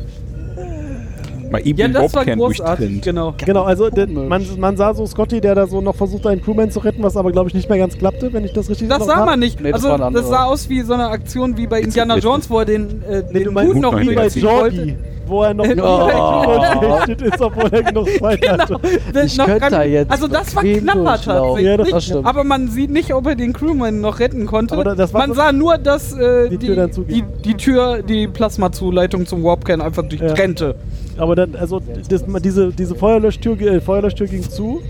[SPEAKER 6] mal eben
[SPEAKER 1] Ja,
[SPEAKER 6] den
[SPEAKER 1] das war
[SPEAKER 6] Bobcan
[SPEAKER 1] großartig,
[SPEAKER 6] durchtrennt.
[SPEAKER 1] genau.
[SPEAKER 2] Genau, also der,
[SPEAKER 4] Komisch.
[SPEAKER 2] man, man sah so Scotty, der da so noch versucht, einen Crewman zu retten, was aber, glaube ich, nicht mehr ganz klappte, wenn ich das richtig
[SPEAKER 1] Das
[SPEAKER 2] noch hab.
[SPEAKER 1] sah man nicht.
[SPEAKER 4] Nee, das
[SPEAKER 1] also
[SPEAKER 4] war ein
[SPEAKER 1] das,
[SPEAKER 4] anderer.
[SPEAKER 1] sah aus wie so eine Aktion wie bei
[SPEAKER 6] Jetzt
[SPEAKER 1] Indiana
[SPEAKER 6] mit-
[SPEAKER 1] Jones, wo er den, äh,
[SPEAKER 2] Nee,
[SPEAKER 1] den
[SPEAKER 2] du meinst
[SPEAKER 1] Hut noch
[SPEAKER 6] Hut
[SPEAKER 2] Wie
[SPEAKER 1] nicht
[SPEAKER 2] bei
[SPEAKER 6] Magazin.
[SPEAKER 2] Jordi, wo er noch
[SPEAKER 1] Äh,
[SPEAKER 2] nicht oh.
[SPEAKER 4] oh.
[SPEAKER 2] ist, obwohl er noch Zeit
[SPEAKER 1] Genau.
[SPEAKER 2] hatte.
[SPEAKER 4] Ich könnte da jetzt
[SPEAKER 1] also das war
[SPEAKER 4] bequem
[SPEAKER 1] knapper
[SPEAKER 4] durchlaufen.
[SPEAKER 1] tatsächlich.
[SPEAKER 2] Ja, das
[SPEAKER 4] stimmt.
[SPEAKER 1] aber man sieht nicht, ob er den Crewman noch retten konnte.
[SPEAKER 2] Aber da- das war
[SPEAKER 1] man
[SPEAKER 2] so-
[SPEAKER 1] sah nur, dass äh,
[SPEAKER 2] Die
[SPEAKER 1] die,
[SPEAKER 2] Tür dann
[SPEAKER 1] die,
[SPEAKER 2] zuging.
[SPEAKER 1] die Tür, die Plasmazuleitung zum Warpkern einfach durchtrennte.
[SPEAKER 2] Aber dann, also das, diese, diese Feuerlöschtür, äh, Feuerlöschtür ging zu.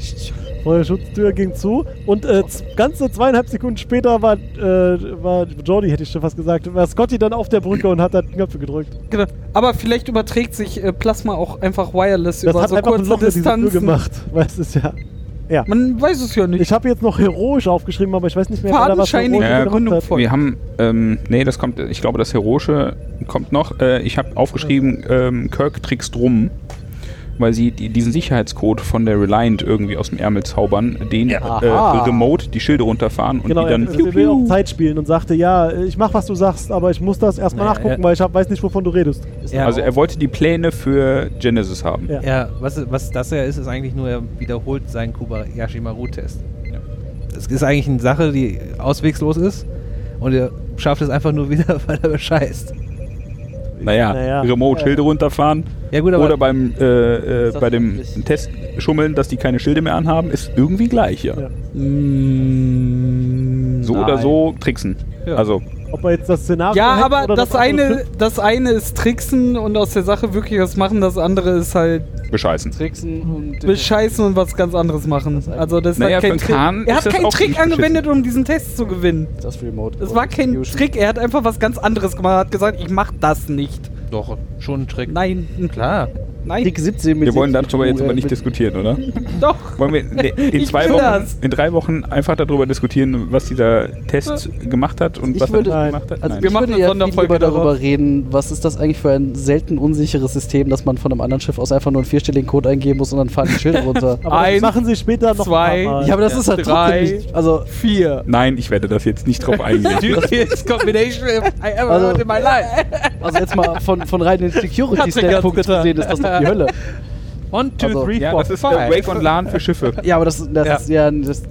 [SPEAKER 2] Feuerschutztür ging zu und äh, z- ganze zweieinhalb Sekunden später war, äh, war Jordi, hätte ich schon fast gesagt, war Scotty dann auf der Brücke und hat dann Knöpfe gedrückt.
[SPEAKER 1] Genau. Aber vielleicht überträgt sich äh, Plasma auch einfach wireless
[SPEAKER 2] Das
[SPEAKER 1] über
[SPEAKER 2] hat
[SPEAKER 1] so
[SPEAKER 2] einfach ein
[SPEAKER 1] kurze
[SPEAKER 2] Loch in diese Tür
[SPEAKER 1] Distanzen.
[SPEAKER 2] gemacht, weißt es ja. Ja.
[SPEAKER 1] Man weiß es ja nicht.
[SPEAKER 2] Ich habe jetzt noch heroisch aufgeschrieben, aber ich weiß nicht mehr, wer da was
[SPEAKER 1] Fadenscheinige
[SPEAKER 2] heroisch
[SPEAKER 6] Ja,
[SPEAKER 2] gemacht
[SPEAKER 1] Begründung
[SPEAKER 2] hat.
[SPEAKER 1] von.
[SPEAKER 6] Wir haben, ähm, nee, das kommt, ich glaube, das Heroische kommt noch. Äh, ich habe aufgeschrieben, ähm, Kirk trickst rum, weil sie die, diesen Sicherheitscode von der Reliant irgendwie aus dem Ärmel zaubern, den äh,
[SPEAKER 4] Aha.
[SPEAKER 6] remote die Schilde runterfahren und
[SPEAKER 2] Genau,
[SPEAKER 6] die dann
[SPEAKER 2] er, er will auch Zeit spielen und sagte, ja, ich mach, was du sagst, aber ich muss das erstmal
[SPEAKER 5] Naja,
[SPEAKER 2] nachgucken,
[SPEAKER 5] ja.
[SPEAKER 2] weil ich hab, weiß nicht, wovon du redest.
[SPEAKER 5] Ja.
[SPEAKER 6] Also er wollte die Pläne für Genesis haben.
[SPEAKER 2] Ja.
[SPEAKER 5] Ja, was, was das ja ist, ist eigentlich nur, er wiederholt seinen Kuba-Yashimaru-Test. Das ist eigentlich eine Sache, die auswegslos ist und er schafft es einfach nur wieder, weil er bescheißt.
[SPEAKER 6] Naja,
[SPEAKER 2] Naja.
[SPEAKER 6] remote Schilde runterfahren
[SPEAKER 5] Ja gut, aber
[SPEAKER 6] oder beim, äh, äh,
[SPEAKER 4] das
[SPEAKER 6] bei dem
[SPEAKER 4] wirklich?
[SPEAKER 6] Test schummeln, dass die keine Schilde mehr anhaben, ist irgendwie gleich, ja.
[SPEAKER 2] Ja.
[SPEAKER 1] Mm.
[SPEAKER 6] So oder so tricksen.
[SPEAKER 1] Ja.
[SPEAKER 6] Also,
[SPEAKER 2] Ob er jetzt das Szenario
[SPEAKER 1] Ja,
[SPEAKER 2] hackt
[SPEAKER 1] aber
[SPEAKER 2] oder
[SPEAKER 1] das
[SPEAKER 2] andere
[SPEAKER 1] eine,
[SPEAKER 2] stimmt.
[SPEAKER 1] das eine ist Tricksen und aus der Sache wirklich was machen, das andere ist halt
[SPEAKER 6] bescheißen.
[SPEAKER 4] Tricksen und
[SPEAKER 1] bescheißen und was ganz anderes machen. Also das
[SPEAKER 6] Naja,
[SPEAKER 1] hat kein
[SPEAKER 6] für Kahn
[SPEAKER 1] Trick. Er
[SPEAKER 6] ist
[SPEAKER 1] hat
[SPEAKER 6] das
[SPEAKER 1] keinen
[SPEAKER 6] auch ziemlich
[SPEAKER 1] Trick angewendet, um diesen Test zu gewinnen.
[SPEAKER 4] das Remote.
[SPEAKER 1] Es war kein Trick, er hat einfach was ganz anderes gemacht. Er hat gesagt, ich mach das nicht.
[SPEAKER 5] doch schon ein Trick.
[SPEAKER 1] Nein, Hm.
[SPEAKER 5] Klar.
[SPEAKER 1] nein,
[SPEAKER 4] Trick 17 mit
[SPEAKER 6] Wir wollen
[SPEAKER 4] 17
[SPEAKER 6] darüber jetzt
[SPEAKER 4] mit-
[SPEAKER 6] aber nicht
[SPEAKER 4] mit-
[SPEAKER 6] diskutieren, oder?
[SPEAKER 1] doch.
[SPEAKER 6] Wollen wir in, in,
[SPEAKER 1] Ich
[SPEAKER 6] zwei
[SPEAKER 1] will
[SPEAKER 6] Wochen,
[SPEAKER 1] das.
[SPEAKER 6] in drei Wochen einfach darüber diskutieren, was dieser Test gemacht hat und
[SPEAKER 4] Ich
[SPEAKER 6] was
[SPEAKER 4] würde-
[SPEAKER 6] er nicht gemacht hat?
[SPEAKER 4] Also
[SPEAKER 6] Nein.
[SPEAKER 1] wir
[SPEAKER 4] ich
[SPEAKER 1] machen
[SPEAKER 4] würde
[SPEAKER 1] eine
[SPEAKER 4] ja
[SPEAKER 1] Sonderfolge
[SPEAKER 4] lieber darüber
[SPEAKER 1] daraus.
[SPEAKER 4] reden, was ist das eigentlich für ein selten unsicheres System, dass man von einem anderen Schiff aus einfach nur einen vierstelligen Code eingeben muss und dann fahren die Schilder runter.
[SPEAKER 2] Aber
[SPEAKER 1] Eins,
[SPEAKER 2] das machen sie später noch
[SPEAKER 1] zwei,
[SPEAKER 2] ein paar Mal.
[SPEAKER 4] ja, aber das ist halt
[SPEAKER 1] Drei.
[SPEAKER 4] trotzdem nicht. Also,
[SPEAKER 1] Vier.
[SPEAKER 6] Nein, ich werde das jetzt nicht drauf eingehen.
[SPEAKER 5] Dubious combination I ever
[SPEAKER 4] Also-
[SPEAKER 5] heard in my life.
[SPEAKER 4] also jetzt mal von, von rein den
[SPEAKER 1] Patrick hat's
[SPEAKER 4] Security-Standpunkt
[SPEAKER 1] getan.
[SPEAKER 4] gesehen, ist das doch die Hölle.
[SPEAKER 5] One, two,
[SPEAKER 4] Also,
[SPEAKER 5] three,
[SPEAKER 6] Ja,
[SPEAKER 5] four,
[SPEAKER 6] das ist der Wave und LAN für Schiffe.
[SPEAKER 4] Ja, aber das, das
[SPEAKER 5] Ja.
[SPEAKER 4] ist ja. Das,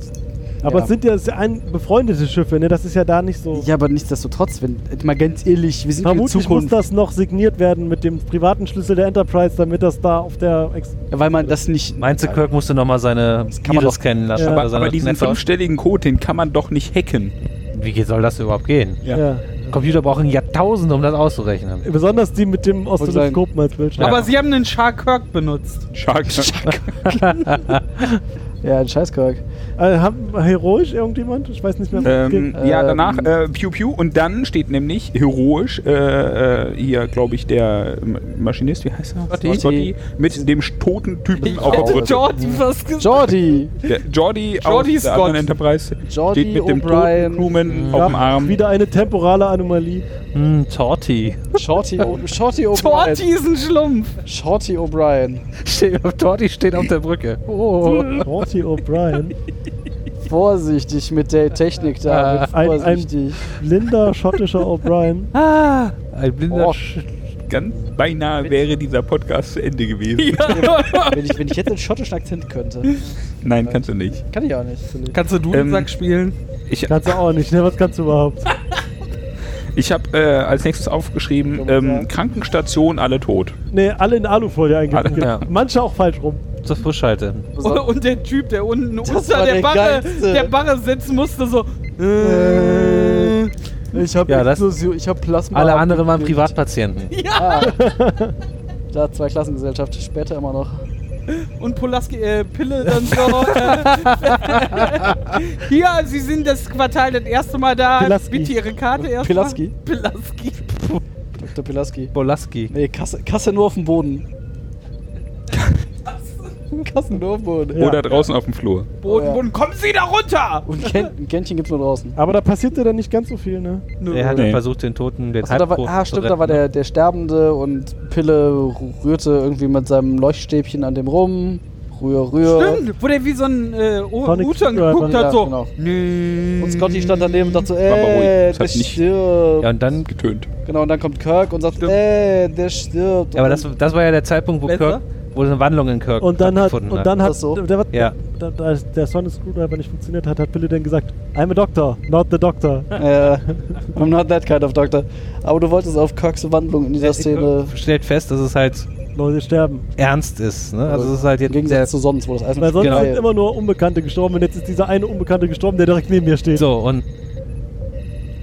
[SPEAKER 2] Aber
[SPEAKER 4] ja.
[SPEAKER 2] es sind ja es ist ja ein befreundete Schiffe, ne? Das ist ja da nicht so.
[SPEAKER 4] ja, aber nichtsdestotrotz, wenn, mal ganz ehrlich, wir sind in der
[SPEAKER 2] Vermutlich muss
[SPEAKER 4] Zukunft.
[SPEAKER 2] das noch signiert werden mit dem privaten Schlüssel der Enterprise, damit das da auf der. Ex
[SPEAKER 4] Ja, weil man das nicht.
[SPEAKER 5] Meinst du, Kirk musste nochmal seine
[SPEAKER 4] kann man
[SPEAKER 5] Iris
[SPEAKER 4] doch-
[SPEAKER 5] kennen lassen?
[SPEAKER 2] Ja.
[SPEAKER 5] oder
[SPEAKER 6] Aber,
[SPEAKER 5] seine
[SPEAKER 6] aber diesen
[SPEAKER 5] Netzhaut?
[SPEAKER 6] fünfstelligen Code, den kann man doch nicht hacken.
[SPEAKER 5] Wie soll das überhaupt gehen?
[SPEAKER 6] Ja.
[SPEAKER 2] ja.
[SPEAKER 5] Computer brauchen Jahrtausende, um das auszurechnen.
[SPEAKER 2] Besonders die mit dem
[SPEAKER 4] Wollte sagen.
[SPEAKER 2] Oszilloskopen als Bildschirm.
[SPEAKER 1] Aber sie haben den Shark Kirk benutzt.
[SPEAKER 6] Shark.
[SPEAKER 4] Ja, ein Scheißkork.
[SPEAKER 2] Äh, haben, heroisch irgendjemand? Ich weiß nicht mehr. worum es
[SPEAKER 6] Ähm,
[SPEAKER 2] ging.
[SPEAKER 6] ja,
[SPEAKER 4] Ähm.
[SPEAKER 6] danach äh, Piu Piu und dann steht nämlich heroisch äh, äh, hier, glaube ich, der ähm, Maschinist, wie heißt er?
[SPEAKER 1] Gotti.
[SPEAKER 6] Gotti. Mit dem toten Typen auf
[SPEAKER 1] hätte
[SPEAKER 6] der Brücke.
[SPEAKER 1] Jordi was gesagt.
[SPEAKER 4] Jordi!
[SPEAKER 6] Der Jordi auf
[SPEAKER 1] Jordi
[SPEAKER 6] der
[SPEAKER 1] Scott.
[SPEAKER 6] anderen Enterprise
[SPEAKER 4] Jordi
[SPEAKER 6] steht mit dem toten
[SPEAKER 4] O'Brien.
[SPEAKER 6] Crewman
[SPEAKER 2] Ja,
[SPEAKER 6] auf dem Arm.
[SPEAKER 2] Wieder eine temporale Anomalie.
[SPEAKER 5] Hm, Torti.
[SPEAKER 4] Shorty O- Shorty
[SPEAKER 1] Jordi
[SPEAKER 4] O'Brien.
[SPEAKER 1] ist ein Schlumpf.
[SPEAKER 4] Shorty O'Brien.
[SPEAKER 5] Torti steht auf der Brücke.
[SPEAKER 4] Oh,
[SPEAKER 2] Morty O'Brien.
[SPEAKER 4] vorsichtig mit der Technik
[SPEAKER 5] Äh,
[SPEAKER 4] da.
[SPEAKER 2] Ein- ein-
[SPEAKER 4] vorsichtig.
[SPEAKER 2] Blinder schottischer O'Brien.
[SPEAKER 1] Ah.
[SPEAKER 5] Ein blinder
[SPEAKER 4] Oh.
[SPEAKER 5] Sch
[SPEAKER 6] Ganz beinahe wäre dieser Podcast zu Ende gewesen.
[SPEAKER 4] wenn, ich, wenn ich jetzt einen schottischen Akzent könnte.
[SPEAKER 6] Nein, kannst du nicht.
[SPEAKER 4] Kann ich auch nicht. finde ich.
[SPEAKER 1] Kannst du Dudelsack
[SPEAKER 6] Ähm,
[SPEAKER 1] spielen?
[SPEAKER 6] Ich,
[SPEAKER 2] Kannst du auch nicht, ne? Was kannst du überhaupt?
[SPEAKER 6] ich habe äh, als nächstes aufgeschrieben, ähm, Krankenstation, alle tot.
[SPEAKER 2] Ne, alle in Alufolie eingewickelt.
[SPEAKER 5] Alle, ja.
[SPEAKER 2] Manche auch falsch rum.
[SPEAKER 5] zur Frischhalte.
[SPEAKER 1] Und, und der Typ, der unten unter
[SPEAKER 4] war
[SPEAKER 1] der
[SPEAKER 4] der
[SPEAKER 1] Barre,
[SPEAKER 4] geilste.
[SPEAKER 1] der Barre sitzen musste, so.
[SPEAKER 4] Äh, Ich habe
[SPEAKER 5] Ja, das-
[SPEAKER 4] Explosion, ich habe Plasma.
[SPEAKER 5] Alle anderen waren
[SPEAKER 4] abgekriegt.
[SPEAKER 5] Privatpatienten.
[SPEAKER 4] Da zwei Klassengesellschaft, später immer noch.
[SPEAKER 1] Und Polaski, äh, Pille dann so. äh, Hier, Sie sind das Quartal das erste Mal da.
[SPEAKER 2] Pilaski.
[SPEAKER 1] Bitte Ihre Karte erstmal.
[SPEAKER 4] Pilaski?
[SPEAKER 1] Pilaski.
[SPEAKER 4] Dr. Pilaski.
[SPEAKER 5] Bolaski.
[SPEAKER 4] Nee, Kasse, Kasse nur auf dem Boden. Kasse nur auf dem Boden.
[SPEAKER 2] Ja.
[SPEAKER 6] Oder draußen auf dem Flur.
[SPEAKER 1] Boden,
[SPEAKER 4] Oh, ja.
[SPEAKER 1] Boden. Kommen Sie da runter!
[SPEAKER 4] Und Ken, ein Kännchen gibt's nur draußen.
[SPEAKER 2] Aber da passierte dann nicht ganz so viel, ne?
[SPEAKER 1] Nö.
[SPEAKER 5] Er hat
[SPEAKER 6] Nee.
[SPEAKER 5] versucht, den Toten, den
[SPEAKER 4] Achso, da war,
[SPEAKER 5] Halbtoten
[SPEAKER 4] ah,
[SPEAKER 5] zu
[SPEAKER 4] stimmt, da
[SPEAKER 5] retten.
[SPEAKER 4] war der, der Sterbende und Pille ru- rührte irgendwie mit seinem Leuchtstäbchen an dem rum. Rühr, rühr.
[SPEAKER 1] Stimmt, wo der wie so ein äh, O-
[SPEAKER 2] War nix
[SPEAKER 1] U-Turn
[SPEAKER 2] gehört,
[SPEAKER 1] geguckt
[SPEAKER 2] war-
[SPEAKER 1] hat,
[SPEAKER 4] ja,
[SPEAKER 1] so.
[SPEAKER 4] genau.
[SPEAKER 1] Nee.
[SPEAKER 4] Und Scotty stand daneben und dachte so,
[SPEAKER 6] aber ruhig,
[SPEAKER 4] äh,
[SPEAKER 6] das hat
[SPEAKER 4] der
[SPEAKER 6] nicht-
[SPEAKER 4] stirbt.
[SPEAKER 5] Ja, und dann.
[SPEAKER 6] Getönt.
[SPEAKER 4] Genau, und dann kommt Kirk und sagt,
[SPEAKER 1] Stimmt.
[SPEAKER 4] äh, der stirbt.
[SPEAKER 5] Ja, aber das, das war ja der Zeitpunkt, wo
[SPEAKER 1] Besser?
[SPEAKER 5] Kirk, wo eine Wandlung in Kirk
[SPEAKER 2] Und dann hat,
[SPEAKER 5] stattgefunden
[SPEAKER 2] und dann hat,
[SPEAKER 4] Ach so.
[SPEAKER 2] der, der,
[SPEAKER 5] Ja.
[SPEAKER 2] da, da der Sonic Screwdriver nicht funktioniert hat, hat Billy dann gesagt, I'm a doctor, not the doctor.
[SPEAKER 4] Äh, I'm not that kind of doctor. Aber du wolltest auf Kirks Wandlung in dieser Szene.
[SPEAKER 5] Kirk stellt fest, dass es halt
[SPEAKER 2] Leute sterben.
[SPEAKER 5] ernst ist. Ne? Also es ist halt
[SPEAKER 4] Im
[SPEAKER 5] jetzt
[SPEAKER 4] Gegensatz
[SPEAKER 5] der,
[SPEAKER 4] zu sonst, wo das Eis
[SPEAKER 2] Weil sonst
[SPEAKER 5] Genau.
[SPEAKER 2] sind immer nur Unbekannte gestorben und jetzt ist dieser eine Unbekannte gestorben, der direkt neben mir steht.
[SPEAKER 5] so und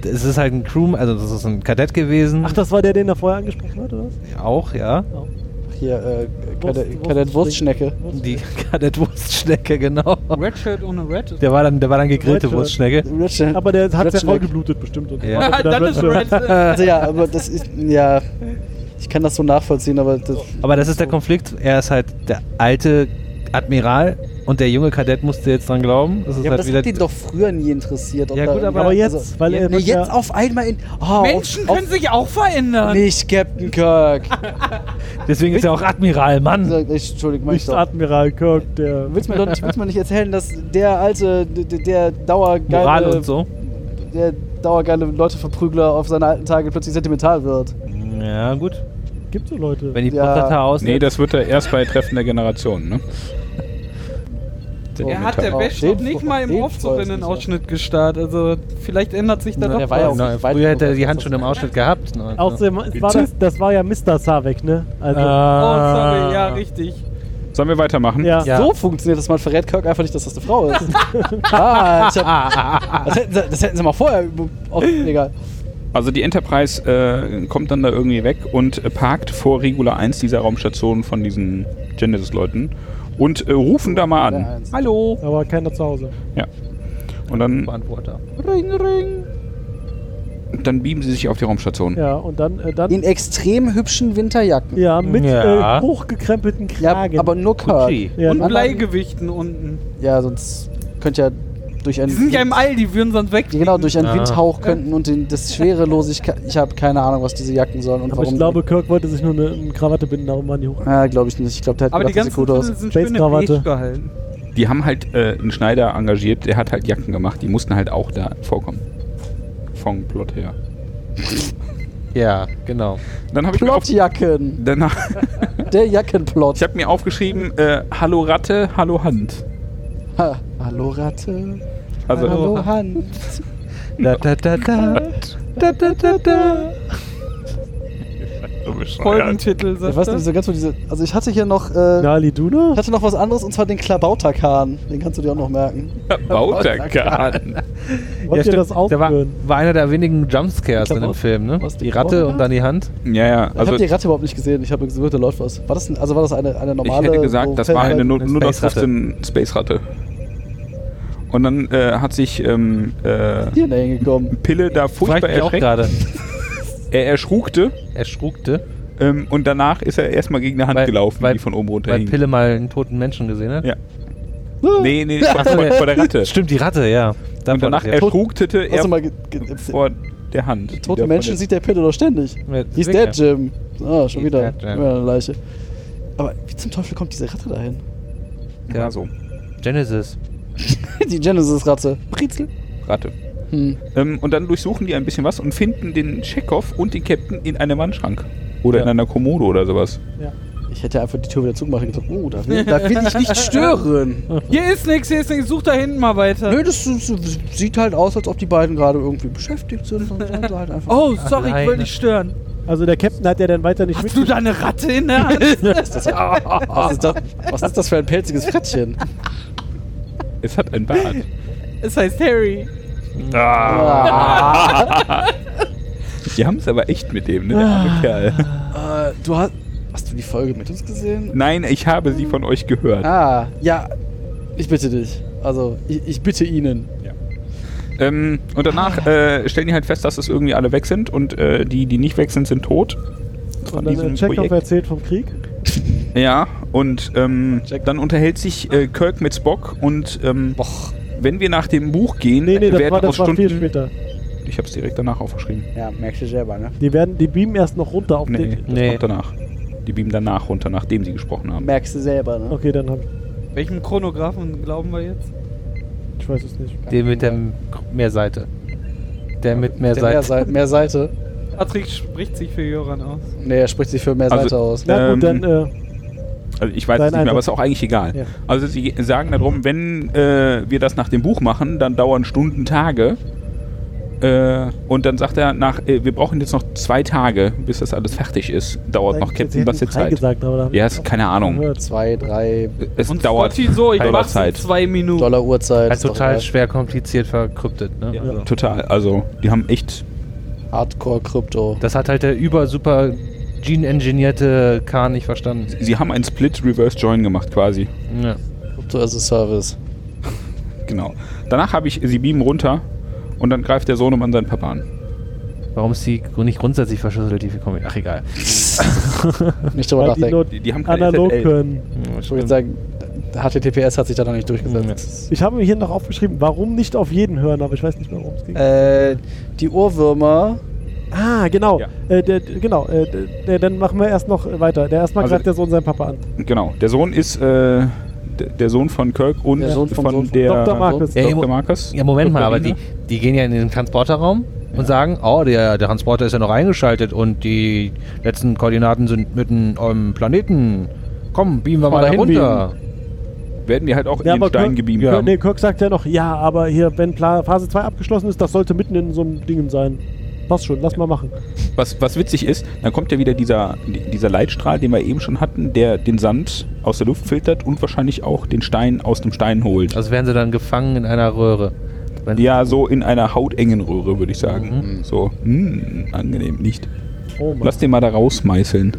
[SPEAKER 5] es ist halt ein Crew, also das ist ein Kadett gewesen,
[SPEAKER 2] Ach, das war der, den er vorher angesprochen hat, oder was?
[SPEAKER 5] auch ja.
[SPEAKER 4] Hier, äh,
[SPEAKER 2] Wurst-
[SPEAKER 4] Kadett- Kadett Wurstschnecke.
[SPEAKER 5] Die Kadettwurstschnecke genau.
[SPEAKER 1] Redshirt ohne Red.
[SPEAKER 5] Der war dann, der war dann gegrillte
[SPEAKER 2] Red-
[SPEAKER 5] Wurstschnecke.
[SPEAKER 4] Wurstschnecke.
[SPEAKER 2] Aber der hat ja
[SPEAKER 4] Wurstschneck.
[SPEAKER 2] voll geblutet bestimmt. Und
[SPEAKER 5] Ja.
[SPEAKER 2] war wieder
[SPEAKER 1] dann ist
[SPEAKER 2] Red
[SPEAKER 1] Red.
[SPEAKER 2] Shirt.
[SPEAKER 1] Äh,
[SPEAKER 4] Also ja, aber das ist, ja, ich kann das so nachvollziehen, aber das,
[SPEAKER 5] Aber das ist der Konflikt. Er ist halt der alte Admiral und der junge Kadett musste jetzt dran glauben. Das ist
[SPEAKER 4] ja, aber
[SPEAKER 5] halt
[SPEAKER 4] das
[SPEAKER 5] wieder
[SPEAKER 4] hat ihn doch früher nie interessiert. ob
[SPEAKER 5] Ja,
[SPEAKER 4] da
[SPEAKER 5] gut,
[SPEAKER 4] irgendwie-
[SPEAKER 2] Aber jetzt,
[SPEAKER 4] also-
[SPEAKER 2] weil er
[SPEAKER 4] Nee,
[SPEAKER 2] wird
[SPEAKER 4] jetzt
[SPEAKER 2] ja,
[SPEAKER 4] auf einmal in. Oh,
[SPEAKER 1] Menschen
[SPEAKER 4] auf,
[SPEAKER 1] können sich auch
[SPEAKER 4] auf,
[SPEAKER 1] verändern.
[SPEAKER 4] Nicht Captain Kirk.
[SPEAKER 5] Deswegen ist er auch Admiral, Mann.
[SPEAKER 4] Also, ich, Entschuldigung, mein
[SPEAKER 2] nicht
[SPEAKER 4] Stop.
[SPEAKER 2] Admiral Kirk, der...
[SPEAKER 4] Willst du mir doch nicht, willst du mir nicht erzählen, dass der alte, der, der dauergeile,
[SPEAKER 5] Moral und so.
[SPEAKER 4] der dauergeile Leuteverprügler auf seine alten Tage plötzlich sentimental wird.
[SPEAKER 5] Ja, gut.
[SPEAKER 2] Gibt so Leute.
[SPEAKER 5] Wenn die
[SPEAKER 4] Ja.
[SPEAKER 5] Prostata aus.
[SPEAKER 6] Nee, das wird er erst bei Treffen der Generation, ne?
[SPEAKER 1] Er hat der
[SPEAKER 4] Oh,
[SPEAKER 1] Best
[SPEAKER 4] den-
[SPEAKER 1] nicht mal im
[SPEAKER 4] den
[SPEAKER 1] Aufzug in
[SPEAKER 4] freut's
[SPEAKER 1] den
[SPEAKER 4] mich
[SPEAKER 1] Ausschnitt gestarrt. Also vielleicht ändert sich da
[SPEAKER 4] Na,
[SPEAKER 1] doch
[SPEAKER 4] der war ja
[SPEAKER 1] was.
[SPEAKER 4] auch-
[SPEAKER 5] Na,
[SPEAKER 4] weit
[SPEAKER 5] früher hätte er
[SPEAKER 4] genug,
[SPEAKER 5] die
[SPEAKER 4] dass
[SPEAKER 5] Hand
[SPEAKER 4] das-
[SPEAKER 5] schon im Ausschnitt gehabt. Ne? Äh,
[SPEAKER 2] Außerdem es war das, das war ja Mr. Savek, ne? Also,
[SPEAKER 1] Oh, sorry,
[SPEAKER 4] Ah.
[SPEAKER 1] ja, richtig.
[SPEAKER 6] Sollen wir weitermachen?
[SPEAKER 2] ja.
[SPEAKER 5] Ja.
[SPEAKER 4] So funktioniert das. Man verrät Kirk einfach nicht, dass das eine Frau ist. ah, ich hab, das, hätten sie, das hätten sie mal vorher. üben- Auf, egal.
[SPEAKER 6] Also die Enterprise äh, kommt dann da irgendwie weg und äh, parkt vor Regula 1 dieser Raumstation von diesen Genesis-Leuten und äh, rufen da mal
[SPEAKER 4] Der
[SPEAKER 6] an.
[SPEAKER 4] Eins.
[SPEAKER 1] Hallo.
[SPEAKER 2] Aber keiner zu Hause.
[SPEAKER 6] Und dann,
[SPEAKER 5] Beantworter.
[SPEAKER 1] Ring, ring.
[SPEAKER 6] dann beamen sie sich auf die Raumstation.
[SPEAKER 2] Ja, und dann, äh, dann
[SPEAKER 4] In extrem hübschen Winterjacken.
[SPEAKER 2] ja, mit
[SPEAKER 5] Ja.
[SPEAKER 2] Äh, hochgekrempelten
[SPEAKER 4] Ja, genau.
[SPEAKER 2] Kragen.
[SPEAKER 4] aber nur Kirk.
[SPEAKER 5] Gucci.
[SPEAKER 2] Ja,
[SPEAKER 1] Und
[SPEAKER 2] dann-
[SPEAKER 1] Bleigewichten unten.
[SPEAKER 4] Ja, sonst könnte ja durch einen.
[SPEAKER 1] Die sind ja im All, die würden sonst weg.
[SPEAKER 4] Ja, genau, durch einen
[SPEAKER 5] Ah.
[SPEAKER 4] Windhauch könnten und den, das Schwerelosigkeit. Ich habe keine Ahnung, was diese Jacken sollen und
[SPEAKER 2] aber
[SPEAKER 4] warum.
[SPEAKER 2] ich glaube, Kirk wollte sich nur eine, eine Krawatte binden, darum waren die hoch.
[SPEAKER 4] Ja, glaube ich nicht. Ich glaube, der hat
[SPEAKER 1] Aber die
[SPEAKER 4] gedacht, das
[SPEAKER 1] ganzen
[SPEAKER 4] sieht gut aus.
[SPEAKER 1] Tunnel sind
[SPEAKER 2] Space
[SPEAKER 1] schön im
[SPEAKER 2] Krawatte.
[SPEAKER 1] Beige gehalten.
[SPEAKER 6] Die haben halt äh, einen Schneider engagiert, der hat halt Jacken gemacht, die mussten halt auch da vorkommen. Vom Plot her.
[SPEAKER 5] Ja, genau.
[SPEAKER 6] Dann habe ich mir auf,
[SPEAKER 4] Plotjacken.
[SPEAKER 6] danach,
[SPEAKER 4] Der Jackenplot.
[SPEAKER 6] Ich habe mir aufgeschrieben, äh, Hallo Ratte, Hallo Hand.
[SPEAKER 4] Ha. Hallo Ratte.
[SPEAKER 6] Also,
[SPEAKER 4] Hallo Hand.
[SPEAKER 5] Da, da, da, da. Da, da, da, da.
[SPEAKER 6] So bescheuert.
[SPEAKER 1] Folgentitel,
[SPEAKER 4] Ich
[SPEAKER 1] sagt
[SPEAKER 4] weiß nicht
[SPEAKER 1] er.
[SPEAKER 4] so ganz, wo diese. Also, ich hatte hier noch. Äh,
[SPEAKER 2] Nali ne? Duna?
[SPEAKER 4] ich hatte noch was anderes und zwar den Klabauterkahn. Den kannst du dir auch noch merken.
[SPEAKER 6] Bauterkan.
[SPEAKER 2] Wollt ihr das
[SPEAKER 5] Der war,
[SPEAKER 2] aufhören?
[SPEAKER 5] war einer der wenigen Jumpscares
[SPEAKER 4] Ich glaub
[SPEAKER 5] in dem
[SPEAKER 4] auch.
[SPEAKER 5] Film, ne?
[SPEAKER 4] Was,
[SPEAKER 5] Die
[SPEAKER 4] die
[SPEAKER 5] Ratte
[SPEAKER 4] Braut?
[SPEAKER 5] und dann die Hand.
[SPEAKER 6] Ja, ja.
[SPEAKER 4] ich
[SPEAKER 6] Also,
[SPEAKER 4] habe die Ratte überhaupt nicht gesehen. Ich habe gesagt, da läuft was. War das denn, also war das eine, eine
[SPEAKER 6] ich
[SPEAKER 4] normale.
[SPEAKER 6] hätte gesagt,
[SPEAKER 4] so
[SPEAKER 6] das war eine
[SPEAKER 4] Fähigkeit?
[SPEAKER 6] nur
[SPEAKER 5] eine
[SPEAKER 6] 15 Space-Ratte. Und dann äh, hat sich ähm, äh,
[SPEAKER 4] Hier in der Ecke gekommen.
[SPEAKER 6] Pille da
[SPEAKER 5] Fragt
[SPEAKER 6] furchtbar
[SPEAKER 5] mich auch
[SPEAKER 6] erschreckt.
[SPEAKER 5] gerade.
[SPEAKER 6] Er erschrukte
[SPEAKER 5] Er schrugte,
[SPEAKER 6] ähm, und danach ist er erstmal gegen eine Hand
[SPEAKER 5] Weil-
[SPEAKER 6] gelaufen,
[SPEAKER 5] weil-
[SPEAKER 6] die von oben runter
[SPEAKER 5] weil
[SPEAKER 6] hing.
[SPEAKER 5] Pille mal einen toten Menschen gesehen hat.
[SPEAKER 6] Ja. Nee, nee, vor,
[SPEAKER 5] Ach so,
[SPEAKER 6] vor,
[SPEAKER 5] ja.
[SPEAKER 6] vor der Ratte.
[SPEAKER 5] Stimmt, die Ratte, ja. Dann
[SPEAKER 6] Und danach erschrugtete
[SPEAKER 4] Ah, Hast
[SPEAKER 6] er
[SPEAKER 4] du mal. Ge ge
[SPEAKER 6] vor der Hand. Die
[SPEAKER 4] tote
[SPEAKER 6] da
[SPEAKER 4] Menschen
[SPEAKER 6] von
[SPEAKER 4] sieht äh, der Pille doch ständig. He's dead, Jim. Ah, schon
[SPEAKER 5] He's
[SPEAKER 4] wieder.
[SPEAKER 5] dead,
[SPEAKER 4] Wieder
[SPEAKER 5] Jim.
[SPEAKER 4] eine Leiche. Aber wie zum Teufel kommt diese Ratte dahin?
[SPEAKER 6] der-
[SPEAKER 5] Ja.
[SPEAKER 6] Ja, so.
[SPEAKER 5] Genesis.
[SPEAKER 4] Die Genesis-Ratte. Brezel.
[SPEAKER 6] Ratte.
[SPEAKER 4] Hm.
[SPEAKER 6] Ähm, und dann durchsuchen die ein bisschen was und finden den Chekhov und den Captain in einem Wandschrank. Oder in einer Kommode oder sowas.
[SPEAKER 4] Ich hätte einfach die Tür wieder zugemacht und gesagt, oh, da will, da will ich nicht stören.
[SPEAKER 1] Hier ist nix, hier ist nix. Such da hinten mal weiter.
[SPEAKER 4] Nö, das, ist- das sieht halt aus, als ob die beiden gerade irgendwie beschäftigt sind. Und sollen sie halt einfach
[SPEAKER 1] Oh, sorry, ich
[SPEAKER 5] Alleine.
[SPEAKER 1] will dich stören.
[SPEAKER 2] Also der Captain hat ja dann weiter nicht
[SPEAKER 1] Hast du da eine Ratte in der Hand?
[SPEAKER 4] was, ist das, was ist das für ein pelziges Frettchen?
[SPEAKER 6] Es hat ein Bart.
[SPEAKER 1] es heißt Harry.
[SPEAKER 4] Ah.
[SPEAKER 6] die haben es aber echt mit dem, ne? Der
[SPEAKER 2] Ah.
[SPEAKER 6] arme Kerl.
[SPEAKER 4] Äh, du hast. Hast du die Folge mit uns gesehen?
[SPEAKER 6] Nein, ich habe sie von euch gehört.
[SPEAKER 4] Ah, ja. Ich bitte dich. Also, ich, ich bitte Ihnen.
[SPEAKER 6] Ähm, und danach äh, stellen die halt fest, dass es irgendwie alle weg sind und äh, die, die nicht weg sind, sind tot.
[SPEAKER 2] Und dann äh, Chekhov erzählt vom Krieg.
[SPEAKER 6] Ja, und ähm, dann unterhält sich äh, Kirk mit Spock und ähm, wenn wir nach dem Buch gehen,
[SPEAKER 2] Nee, nee, das
[SPEAKER 6] werden
[SPEAKER 2] war,
[SPEAKER 6] aus
[SPEAKER 2] das war
[SPEAKER 6] Stunden.
[SPEAKER 2] viel später.
[SPEAKER 6] Ich hab's direkt danach aufgeschrieben.
[SPEAKER 4] Ja, merkst du selber, ne?
[SPEAKER 2] Die werden, die beamen erst noch runter auf
[SPEAKER 6] Nee,
[SPEAKER 2] den...
[SPEAKER 6] das
[SPEAKER 5] Nee.
[SPEAKER 6] kommt danach. Die beamen danach runter, nachdem sie gesprochen haben.
[SPEAKER 4] Merkst du selber, ne?
[SPEAKER 2] Okay, dann hab ich...
[SPEAKER 1] Welchem Chronographen glauben wir jetzt?
[SPEAKER 2] Ich weiß es nicht.
[SPEAKER 5] Der mit der M- Meerseite. Der mit
[SPEAKER 4] Der Mehr,
[SPEAKER 5] Meerseite.
[SPEAKER 4] Seite. mehr Seite.
[SPEAKER 1] Patrick spricht sich für Jöran aus.
[SPEAKER 4] Nee, er spricht sich für mehr
[SPEAKER 6] Also-
[SPEAKER 4] Seite aus.
[SPEAKER 2] Na gut,
[SPEAKER 6] Ähm,
[SPEAKER 2] dann... Äh,
[SPEAKER 6] Also ich weiß es
[SPEAKER 2] Dein
[SPEAKER 6] nicht mehr, aber
[SPEAKER 2] Einsatz.
[SPEAKER 6] ist auch eigentlich egal.
[SPEAKER 2] Ja.
[SPEAKER 6] Also sie sagen darum, wenn äh, wir das nach dem Buch machen, dann dauern Stunden Tage. Äh, und dann sagt er nach, äh, wir brauchen jetzt noch zwei Tage, bis das alles fertig ist. Dauert noch Captain was jetzt Zeit.
[SPEAKER 2] Gesagt, aber da hab
[SPEAKER 6] Ja,
[SPEAKER 2] ich
[SPEAKER 6] ist keine
[SPEAKER 2] auch
[SPEAKER 6] Ahnung.
[SPEAKER 2] gehört.
[SPEAKER 4] Zwei, drei
[SPEAKER 6] Es
[SPEAKER 1] Und
[SPEAKER 6] dauert
[SPEAKER 1] Scotty so, ich
[SPEAKER 6] Dauert
[SPEAKER 1] mach's in
[SPEAKER 6] Zeit.
[SPEAKER 1] zwei Minuten.
[SPEAKER 4] Dollar Uhrzeit.
[SPEAKER 5] Halt
[SPEAKER 4] ist doch
[SPEAKER 5] total
[SPEAKER 4] geil.
[SPEAKER 5] schwer kompliziert verkryptet, ne?
[SPEAKER 6] Ja, total. Also die haben echt
[SPEAKER 4] Hardcore-Krypto.
[SPEAKER 5] Das hat halt der über super gene-engineerte Kahn nicht verstanden.
[SPEAKER 6] Sie haben einen Split Reverse Join gemacht quasi.
[SPEAKER 5] Ja.
[SPEAKER 4] Krypto as a Service.
[SPEAKER 6] Genau. Danach habe ich sie beamen runter und dann greift der Sohnemann seinen Papa an.
[SPEAKER 5] Warum ist die nicht grundsätzlich verschlüsselt, die Comic? Ach, egal.
[SPEAKER 4] Nicht drüber
[SPEAKER 2] Weil die
[SPEAKER 4] nachdenken.
[SPEAKER 2] nur
[SPEAKER 6] Die, die haben keine
[SPEAKER 2] analog
[SPEAKER 6] SSL.
[SPEAKER 2] können.
[SPEAKER 4] Ich würde sagen, HTTPS hat sich da noch nicht durchgesetzt.
[SPEAKER 2] Ich habe mir hier noch aufgeschrieben, warum nicht auf jeden hören, aber ich weiß nicht mehr, worum es ging.
[SPEAKER 4] Äh, die Ohrwürmer.
[SPEAKER 2] Ah, genau.
[SPEAKER 6] Ja.
[SPEAKER 2] Äh, der, genau. Äh, der, der, dann machen wir erst noch weiter. Der erstmal
[SPEAKER 6] Also-
[SPEAKER 2] greift der Sohn seinen Papa an.
[SPEAKER 6] Genau. Der Sohn ist äh, der- der Sohn von Kirk und
[SPEAKER 4] Der Sohn vom
[SPEAKER 6] von,
[SPEAKER 4] Sohn von
[SPEAKER 6] der
[SPEAKER 2] Dr. Markus.
[SPEAKER 5] Ey,
[SPEAKER 6] Dr.
[SPEAKER 5] Mo-
[SPEAKER 6] Markus.
[SPEAKER 5] Ja, Moment mal, aber die,
[SPEAKER 6] Dr.
[SPEAKER 5] die gehen ja in den Transporterraum und sagen, oh, der, der Transporter ist ja noch eingeschaltet und die letzten Koordinaten sind mitten am Planeten. Komm, beamen wir
[SPEAKER 4] Komm,
[SPEAKER 5] mal da
[SPEAKER 4] dahin
[SPEAKER 5] runter.
[SPEAKER 6] Lina. werden die halt auch
[SPEAKER 2] Ja,
[SPEAKER 6] in den
[SPEAKER 2] aber Kirk-
[SPEAKER 6] Stein gebeamt.
[SPEAKER 2] Kirk,
[SPEAKER 6] haben.
[SPEAKER 2] nee, Kirk sagt ja noch, ja, aber hier, wenn Pla Phase 2 abgeschlossen ist, das sollte mitten in so einem Ding sein. Passt schon, lass mal machen.
[SPEAKER 6] Was, was witzig ist, dann kommt ja wieder dieser, dieser Leitstrahl, den wir eben schon hatten, der den Sand aus der Luft filtert und wahrscheinlich auch den Stein aus dem Stein holt.
[SPEAKER 5] Also wären sie dann gefangen in einer Röhre. Wenn
[SPEAKER 6] ja, so in einer hautengen Röhre, würde ich sagen.
[SPEAKER 5] Mhm.
[SPEAKER 6] So, hm, angenehm, nicht.
[SPEAKER 2] Oh Mann.
[SPEAKER 6] Lass den mal da rausmeißeln.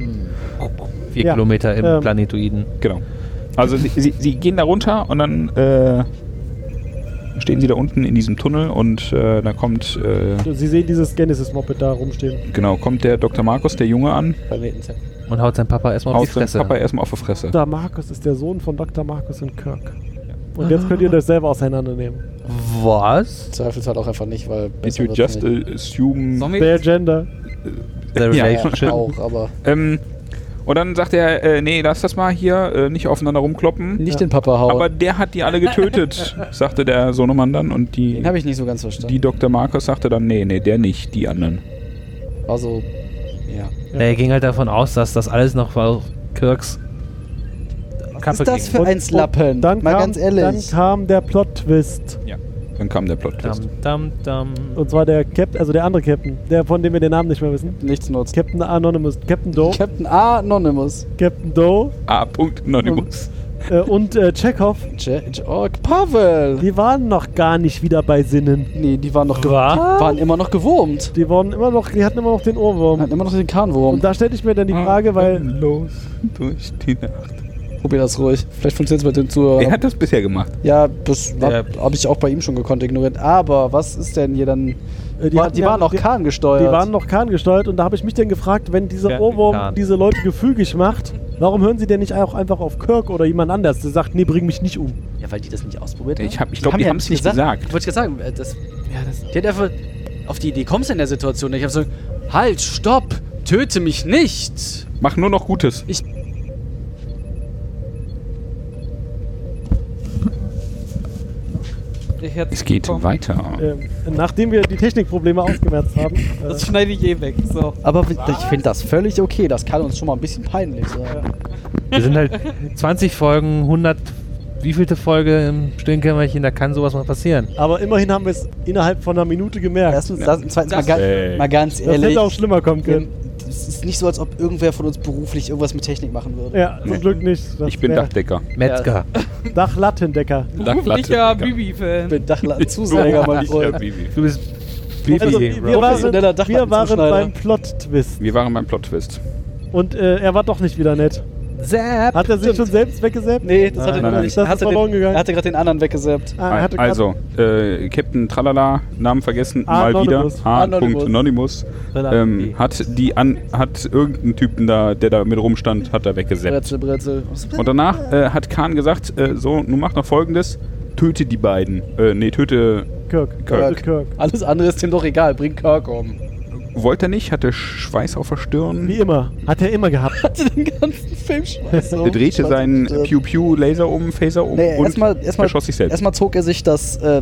[SPEAKER 5] Vier
[SPEAKER 2] Ja,
[SPEAKER 5] Kilometer im
[SPEAKER 2] ähm,
[SPEAKER 5] Planetoiden.
[SPEAKER 6] Genau. Also sie, sie, sie gehen da runter und dann äh, stehen sie da unten in diesem Tunnel und äh, da kommt äh,
[SPEAKER 2] Sie sehen dieses Genesis-Moped da rumstehen.
[SPEAKER 6] genau kommt der Dr. Markus, der Junge an,
[SPEAKER 4] Planetenzeit.
[SPEAKER 5] Und haut sein Papa erstmal auf die
[SPEAKER 6] haut seinem
[SPEAKER 5] Fresse.
[SPEAKER 6] Papa erstmal auf die Fresse.
[SPEAKER 2] Dr. Markus ist der Sohn von Dr. Markus und Kirk. Und jetzt könnt ihr das selber auseinandernehmen.
[SPEAKER 5] Was?
[SPEAKER 4] Zweifels halt auch einfach nicht, weil.
[SPEAKER 6] Did
[SPEAKER 4] besser
[SPEAKER 6] you
[SPEAKER 4] wird's
[SPEAKER 6] just
[SPEAKER 4] nicht.
[SPEAKER 6] äh, assume?
[SPEAKER 1] Sollen wir
[SPEAKER 2] Der
[SPEAKER 1] jetzt
[SPEAKER 2] Gender.
[SPEAKER 5] The
[SPEAKER 6] Ja.
[SPEAKER 5] relationship.
[SPEAKER 4] ja, auch, aber.
[SPEAKER 6] Ähm, und dann sagt er, äh, nee, lass das mal hier, äh, nicht aufeinander rumkloppen.
[SPEAKER 4] Nicht den Papa hauen.
[SPEAKER 6] Aber der hat die alle getötet, sagte der Sohnemann dann und die,
[SPEAKER 4] den habe ich nicht so ganz
[SPEAKER 6] die
[SPEAKER 4] verstanden.
[SPEAKER 6] Dr. Markus sagte dann, nee, nee, der nicht, die anderen.
[SPEAKER 4] Also. Ja.
[SPEAKER 5] Er ging halt davon aus, dass das alles noch auf Kirks.
[SPEAKER 4] Was ist das
[SPEAKER 5] gegen-
[SPEAKER 4] für ein Slappen?
[SPEAKER 2] Dann
[SPEAKER 4] Mal
[SPEAKER 2] kam,
[SPEAKER 4] ganz ehrlich.
[SPEAKER 2] Dann kam der Plot-Twist.
[SPEAKER 6] Dann kam der Plot-Twist.
[SPEAKER 5] Dam, dam, dam.
[SPEAKER 2] Und zwar der Captain, also der andere Captain, der von dem wir den Namen nicht mehr wissen.
[SPEAKER 4] Nichts nutzt. Oh.
[SPEAKER 2] Captain Anonymous, Captain Doe,
[SPEAKER 4] Captain Anonymous.
[SPEAKER 2] Captain Doe
[SPEAKER 6] A. Anonymous.
[SPEAKER 2] äh, und äh, Chekhov,
[SPEAKER 4] Jack Ork. oh, Pavel.
[SPEAKER 2] die waren noch gar nicht wieder bei Sinnen.
[SPEAKER 4] Nee, die waren noch ge-
[SPEAKER 5] Was?
[SPEAKER 4] die waren immer noch gewurmt.
[SPEAKER 2] Die waren immer noch, die hatten immer noch den Ohrwurm.
[SPEAKER 4] Hat immer noch den Kahnwurm.
[SPEAKER 2] Und da stellte ich mir dann die Frage, weil
[SPEAKER 6] Ah, Los durch die Nacht.
[SPEAKER 4] Probier das ruhig. Vielleicht funktioniert es mit dem Zuhörer.
[SPEAKER 6] Wer hat das bisher gemacht?
[SPEAKER 4] Ja, das
[SPEAKER 5] Der-
[SPEAKER 4] habe hab ich auch bei ihm schon gekonnt ignoriert. Aber was ist denn hier dann?
[SPEAKER 2] äh,
[SPEAKER 4] Die, war,
[SPEAKER 2] hatten
[SPEAKER 4] die
[SPEAKER 2] ja-
[SPEAKER 4] waren auch
[SPEAKER 2] die,
[SPEAKER 4] Kahn gesteuert.
[SPEAKER 2] die waren noch Kahn gesteuert und da habe ich mich dann gefragt, wenn dieser
[SPEAKER 5] Ja,
[SPEAKER 2] Ohrwurm
[SPEAKER 5] Kahn.
[SPEAKER 2] diese Leute gefügig macht, warum hören sie denn nicht auch einfach auf Kirk oder jemand anders, der sagt, nee, bring mich nicht um.
[SPEAKER 7] Ja, weil die das nicht ausprobiert haben.
[SPEAKER 6] Ich, hab- ich glaube, die
[SPEAKER 7] ja
[SPEAKER 6] haben es nicht gesagt.
[SPEAKER 7] Ich wollte gerade sagen, äh, das, ja, das, die hat einfach auf die Idee kommst du in der Situation. Ich habe so, halt, stopp, töte mich nicht.
[SPEAKER 6] Mach nur noch Gutes.
[SPEAKER 1] Ich hätte
[SPEAKER 6] Es geht
[SPEAKER 1] bekommen.
[SPEAKER 6] weiter.
[SPEAKER 2] Ähm, nachdem wir die Technikprobleme ausgemerzt haben. Äh,
[SPEAKER 1] Das schneide ich eh weg. So.
[SPEAKER 4] aber w- ich finde das völlig okay. Das kann uns schon mal ein bisschen peinlich sein.
[SPEAKER 5] Wir sind halt 20 Folgen, 100, wievielte Folge im Stillenkämmerchen, da kann sowas mal passieren.
[SPEAKER 2] aber immerhin haben wir es innerhalb von einer Minute gemerkt.
[SPEAKER 4] Erstens, das, und zweitens mal,
[SPEAKER 7] Das-
[SPEAKER 4] ga
[SPEAKER 6] Ey.
[SPEAKER 4] mal ganz
[SPEAKER 2] Das
[SPEAKER 4] ehrlich. ähm,
[SPEAKER 2] hätte auch schlimmer kommen können.
[SPEAKER 4] Es ist nicht so, als ob irgendwer von uns beruflich irgendwas mit Technik machen würde.
[SPEAKER 2] Ja, zum
[SPEAKER 6] Nee.
[SPEAKER 2] Glück nicht. Das
[SPEAKER 6] Ich bin
[SPEAKER 2] wär-
[SPEAKER 6] Dachdecker.
[SPEAKER 5] Metzger.
[SPEAKER 2] Dachlattendecker.
[SPEAKER 1] Beruflicher
[SPEAKER 6] Dachdecker.
[SPEAKER 1] Bibi-Fan.
[SPEAKER 4] Mit Dachlatten-Zusäger, mein
[SPEAKER 6] Beruflicher
[SPEAKER 4] Freund.
[SPEAKER 6] Bibi.
[SPEAKER 5] Du bist
[SPEAKER 2] Also,
[SPEAKER 5] Bibi.
[SPEAKER 2] wir waren, wir
[SPEAKER 4] Professioneller
[SPEAKER 2] waren
[SPEAKER 4] Dachlattenzuschneider.
[SPEAKER 2] beim Plot-Twist.
[SPEAKER 6] Wir waren beim Plot-Twist.
[SPEAKER 2] Und äh, er war doch nicht wieder nett.
[SPEAKER 5] Zap.
[SPEAKER 2] Hat er sich
[SPEAKER 4] Stimmt.
[SPEAKER 2] schon selbst weggesäbt?
[SPEAKER 4] Nee, das hat er
[SPEAKER 6] Nein,
[SPEAKER 4] gerade
[SPEAKER 6] nein.
[SPEAKER 4] nicht.
[SPEAKER 2] Das
[SPEAKER 4] Er
[SPEAKER 2] ist
[SPEAKER 4] hatte
[SPEAKER 2] verloren
[SPEAKER 4] den-
[SPEAKER 2] gegangen.
[SPEAKER 4] er hatte gerade den anderen weggesäppt.
[SPEAKER 2] Ah, er hatte grad-
[SPEAKER 6] also, äh, Captain Tralala, Namen vergessen,
[SPEAKER 2] Anonymous.
[SPEAKER 6] mal wieder.
[SPEAKER 4] Anonymous.
[SPEAKER 6] A. Anonymous. Ähm, hat die an, hat irgendeinen Typen da, der da mit rumstand, hat da weggesetzt.
[SPEAKER 4] Brezel, Brezel.
[SPEAKER 6] Und danach äh, hat Kahn gesagt, äh, so, nun mach noch folgendes, töte die beiden. Äh, nee, töte
[SPEAKER 2] Kirk.
[SPEAKER 6] Kirk.
[SPEAKER 2] Kirk. Kirk.
[SPEAKER 4] Alles andere ist ihm doch egal. Bring Kirk um.
[SPEAKER 6] wollte er nicht, hatte Schweiß auf der Stirn.
[SPEAKER 2] Wie immer. Hat er immer gehabt.
[SPEAKER 4] Hatte den ganzen Film schmeißen.
[SPEAKER 6] Er drehte seinen Pew-Pew-Laser um, Phaser um
[SPEAKER 4] Nee,
[SPEAKER 6] und
[SPEAKER 4] erstmal erstmal
[SPEAKER 6] erschoss sich selbst.
[SPEAKER 4] erstmal zog er sich das äh,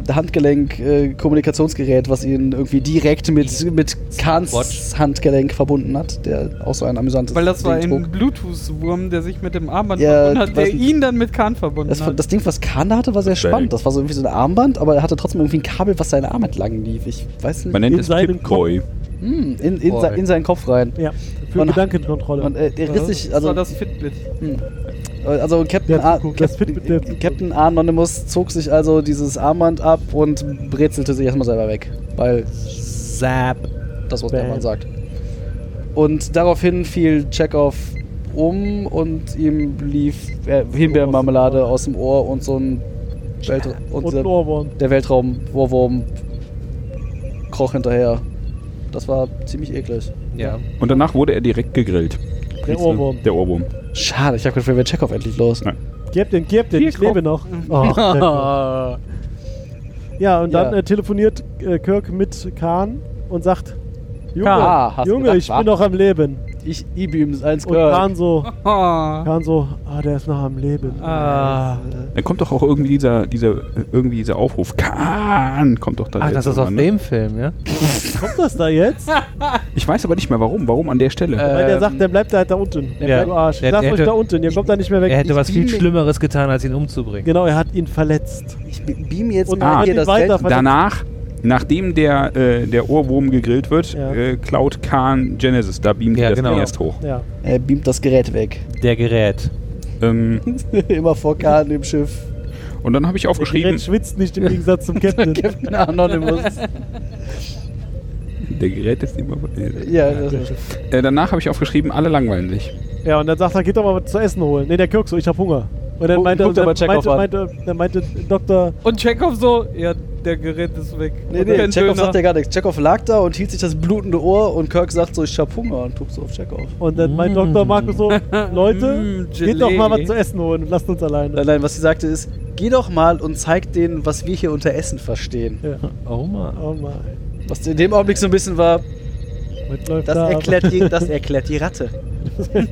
[SPEAKER 4] Handgelenk-Kommunikationsgerät, was ihn irgendwie direkt mit, mit Kahns
[SPEAKER 5] Watch.
[SPEAKER 4] Handgelenk verbunden hat, der auch so ein amüsantes
[SPEAKER 1] Weil das war
[SPEAKER 4] Ding trug.
[SPEAKER 1] ein Bluetooth-Wurm, der sich mit dem Armband
[SPEAKER 4] Ja,
[SPEAKER 1] verbunden hat,
[SPEAKER 4] ich
[SPEAKER 1] der
[SPEAKER 4] weiß nicht.
[SPEAKER 1] ihn dann mit Kahn verbunden
[SPEAKER 4] Das,
[SPEAKER 1] hat.
[SPEAKER 4] das Ding, was Kahn da hatte, war sehr
[SPEAKER 6] Das war
[SPEAKER 4] spannend.
[SPEAKER 6] dick.
[SPEAKER 4] Das war so irgendwie so ein Armband, aber er hatte trotzdem irgendwie ein Kabel, was seinen Arm entlang lief. Ich weiß nicht.
[SPEAKER 6] Man nennt
[SPEAKER 2] in
[SPEAKER 6] es
[SPEAKER 2] seinem
[SPEAKER 6] Pip-Boy.
[SPEAKER 4] Hm, in, in,
[SPEAKER 5] Boah,
[SPEAKER 4] se-
[SPEAKER 5] ey.
[SPEAKER 4] in seinen Kopf rein.
[SPEAKER 2] Ja. Für
[SPEAKER 4] Man-
[SPEAKER 2] Gedankenkontrolle.
[SPEAKER 4] Und äh, er riss sich,
[SPEAKER 1] das
[SPEAKER 4] also,
[SPEAKER 1] war das Fitbit.
[SPEAKER 4] also Captain,
[SPEAKER 2] Der
[SPEAKER 4] A,
[SPEAKER 2] Zukunft, das Fitbit der
[SPEAKER 4] Captain,
[SPEAKER 2] Zukunft.
[SPEAKER 4] Captain Anonymous zog sich also dieses Armband ab und brezelte sich erstmal selber weg. Weil
[SPEAKER 5] Zap.
[SPEAKER 4] das, was
[SPEAKER 2] Bam.
[SPEAKER 4] der Mann sagt. Und daraufhin fiel Chekhov um und ihm lief äh, Himbeermarmelade aus dem Ohr und so ein Welt und
[SPEAKER 2] Und
[SPEAKER 4] der-
[SPEAKER 2] Norborn.
[SPEAKER 4] der Weltraum-Wurwurm kroch hinterher. Das war ziemlich eklig.
[SPEAKER 5] Ja.
[SPEAKER 6] Und danach wurde er direkt gegrillt. ne?
[SPEAKER 2] Der Ohrwurm.
[SPEAKER 6] Der Ohrwurm.
[SPEAKER 4] Schade, ich habe gedacht, wir werden Chekhov endlich los.
[SPEAKER 6] Nein.
[SPEAKER 2] Gebt den, gebt den. Ich lebe noch. Och, Kirk. ja, und dann
[SPEAKER 4] Ja.
[SPEAKER 2] äh, telefoniert äh, Kirk mit Kahn und sagt:
[SPEAKER 4] Kahn, Ah,
[SPEAKER 2] Junge,
[SPEAKER 4] hast
[SPEAKER 2] Junge
[SPEAKER 4] gedacht,
[SPEAKER 2] ich
[SPEAKER 4] wa?
[SPEAKER 2] bin noch am Leben.
[SPEAKER 4] Ich E-Beams 1
[SPEAKER 2] Und Kahn so.
[SPEAKER 1] Ah.
[SPEAKER 2] Kahn so, ah, der ist noch am Leben.
[SPEAKER 1] Ah.
[SPEAKER 6] Dann kommt doch auch irgendwie dieser, dieser, irgendwie dieser Aufruf. Kahn kommt doch da
[SPEAKER 5] Ach,
[SPEAKER 6] jetzt
[SPEAKER 5] Ah, das ist aus
[SPEAKER 6] irgendwann, ne?
[SPEAKER 5] dem Film, ja?
[SPEAKER 2] Äh, Kommt das da jetzt?
[SPEAKER 6] Ich weiß aber nicht mehr warum. Warum an der Stelle?
[SPEAKER 5] Äh,
[SPEAKER 2] Weil der
[SPEAKER 4] Ähm,
[SPEAKER 2] sagt, der bleibt halt da unten.
[SPEAKER 5] der Ja.
[SPEAKER 2] Du Arsch.
[SPEAKER 5] Der-
[SPEAKER 2] Lasst
[SPEAKER 5] der
[SPEAKER 2] euch
[SPEAKER 5] hätte-
[SPEAKER 2] da unten, ihr kommt da nicht mehr weg.
[SPEAKER 5] Er hätte
[SPEAKER 4] ich
[SPEAKER 5] was viel
[SPEAKER 4] bin-
[SPEAKER 5] Schlimmeres getan, als ihn umzubringen.
[SPEAKER 2] Genau, er hat ihn verletzt.
[SPEAKER 4] Ich beam jetzt
[SPEAKER 2] Und
[SPEAKER 4] mal
[SPEAKER 6] ah,
[SPEAKER 4] hier
[SPEAKER 2] geht
[SPEAKER 4] das
[SPEAKER 2] weiter.
[SPEAKER 4] Welt.
[SPEAKER 2] ver-
[SPEAKER 6] Danach, nachdem der, äh, der Ohrwurm gegrillt wird,
[SPEAKER 2] Ja.
[SPEAKER 6] äh, klaut Khan Genesis. Da beamt
[SPEAKER 5] Ja,
[SPEAKER 6] er das
[SPEAKER 5] genau.
[SPEAKER 6] Ding erst hoch.
[SPEAKER 2] Ja.
[SPEAKER 4] Er beamt das Gerät weg.
[SPEAKER 5] Der Gerät.
[SPEAKER 6] Ähm,
[SPEAKER 4] Immer vor Kahn im Schiff.
[SPEAKER 6] und dann habe ich aufgeschrieben,
[SPEAKER 2] Gerät schwitzt nicht im Gegensatz zum Captain.
[SPEAKER 4] Captain Anonymous.
[SPEAKER 6] der Gerät ist immer. Äh,
[SPEAKER 4] ja, das ist
[SPEAKER 6] danach habe ich aufgeschrieben, alle langweilen sich.
[SPEAKER 2] ja, und dann sagt er, geht doch mal was zu essen holen. Nee, der Kirk so, ich hab Hunger. Und dann
[SPEAKER 4] Guck-
[SPEAKER 2] meinte,
[SPEAKER 4] guckt
[SPEAKER 2] dann
[SPEAKER 4] aber Chekhov
[SPEAKER 2] meinte, meinte, dann meinte Dr.
[SPEAKER 1] Und Chekhov so, ja, der Gerät ist weg.
[SPEAKER 4] Nee,
[SPEAKER 1] Und
[SPEAKER 4] nee,
[SPEAKER 1] kein
[SPEAKER 4] Chekhov
[SPEAKER 1] Döner.
[SPEAKER 4] sagt ja gar nichts. Chekhov lag da und hielt sich das blutende Ohr und Kirk sagt so, ich hab Hunger und tupst so auf Chekhov.
[SPEAKER 2] Und dann meint
[SPEAKER 5] Mm.
[SPEAKER 2] Dr. Markus so, Leute,
[SPEAKER 1] Mm,
[SPEAKER 2] geht doch mal
[SPEAKER 1] Gelee.
[SPEAKER 2] was zu essen holen und lasst uns alleine.
[SPEAKER 4] Nein, nein, was sie sagte ist, geh doch mal und zeig denen, was wir hier unter Essen verstehen.
[SPEAKER 2] Ja.
[SPEAKER 5] Oh Mann.
[SPEAKER 2] Oh mein.
[SPEAKER 4] Was in dem Augenblick so ein bisschen war,
[SPEAKER 2] Was läuft
[SPEAKER 4] das
[SPEAKER 2] da ab?
[SPEAKER 4] erklärt die, das erklärt die Ratte.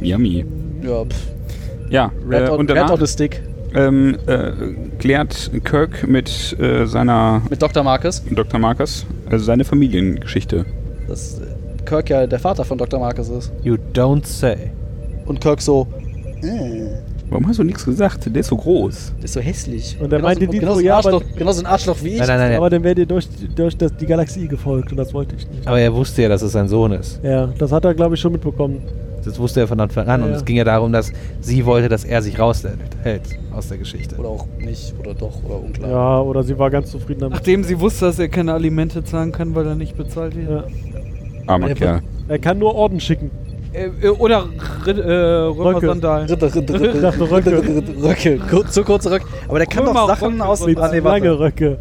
[SPEAKER 6] Yummy.
[SPEAKER 4] Ja, pff.
[SPEAKER 6] Ja,
[SPEAKER 4] Red,
[SPEAKER 6] äh,
[SPEAKER 4] on,
[SPEAKER 6] und
[SPEAKER 4] Red
[SPEAKER 6] danach
[SPEAKER 4] on a Stick
[SPEAKER 6] ähm, äh, klärt Kirk mit äh, seiner
[SPEAKER 4] mit Dr. Marcus.
[SPEAKER 6] Dr. Marcus äh, seine Familiengeschichte.
[SPEAKER 4] Das, äh, Kirk ja der Vater von Dr. Marcus ist.
[SPEAKER 5] You don't say.
[SPEAKER 4] Und Kirk so, äh,
[SPEAKER 6] Warum hast du nichts gesagt? Der ist so groß.
[SPEAKER 4] der ist so hässlich.
[SPEAKER 2] Und dann
[SPEAKER 4] Genauso-
[SPEAKER 2] meinte die
[SPEAKER 4] genauso
[SPEAKER 2] so,
[SPEAKER 4] ein
[SPEAKER 2] ja, aber-
[SPEAKER 4] Arschloch, genauso ein Arschloch wie ich.
[SPEAKER 5] Nein, nein, nein,
[SPEAKER 2] Aber
[SPEAKER 5] nein.
[SPEAKER 2] dann wäre dir durch, durch das, die Galaxie gefolgt und das wollte ich nicht.
[SPEAKER 5] Aber er wusste ja, dass es sein Sohn ist.
[SPEAKER 2] Ja, das hat er, glaube ich, schon mitbekommen.
[SPEAKER 5] Das wusste er von Anfang an.
[SPEAKER 2] Ja,
[SPEAKER 5] Und
[SPEAKER 2] ja.
[SPEAKER 5] es ging ja darum, dass sie wollte, dass er sich raushält hält aus der Geschichte.
[SPEAKER 4] Oder auch nicht, oder doch, oder unklar.
[SPEAKER 2] Ja, oder sie war ganz zufrieden damit.
[SPEAKER 1] Nachdem sie wusste, dass er keine Alimente zahlen kann, weil er nicht bezahlt wird.
[SPEAKER 2] Ja.
[SPEAKER 6] Armer
[SPEAKER 4] Der
[SPEAKER 6] Kerl.
[SPEAKER 2] Er kann nur Orden schicken.
[SPEAKER 1] Äh, äh, oder R äh,
[SPEAKER 2] Röcke.
[SPEAKER 1] Römer-Sandalen.
[SPEAKER 4] Ritter, Ritter, Ritter,
[SPEAKER 2] Dachte, Röcke.
[SPEAKER 4] Röcke, kur- zu kurze Röcke. Aber der kann
[SPEAKER 1] Krümmer
[SPEAKER 4] doch Sachen
[SPEAKER 1] Röcke
[SPEAKER 4] aus
[SPEAKER 1] sind
[SPEAKER 4] Ah, nee, warte.
[SPEAKER 2] Lange Röcke.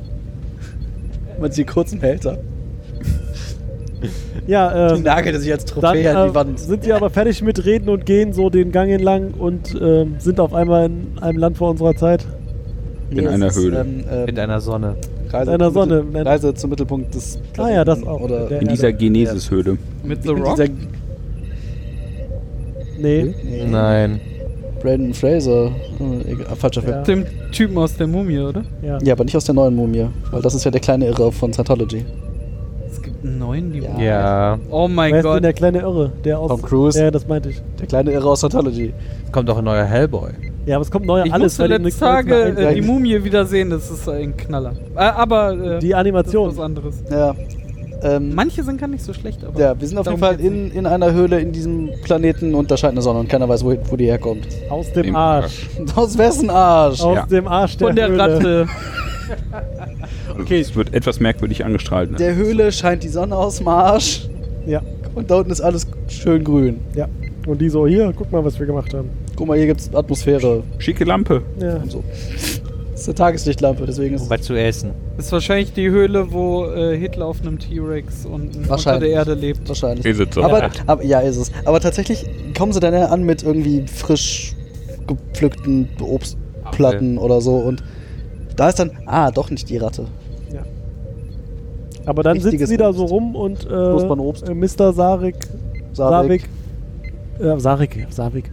[SPEAKER 4] Man sieht kurzen Behälter.
[SPEAKER 2] Ja,
[SPEAKER 4] Die
[SPEAKER 2] ähm,
[SPEAKER 4] nagelte sich als
[SPEAKER 2] dann
[SPEAKER 4] Trophäe an die
[SPEAKER 2] äh,
[SPEAKER 4] Wand.
[SPEAKER 2] sind sie aber fertig mit Reden und gehen so den Gang entlang und ähm, sind auf einmal in einem Land vor unserer Zeit.
[SPEAKER 6] in
[SPEAKER 4] es
[SPEAKER 6] einer
[SPEAKER 4] ist,
[SPEAKER 6] Höhle.
[SPEAKER 4] ähm, äh,
[SPEAKER 5] Mit einer Sonne.
[SPEAKER 4] Reise
[SPEAKER 2] einer
[SPEAKER 4] zum Mittel-
[SPEAKER 2] Sonne, nein.
[SPEAKER 4] Reise zum Mittelpunkt des
[SPEAKER 2] Ah ja, das auch.
[SPEAKER 4] Oder
[SPEAKER 2] Der-
[SPEAKER 6] In dieser Genesishöhle.
[SPEAKER 1] Mit The
[SPEAKER 4] in
[SPEAKER 1] Rock?
[SPEAKER 4] dieser,
[SPEAKER 2] Nee.
[SPEAKER 4] nee,
[SPEAKER 5] Nein.
[SPEAKER 4] Brandon Fraser. Äh, egal, falscher Film.
[SPEAKER 2] Ja.
[SPEAKER 1] Dem Typen aus der Mumie, oder?
[SPEAKER 2] Ja.
[SPEAKER 4] Ja, aber nicht aus der neuen Mumie, weil das ist ja der kleine Irre von Scientology.
[SPEAKER 1] Es gibt einen neuen, die
[SPEAKER 4] Ja.
[SPEAKER 5] Ja.
[SPEAKER 1] Oh mein
[SPEAKER 2] Wer ist denn
[SPEAKER 1] Gott.
[SPEAKER 2] der kleine Irre? Der aus
[SPEAKER 4] Tom Cruise.
[SPEAKER 2] Ja, das meinte ich.
[SPEAKER 4] Der kleine Irre aus Scientology.
[SPEAKER 5] Kommt auch ein neuer Hellboy.
[SPEAKER 2] Ja, aber es kommt neuer
[SPEAKER 1] Ich
[SPEAKER 2] alles,
[SPEAKER 1] musste
[SPEAKER 2] weil
[SPEAKER 1] letzte
[SPEAKER 2] ihm nichts Neues mehr
[SPEAKER 1] Tage äh, die
[SPEAKER 2] einfällt.
[SPEAKER 1] Mumie wieder sehen, das ist ein Knaller. Äh, aber äh,
[SPEAKER 2] Die Animation.
[SPEAKER 1] Das ist was anderes.
[SPEAKER 4] Ja. Ähm,
[SPEAKER 1] Manche sind gar nicht so schlecht, aber
[SPEAKER 4] ja, wir sind auf jeden
[SPEAKER 1] Darum
[SPEAKER 4] Fall in, in einer Höhle in diesem Planeten und da scheint eine Sonne und keiner weiß, wo, wo die herkommt.
[SPEAKER 2] Aus dem
[SPEAKER 6] Im
[SPEAKER 2] Arsch.
[SPEAKER 4] Aus wessen Arsch?
[SPEAKER 2] Aus
[SPEAKER 6] Ja.
[SPEAKER 2] dem Arsch der
[SPEAKER 1] von der
[SPEAKER 2] Höhle.
[SPEAKER 1] Ratte.
[SPEAKER 6] Okay. Es wird etwas merkwürdig angestrahlt. Ne?
[SPEAKER 4] Der Höhle scheint die Sonne aus dem Arsch
[SPEAKER 2] Ja,
[SPEAKER 4] und da unten ist alles schön grün.
[SPEAKER 2] ja. Und die so, hier, guck mal, was wir gemacht haben.
[SPEAKER 4] Guck mal, hier gibt's Atmosphäre
[SPEAKER 6] Schicke Lampe.
[SPEAKER 2] Ja.
[SPEAKER 4] und so. Das ist eine Tageslichtlampe, deswegen ist
[SPEAKER 5] Um
[SPEAKER 4] es
[SPEAKER 5] was zu essen.
[SPEAKER 1] ist wahrscheinlich die Höhle, wo äh, Hitler auf einem T-Rex unten unter
[SPEAKER 4] Wahrscheinlich.
[SPEAKER 1] der Erde lebt.
[SPEAKER 4] wahrscheinlich.
[SPEAKER 6] Ist es so.
[SPEAKER 4] Aber, aber ja, ist es. Aber tatsächlich kommen sie dann ja an mit irgendwie frisch gepflückten Obstplatten oder so und da ist dann, ah, doch nicht die Ratte.
[SPEAKER 2] Aber dann sitzen
[SPEAKER 4] Richtiges
[SPEAKER 2] sie da
[SPEAKER 4] Obst.
[SPEAKER 2] so rum und äh,
[SPEAKER 4] Knuspern Obst.
[SPEAKER 2] äh, Mr. Sarik, Savik,
[SPEAKER 4] Savik.
[SPEAKER 2] äh, Sarik, Savik,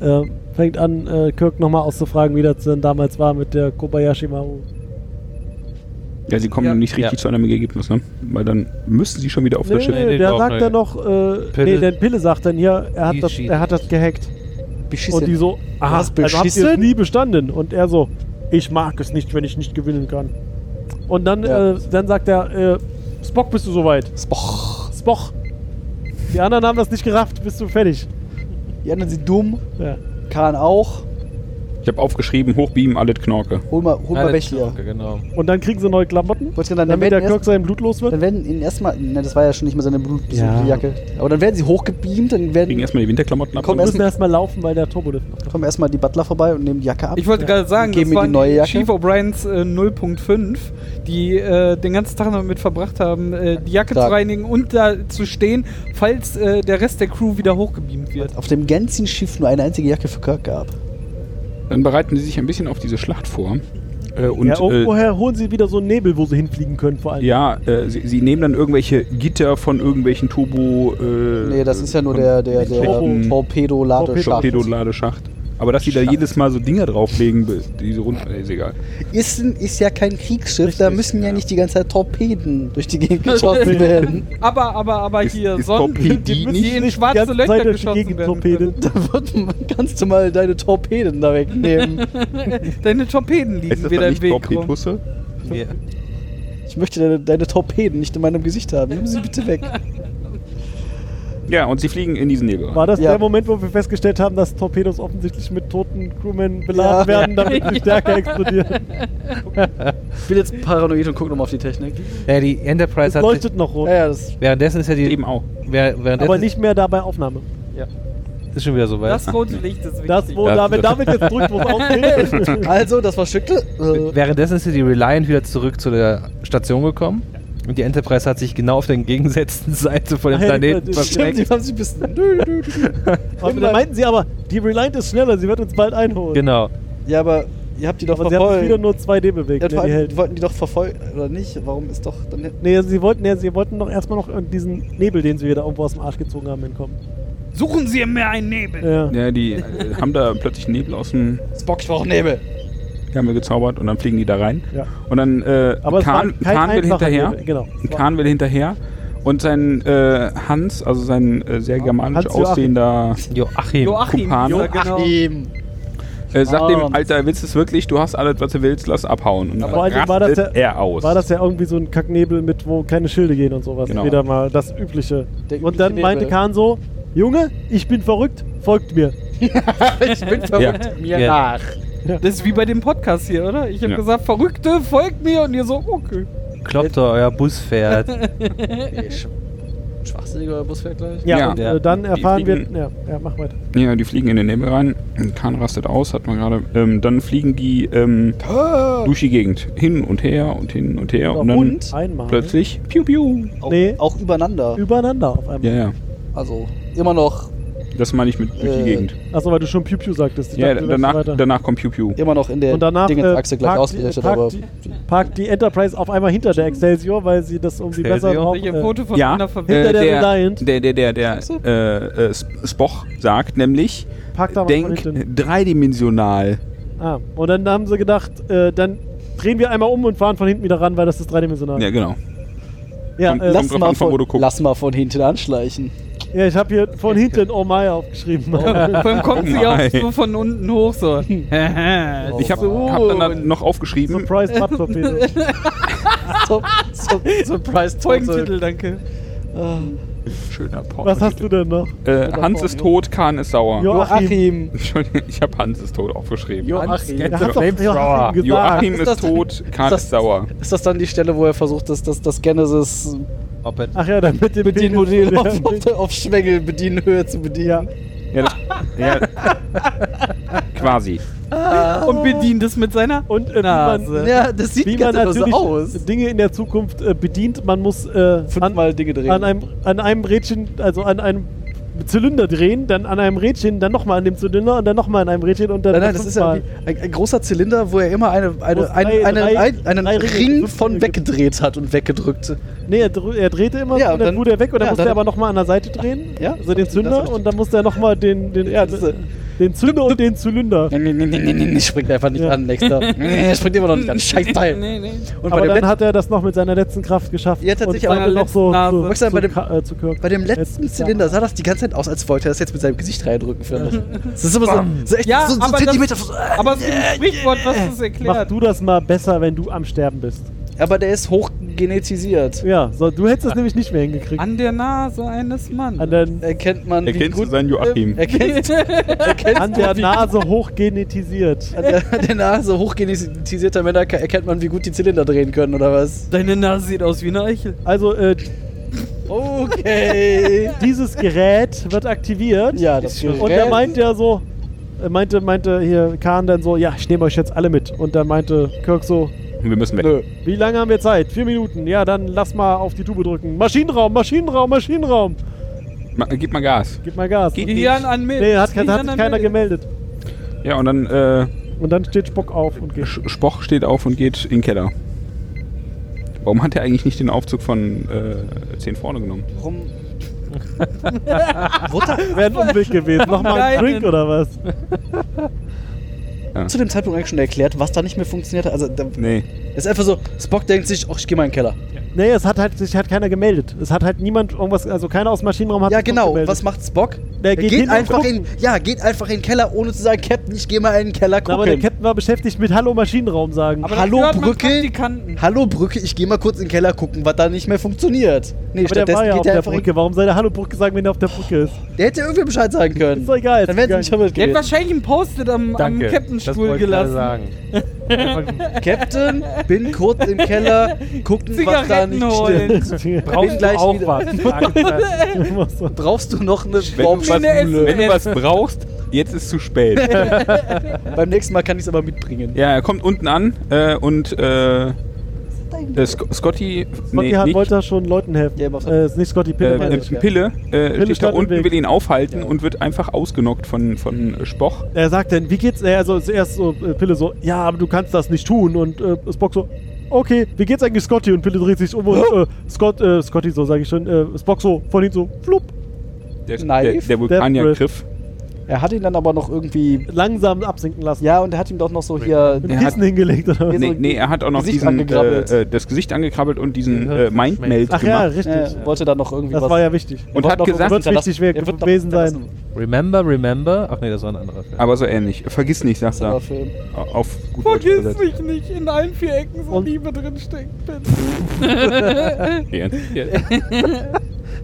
[SPEAKER 2] äh, fängt an, äh, Kirk nochmal auszufragen, wie das denn damals war mit der Kobayashi Maru.
[SPEAKER 6] Ja, sie kommen
[SPEAKER 1] Ja.
[SPEAKER 6] nicht richtig
[SPEAKER 5] Ja.
[SPEAKER 6] zu einem Ergebnis, ne? Weil dann müssen sie schon wieder auf das
[SPEAKER 2] Nee,
[SPEAKER 6] Schiff.
[SPEAKER 2] nee,
[SPEAKER 5] Nee,
[SPEAKER 2] der
[SPEAKER 5] doch,
[SPEAKER 2] sagt
[SPEAKER 5] nee.
[SPEAKER 2] dann noch, äh,
[SPEAKER 5] Pille.
[SPEAKER 2] nee, denn Pille sagt dann hier, er hat,
[SPEAKER 5] Die
[SPEAKER 2] das,
[SPEAKER 5] cheatet.
[SPEAKER 2] er hat das gehackt.
[SPEAKER 4] Beschissen.
[SPEAKER 2] Und die so, aha,
[SPEAKER 4] hast
[SPEAKER 2] also habt ihr es
[SPEAKER 4] beschissen?
[SPEAKER 2] nie bestanden. Und er so, ich mag es nicht, wenn ich nicht gewinnen kann. Und dann,
[SPEAKER 4] Ja.
[SPEAKER 2] äh, dann sagt er, äh, Spock, bist du soweit?
[SPEAKER 4] Spoch.
[SPEAKER 2] Spock. Die anderen haben das nicht gerafft, bist du fertig.
[SPEAKER 4] Die anderen sind dumm.
[SPEAKER 2] Ja.
[SPEAKER 4] Kahn auch.
[SPEAKER 6] Ich habe aufgeschrieben, hochbeamen, alles Knorke.
[SPEAKER 4] Hol mal,
[SPEAKER 1] Ah,
[SPEAKER 4] hol mal
[SPEAKER 5] Alles
[SPEAKER 4] weg hier.
[SPEAKER 5] Knorke, Genau.
[SPEAKER 2] Und dann kriegen sie neue Klamotten,
[SPEAKER 4] Wollte ich sagen, Dann
[SPEAKER 2] damit der
[SPEAKER 4] werden,
[SPEAKER 2] Kirk
[SPEAKER 4] erst,
[SPEAKER 2] sein Blut los wird.
[SPEAKER 4] dann werden ihn erstmal, ne, das war ja schon nicht mehr seine Blut
[SPEAKER 2] Ja.
[SPEAKER 4] Jacke. Aber dann werden sie hochgebeamt, dann werden,
[SPEAKER 6] Kriegen erstmal die Winterklamotten ab.
[SPEAKER 4] Komm,
[SPEAKER 2] Wir
[SPEAKER 6] und-
[SPEAKER 4] erst-
[SPEAKER 2] müssen erstmal laufen, weil der Turbolift noch
[SPEAKER 4] kommen erstmal die Butler vorbei und nehmen die Jacke ab.
[SPEAKER 1] Ich wollte gerade sagen,
[SPEAKER 4] Geben
[SPEAKER 1] das
[SPEAKER 4] mir die
[SPEAKER 1] waren
[SPEAKER 4] neue Jacke.
[SPEAKER 1] Chief O'Briens äh, 0.5, die äh, den ganzen Tag damit verbracht haben, äh, die Jacke
[SPEAKER 4] Stark.
[SPEAKER 1] zu reinigen und da zu stehen, falls äh, der Rest der Crew wieder hochgebeamt wird.
[SPEAKER 4] auf dem ganzen Schiff nur eine einzige Jacke für Kirk gab.
[SPEAKER 1] Äh,
[SPEAKER 6] Dann bereiten sie sich ein bisschen auf diese Schlacht vor. Äh, und
[SPEAKER 2] ja, oh,
[SPEAKER 6] äh,
[SPEAKER 2] irgendwoher holen sie wieder so einen Nebel, wo sie hinfliegen können, vor allem.
[SPEAKER 6] ja äh, sie, sie nehmen dann irgendwelche Gitter von irgendwelchen Turbo. Äh,
[SPEAKER 4] Nee, das ist ja nur der, der, der
[SPEAKER 2] Torpedo-
[SPEAKER 4] Torpedo-Ladeschacht.
[SPEAKER 6] Torpedoladeschacht. Aber dass sie da
[SPEAKER 4] Schacht.
[SPEAKER 6] jedes Mal so Dinger drauflegen, be- diese Runden, ist egal.
[SPEAKER 4] Ist, ein- ist ja kein Kriegsschiff, da
[SPEAKER 6] Richtig,
[SPEAKER 4] müssen ja,
[SPEAKER 6] ja.
[SPEAKER 4] nicht die ganze Zeit Torpeden durch die Gegend geschossen werden.
[SPEAKER 1] Aber, aber, aber
[SPEAKER 6] Ist-
[SPEAKER 1] hier,
[SPEAKER 6] ist
[SPEAKER 1] Sonnen,
[SPEAKER 6] Torpedi
[SPEAKER 1] die,
[SPEAKER 6] nicht-
[SPEAKER 1] die in
[SPEAKER 2] Nicht die
[SPEAKER 1] schwarze
[SPEAKER 2] ganze
[SPEAKER 1] Löcher
[SPEAKER 2] Zeit durch die
[SPEAKER 1] geschossen
[SPEAKER 2] Gegend
[SPEAKER 1] werden.
[SPEAKER 2] torpeden.
[SPEAKER 1] können.
[SPEAKER 4] Da wird, man- kannst du mal deine Torpeden da wegnehmen.
[SPEAKER 1] Deine Torpeden
[SPEAKER 6] Ist
[SPEAKER 1] liegen
[SPEAKER 6] das
[SPEAKER 1] wieder
[SPEAKER 6] dann
[SPEAKER 1] im
[SPEAKER 6] nicht
[SPEAKER 1] Weg rum.
[SPEAKER 6] Torpedusse?
[SPEAKER 5] Wir,
[SPEAKER 4] Ich möchte deine, deine Torpeden nicht in meinem Gesicht haben. Nimm sie bitte weg.
[SPEAKER 6] Ja, und sie fliegen in diesen Nebel. rein.
[SPEAKER 2] War das
[SPEAKER 4] Ja.
[SPEAKER 2] der Moment, wo wir festgestellt haben, dass Torpedos offensichtlich mit toten Crewmen beladen
[SPEAKER 4] Ja.
[SPEAKER 2] werden, damit sie stärker explodieren?
[SPEAKER 7] Ich bin jetzt paranoid und guck nochmal auf die Technik.
[SPEAKER 5] ja, die Enterprise
[SPEAKER 2] Es
[SPEAKER 5] hat sich,
[SPEAKER 2] leuchtet noch rot,
[SPEAKER 4] Ja, ja, das,
[SPEAKER 5] Währenddessen ist ja die.
[SPEAKER 6] Eben auch.
[SPEAKER 5] Wer, währenddessen
[SPEAKER 2] aber nicht mehr dabei Aufnahme.
[SPEAKER 5] ist schon wieder so weit.
[SPEAKER 1] Das rote Licht ist wichtig.
[SPEAKER 2] Das, wo
[SPEAKER 6] Ja.
[SPEAKER 2] David, David jetzt drückt, wo es ausgeht.
[SPEAKER 4] also, das war Schüttel. Äh,
[SPEAKER 5] Währenddessen ist ja die Reliant wieder zurück zu der Station gekommen. Und die Enterprise hat sich genau auf der entgegengesetzten Seite von dem
[SPEAKER 2] Nein,
[SPEAKER 5] Planeten
[SPEAKER 2] das ist-
[SPEAKER 4] stimmt, die
[SPEAKER 5] versteckt.
[SPEAKER 4] haben sich ein bisschen. Nö, nö, nö.
[SPEAKER 2] Aber Also, da meinten sie aber, die Reliant ist schneller, sie wird uns bald einholen.
[SPEAKER 5] Genau.
[SPEAKER 4] Ja, aber ihr habt die doch
[SPEAKER 2] Aber sie haben sich wieder
[SPEAKER 4] verfolgt.
[SPEAKER 2] nur 2D bewegt, ne,
[SPEAKER 4] Ja, vor
[SPEAKER 2] die
[SPEAKER 4] allem, die
[SPEAKER 2] Helden.
[SPEAKER 4] wollten die doch verfolgen. Oder nicht? Warum ist doch. Dann,
[SPEAKER 2] Nee, sie wollten, ja, sie wollten doch erstmal noch diesen Nebel, den sie wieder irgendwo aus dem Arsch gezogen haben, entkommen.
[SPEAKER 1] Suchen Sie mir einen Nebel.
[SPEAKER 2] Ja.
[SPEAKER 6] Ja, die äh, haben da plötzlich Nebel aus dem
[SPEAKER 4] Spock, ich brauche Nebel.
[SPEAKER 6] Ärmel gezaubert und dann fliegen die da rein.
[SPEAKER 2] Ja.
[SPEAKER 6] Und dann äh,
[SPEAKER 2] Aber es war
[SPEAKER 6] Kahn,
[SPEAKER 2] kein
[SPEAKER 6] Kahn will
[SPEAKER 2] einfacher
[SPEAKER 6] hinterher.
[SPEAKER 2] Nebel, genau.
[SPEAKER 6] Ein Kahn will hinterher Und sein äh, Hans, also sein äh, sehr germanisch
[SPEAKER 2] Hans Joachim.
[SPEAKER 6] aussehender
[SPEAKER 5] Joachim.
[SPEAKER 1] Joachim,
[SPEAKER 6] Kumpane.
[SPEAKER 1] ja, genau.
[SPEAKER 4] Eben.
[SPEAKER 6] äh, sagt
[SPEAKER 7] Ah.
[SPEAKER 6] dem, Alter, willst du es wirklich? Du hast alles, was du willst, lass abhauen. Und dann
[SPEAKER 2] Vor allen Dingen war das
[SPEAKER 6] rastet
[SPEAKER 2] ja-
[SPEAKER 6] er aus.
[SPEAKER 2] War das ja irgendwie so ein Kacknebel mit, wo keine Schilde gehen und sowas.
[SPEAKER 6] Genau.
[SPEAKER 2] Wieder mal das Übliche.
[SPEAKER 7] Der übliche
[SPEAKER 2] und dann meinte
[SPEAKER 7] Nebel.
[SPEAKER 2] Kahn so, Junge, ich bin verrückt, folgt mir.
[SPEAKER 7] Ich bin verrückt mir
[SPEAKER 5] Ja.
[SPEAKER 7] nach.
[SPEAKER 1] Das ist wie bei dem Podcast hier, oder? Ich habe
[SPEAKER 6] Ja.
[SPEAKER 1] gesagt, Verrückte, folgt mir und ihr so, okay.
[SPEAKER 5] Kloppt doch euer Buspferd.
[SPEAKER 7] Nee, sch Schwachsinniger Bus fährt gleich.
[SPEAKER 2] Ja,
[SPEAKER 6] Ja.
[SPEAKER 2] und
[SPEAKER 5] Ja.
[SPEAKER 2] Äh, dann erfahren wir...
[SPEAKER 6] fliegen-
[SPEAKER 2] Ja, ja, mach weiter.
[SPEAKER 6] Ja, die fliegen in den Nebel rein. Kahn rastet aus, hat man gerade. Ähm, dann fliegen die ähm, durch die Gegend. Hin und her und hin und her. Und dann
[SPEAKER 4] Und?
[SPEAKER 2] Einmal.
[SPEAKER 6] plötzlich. Piu, piu.
[SPEAKER 4] Auch,
[SPEAKER 2] Nee.
[SPEAKER 4] auch übereinander.
[SPEAKER 2] Übereinander auf einmal.
[SPEAKER 6] Ja, ja.
[SPEAKER 4] Also immer noch,
[SPEAKER 6] Das meine ich mit durch die
[SPEAKER 4] Äh,
[SPEAKER 6] Gegend.
[SPEAKER 2] Achso, weil du schon Piu Piu sagtest. Ich
[SPEAKER 6] Ja,
[SPEAKER 2] dachte, du wärst
[SPEAKER 6] danach,
[SPEAKER 2] weiter.
[SPEAKER 6] danach kommt piu, piu.
[SPEAKER 4] immer noch in der
[SPEAKER 2] und danach äh,
[SPEAKER 4] Dingensachse gleich
[SPEAKER 2] parkt, die,
[SPEAKER 4] ausgerichtet, aber
[SPEAKER 2] parkt, die, äh, parkt die Enterprise auf einmal hinter der Excelsior, weil sie das irgendwie besser
[SPEAKER 5] Excelsior?
[SPEAKER 2] braucht. äh,
[SPEAKER 1] Ich ein Foto von
[SPEAKER 6] Ja,
[SPEAKER 1] einer
[SPEAKER 2] Hinter
[SPEAKER 1] Verwirrung.
[SPEAKER 6] äh,
[SPEAKER 2] der
[SPEAKER 6] der,
[SPEAKER 2] Reliant.
[SPEAKER 6] der, der, der, der äh, äh, S- Spoch sagt nämlich,
[SPEAKER 2] Parkt da mal von
[SPEAKER 6] denk
[SPEAKER 2] hinten.
[SPEAKER 6] dreidimensional.
[SPEAKER 2] Ah, und dann haben sie gedacht, äh, dann drehen wir einmal um und fahren von hinten wieder ran, weil das ist dreidimensional.
[SPEAKER 6] Ja, genau.
[SPEAKER 2] Ja,
[SPEAKER 6] Und
[SPEAKER 2] äh,
[SPEAKER 6] Kommt
[SPEAKER 4] lass
[SPEAKER 6] drauf
[SPEAKER 4] mal,
[SPEAKER 6] an, von wo
[SPEAKER 4] von,
[SPEAKER 6] du guckst.
[SPEAKER 4] lass mal von hinten anschleichen.
[SPEAKER 2] ja ich habe hier von hinten Oh my aufgeschrieben.
[SPEAKER 1] Vor allem kommt sie auch
[SPEAKER 6] Nein.
[SPEAKER 1] so von unten hoch, so.
[SPEAKER 4] Oh
[SPEAKER 6] Ich habe
[SPEAKER 4] Mann.
[SPEAKER 6] hab dann da noch aufgeschrieben,
[SPEAKER 2] Surprise Papptorpedo.
[SPEAKER 4] So, so,
[SPEAKER 7] Surprise Folgentitel.
[SPEAKER 1] Folgentitel, danke.
[SPEAKER 4] ah.
[SPEAKER 6] schöner Porn.
[SPEAKER 2] Was hast du denn noch?
[SPEAKER 6] Äh, Hans ist tot, Kahn ist sauer.
[SPEAKER 4] Joachim.
[SPEAKER 6] Entschuldigung, ich habe Hans ist tot aufgeschrieben.
[SPEAKER 7] Joachim.
[SPEAKER 2] Er hat doch Joachim gesagt.
[SPEAKER 6] Joachim
[SPEAKER 4] Ist
[SPEAKER 6] ist,
[SPEAKER 4] das-
[SPEAKER 6] tot, Kahn
[SPEAKER 4] ist
[SPEAKER 6] ist,
[SPEAKER 4] das-
[SPEAKER 6] sauer.
[SPEAKER 4] Ist das dann die Stelle, wo er versucht, das, das, das Genesis
[SPEAKER 5] Moped.
[SPEAKER 2] Ach ja, dann mit dem
[SPEAKER 4] Bedienmodell
[SPEAKER 2] Penis-
[SPEAKER 4] auf, auf, der- auf Schwengelbedienhöhe zu bedienen.
[SPEAKER 6] Ja, das, ja, quasi.
[SPEAKER 1] Und bedient es mit seiner
[SPEAKER 2] Und äh, wie
[SPEAKER 1] Nase.
[SPEAKER 2] man,
[SPEAKER 7] Ja, das sieht
[SPEAKER 2] wie man
[SPEAKER 7] ganz anders
[SPEAKER 2] natürlich
[SPEAKER 7] aus.
[SPEAKER 2] Dinge in der Zukunft äh, bedient, man muss äh, an,
[SPEAKER 4] Fünfmal Dinge drehen.
[SPEAKER 2] an einem, an einem Rädchen, also an einem Zylinder drehen, dann an einem Rädchen, dann nochmal an dem Zylinder und dann nochmal an einem Rädchen und dann
[SPEAKER 4] Nein, nein, das ist ja
[SPEAKER 2] fünfmal.
[SPEAKER 4] irgendwie ein, ein großer Zylinder, wo er immer eine, eine,
[SPEAKER 2] Wo es
[SPEAKER 4] eine,
[SPEAKER 2] drei-
[SPEAKER 4] eine,
[SPEAKER 2] drei-
[SPEAKER 4] ein, einen
[SPEAKER 2] drei Ringe
[SPEAKER 4] Ring
[SPEAKER 2] gibt.
[SPEAKER 4] von weggedreht hat und weggedrückt.
[SPEAKER 2] Nee, er, drü- er drehte immer
[SPEAKER 4] Ja,
[SPEAKER 2] so
[SPEAKER 4] und
[SPEAKER 2] und dann
[SPEAKER 4] dann-
[SPEAKER 2] fuhr der weg und dann
[SPEAKER 4] ja,
[SPEAKER 2] musste
[SPEAKER 4] dann-
[SPEAKER 2] er aber nochmal an der Seite drehen,
[SPEAKER 4] Ja,
[SPEAKER 2] also den
[SPEAKER 4] das- das
[SPEAKER 2] Zünder
[SPEAKER 4] ist
[SPEAKER 2] und dann musste er nochmal den, den,
[SPEAKER 4] Ja, das ist-
[SPEAKER 2] den Zünder und den Zylinder.
[SPEAKER 4] Nee, nee, nee, nee, nee, nee, nee, springt einfach nicht
[SPEAKER 2] Ja.
[SPEAKER 4] an, nächster. Nee, nee, nee, springt immer noch nicht an. Scheiß Teil.
[SPEAKER 1] Nee, nee.
[SPEAKER 4] Und bei
[SPEAKER 2] aber
[SPEAKER 4] dem,
[SPEAKER 2] dann
[SPEAKER 4] Let-
[SPEAKER 2] hat er das noch mit seiner letzten Kraft geschafft.
[SPEAKER 4] Jetzt hat
[SPEAKER 2] und
[SPEAKER 4] sich aber
[SPEAKER 2] meinte
[SPEAKER 1] der
[SPEAKER 2] noch so
[SPEAKER 1] letzten
[SPEAKER 2] zu,
[SPEAKER 1] Nase-
[SPEAKER 2] zu,
[SPEAKER 4] Bei dem-
[SPEAKER 2] Ka- äh, zu Kirk.
[SPEAKER 4] bei dem letzten
[SPEAKER 2] Letzten
[SPEAKER 4] Zylinder sah das die ganze Zeit aus, als wollte er das jetzt mit seinem Gesicht reindrücken. Für das ist immer so, so echt
[SPEAKER 1] Ja,
[SPEAKER 4] so, so
[SPEAKER 1] aber das-
[SPEAKER 4] Zentimeter. so, äh,
[SPEAKER 1] Aber es gibt ein Sprichwort, was das
[SPEAKER 2] Mach
[SPEAKER 1] erklärt.
[SPEAKER 2] du das mal besser, wenn du am Sterben bist.
[SPEAKER 4] aber der ist hochgenetisiert.
[SPEAKER 2] Ja, so, du hättest das nämlich nicht mehr hingekriegt.
[SPEAKER 1] An der Nase eines Mannes.
[SPEAKER 2] An der,
[SPEAKER 4] Erkennt man. wie
[SPEAKER 6] Erkennst du
[SPEAKER 4] gut- Äh,
[SPEAKER 6] seinen Joachim?
[SPEAKER 4] Erkennt, erkennt
[SPEAKER 2] an der Nase hochgenetisiert.
[SPEAKER 4] An der, der Nase hochgenetisierter Männer ka- erkennt man, wie gut die Zylinder drehen können, oder was?
[SPEAKER 1] Deine Nase sieht aus wie eine Eichel.
[SPEAKER 2] Also, äh,
[SPEAKER 4] Okay.
[SPEAKER 2] dieses Gerät wird aktiviert.
[SPEAKER 4] Ja, das Gerät.
[SPEAKER 2] Und er meint ja so, er meinte, meinte hier Kahn dann so, ja, ich nehme euch jetzt alle mit. Und dann meinte Kirk so,
[SPEAKER 6] Wir müssen weg.
[SPEAKER 4] Nö.
[SPEAKER 2] wie lange haben wir Zeit? Vier Minuten. Ja, dann lass mal auf die Tube drücken. Maschinenraum, Maschinenraum, Maschinenraum.
[SPEAKER 6] Ma, gib mal Gas.
[SPEAKER 2] Gib mal Gas.
[SPEAKER 1] Geht Gehirn an Milch.
[SPEAKER 2] Nee, hat,
[SPEAKER 1] Gehirn
[SPEAKER 2] hat sich
[SPEAKER 1] an
[SPEAKER 2] keiner
[SPEAKER 1] Milch.
[SPEAKER 2] gemeldet.
[SPEAKER 6] Ja, und dann äh,
[SPEAKER 2] Und dann steht Spock auf und geht.
[SPEAKER 6] Sch- Spoch steht auf und geht in den Keller. Warum hat er eigentlich nicht den Aufzug von äh, 10 vorne genommen?
[SPEAKER 4] Warum?
[SPEAKER 2] Wäre ein Umweg gewesen. Nochmal ein
[SPEAKER 1] Nein.
[SPEAKER 2] Drink oder was?
[SPEAKER 4] Zu dem Zeitpunkt eigentlich schon erklärt, was da nicht mehr funktioniert hat. Also, da,
[SPEAKER 6] Nee.
[SPEAKER 4] ist einfach so, Spock denkt sich, ach, ich geh mal in den Keller.
[SPEAKER 2] Nee, es hat halt sich hat keiner gemeldet. Es hat halt niemand irgendwas, also keiner aus dem Maschinenraum hat
[SPEAKER 4] ja,
[SPEAKER 2] sich
[SPEAKER 4] genau.
[SPEAKER 2] gemeldet.
[SPEAKER 4] Was macht Spock?
[SPEAKER 2] Der
[SPEAKER 4] Er
[SPEAKER 2] geht hin und
[SPEAKER 4] einfach in,
[SPEAKER 2] guckt.
[SPEAKER 4] ja, geht einfach in den Keller, ohne zu sagen, Captain, ich geh mal in den Keller
[SPEAKER 2] Na, Aber der
[SPEAKER 4] gucken.
[SPEAKER 2] Captain war beschäftigt mit Hallo Maschinenraum sagen.
[SPEAKER 1] Aber
[SPEAKER 4] Hallo,
[SPEAKER 1] dafür hat man
[SPEAKER 4] Brücke.
[SPEAKER 1] Praktikanten.
[SPEAKER 4] Hallo Brücke, ich geh mal kurz in den Keller gucken, was da nicht mehr funktioniert.
[SPEAKER 2] Aber
[SPEAKER 4] Nee,
[SPEAKER 2] der war
[SPEAKER 4] stattdessen
[SPEAKER 2] ja auf
[SPEAKER 4] geht er
[SPEAKER 2] der
[SPEAKER 4] einfach in
[SPEAKER 2] Brücke. Warum soll der Hallo Brücke sagen, wenn er auf der Brücke ist?
[SPEAKER 4] Der hätte irgendwie Bescheid sagen können.
[SPEAKER 2] Ist doch egal,
[SPEAKER 4] Dann
[SPEAKER 2] ist
[SPEAKER 4] wären sie
[SPEAKER 2] egal.
[SPEAKER 4] nicht verwirrt
[SPEAKER 1] Der hat
[SPEAKER 4] gewesen.
[SPEAKER 1] wahrscheinlich einen Post-it am, am
[SPEAKER 5] Danke.
[SPEAKER 1] Captain-Stuhl gelassen.
[SPEAKER 5] sagen.
[SPEAKER 4] Captain, bin kurz im Keller, gucken, was da
[SPEAKER 1] Zigaretten
[SPEAKER 4] nicht
[SPEAKER 1] holen.
[SPEAKER 4] stimmt.
[SPEAKER 5] Brauchst du
[SPEAKER 4] gleich
[SPEAKER 5] auch
[SPEAKER 4] wieder-
[SPEAKER 5] was?
[SPEAKER 4] Brauchst du noch eine
[SPEAKER 6] Wenn du, was,
[SPEAKER 4] Baumschule?
[SPEAKER 1] Schule.
[SPEAKER 6] wenn du was brauchst, jetzt ist zu spät.
[SPEAKER 4] Beim nächsten Mal kann ich es aber mitbringen.
[SPEAKER 6] Ja, er kommt unten an äh, und äh, äh, Sc Scotty,
[SPEAKER 2] Scotty
[SPEAKER 6] nee,
[SPEAKER 2] hat,
[SPEAKER 6] nicht,
[SPEAKER 2] wollte schon Leuten helfen.
[SPEAKER 4] Ja,
[SPEAKER 2] Ja,
[SPEAKER 4] aber was-
[SPEAKER 2] äh, ist nicht Scotty Pille.
[SPEAKER 6] äh,
[SPEAKER 2] meine
[SPEAKER 6] äh,
[SPEAKER 2] ich.
[SPEAKER 6] Pille, äh, steht da
[SPEAKER 2] stand im
[SPEAKER 6] unten,
[SPEAKER 2] Weg.
[SPEAKER 6] will ihn aufhalten und wird einfach ausgenockt von, von äh, Spoch.
[SPEAKER 2] er sagt dann, wie geht's? Er also zuerst so äh, Pille so, ja, aber du kannst das nicht tun und äh, Spock so, okay, wie geht's eigentlich Scotty? Und Pille dreht sich um und äh, Scott, äh, Scotty so sage ich schon, äh, Spock so von ihm so, flupp.
[SPEAKER 6] Der, der,
[SPEAKER 4] Knife?
[SPEAKER 6] der Vulkanier
[SPEAKER 2] Death
[SPEAKER 6] griff.
[SPEAKER 4] Er hat ihn dann aber noch irgendwie.
[SPEAKER 2] Langsam absinken lassen.
[SPEAKER 4] Ja, und er hat ihm doch noch so hier.
[SPEAKER 2] Mit dem
[SPEAKER 6] Er hat-
[SPEAKER 2] Kissen hingelegt oder was?
[SPEAKER 4] Nee,
[SPEAKER 6] Nee,
[SPEAKER 4] so
[SPEAKER 6] nee, er hat auch noch
[SPEAKER 4] Gesicht
[SPEAKER 6] diesen,
[SPEAKER 4] angekrabbelt.
[SPEAKER 6] äh, äh, das Gesicht angekrabbelt und diesen
[SPEAKER 5] Ja,
[SPEAKER 6] äh, Mindmeld
[SPEAKER 2] Ach
[SPEAKER 6] gemacht.
[SPEAKER 2] ja, richtig.
[SPEAKER 4] Äh, wollte da noch irgendwie
[SPEAKER 2] Das
[SPEAKER 4] was.
[SPEAKER 2] war ja wichtig.
[SPEAKER 6] Und
[SPEAKER 4] Er
[SPEAKER 6] hat
[SPEAKER 4] wollte noch
[SPEAKER 6] gesagt-
[SPEAKER 2] Wird
[SPEAKER 4] irgendwas
[SPEAKER 2] wichtig
[SPEAKER 4] hinterlassen. Er wird noch
[SPEAKER 2] gewesen sein.
[SPEAKER 4] hinterlassen.
[SPEAKER 5] Remember, remember. Ach nee, das war ein anderer Film.
[SPEAKER 6] Aber so ähnlich. Vergiss nicht, sagt
[SPEAKER 4] Das war
[SPEAKER 6] er.
[SPEAKER 4] ein Film.
[SPEAKER 6] Auf gut Deutsch
[SPEAKER 1] Vergiss
[SPEAKER 6] übersetzt.
[SPEAKER 1] mich nicht, in allen vier Ecken so
[SPEAKER 2] Und-
[SPEAKER 1] Liebe drin steckt. bitte.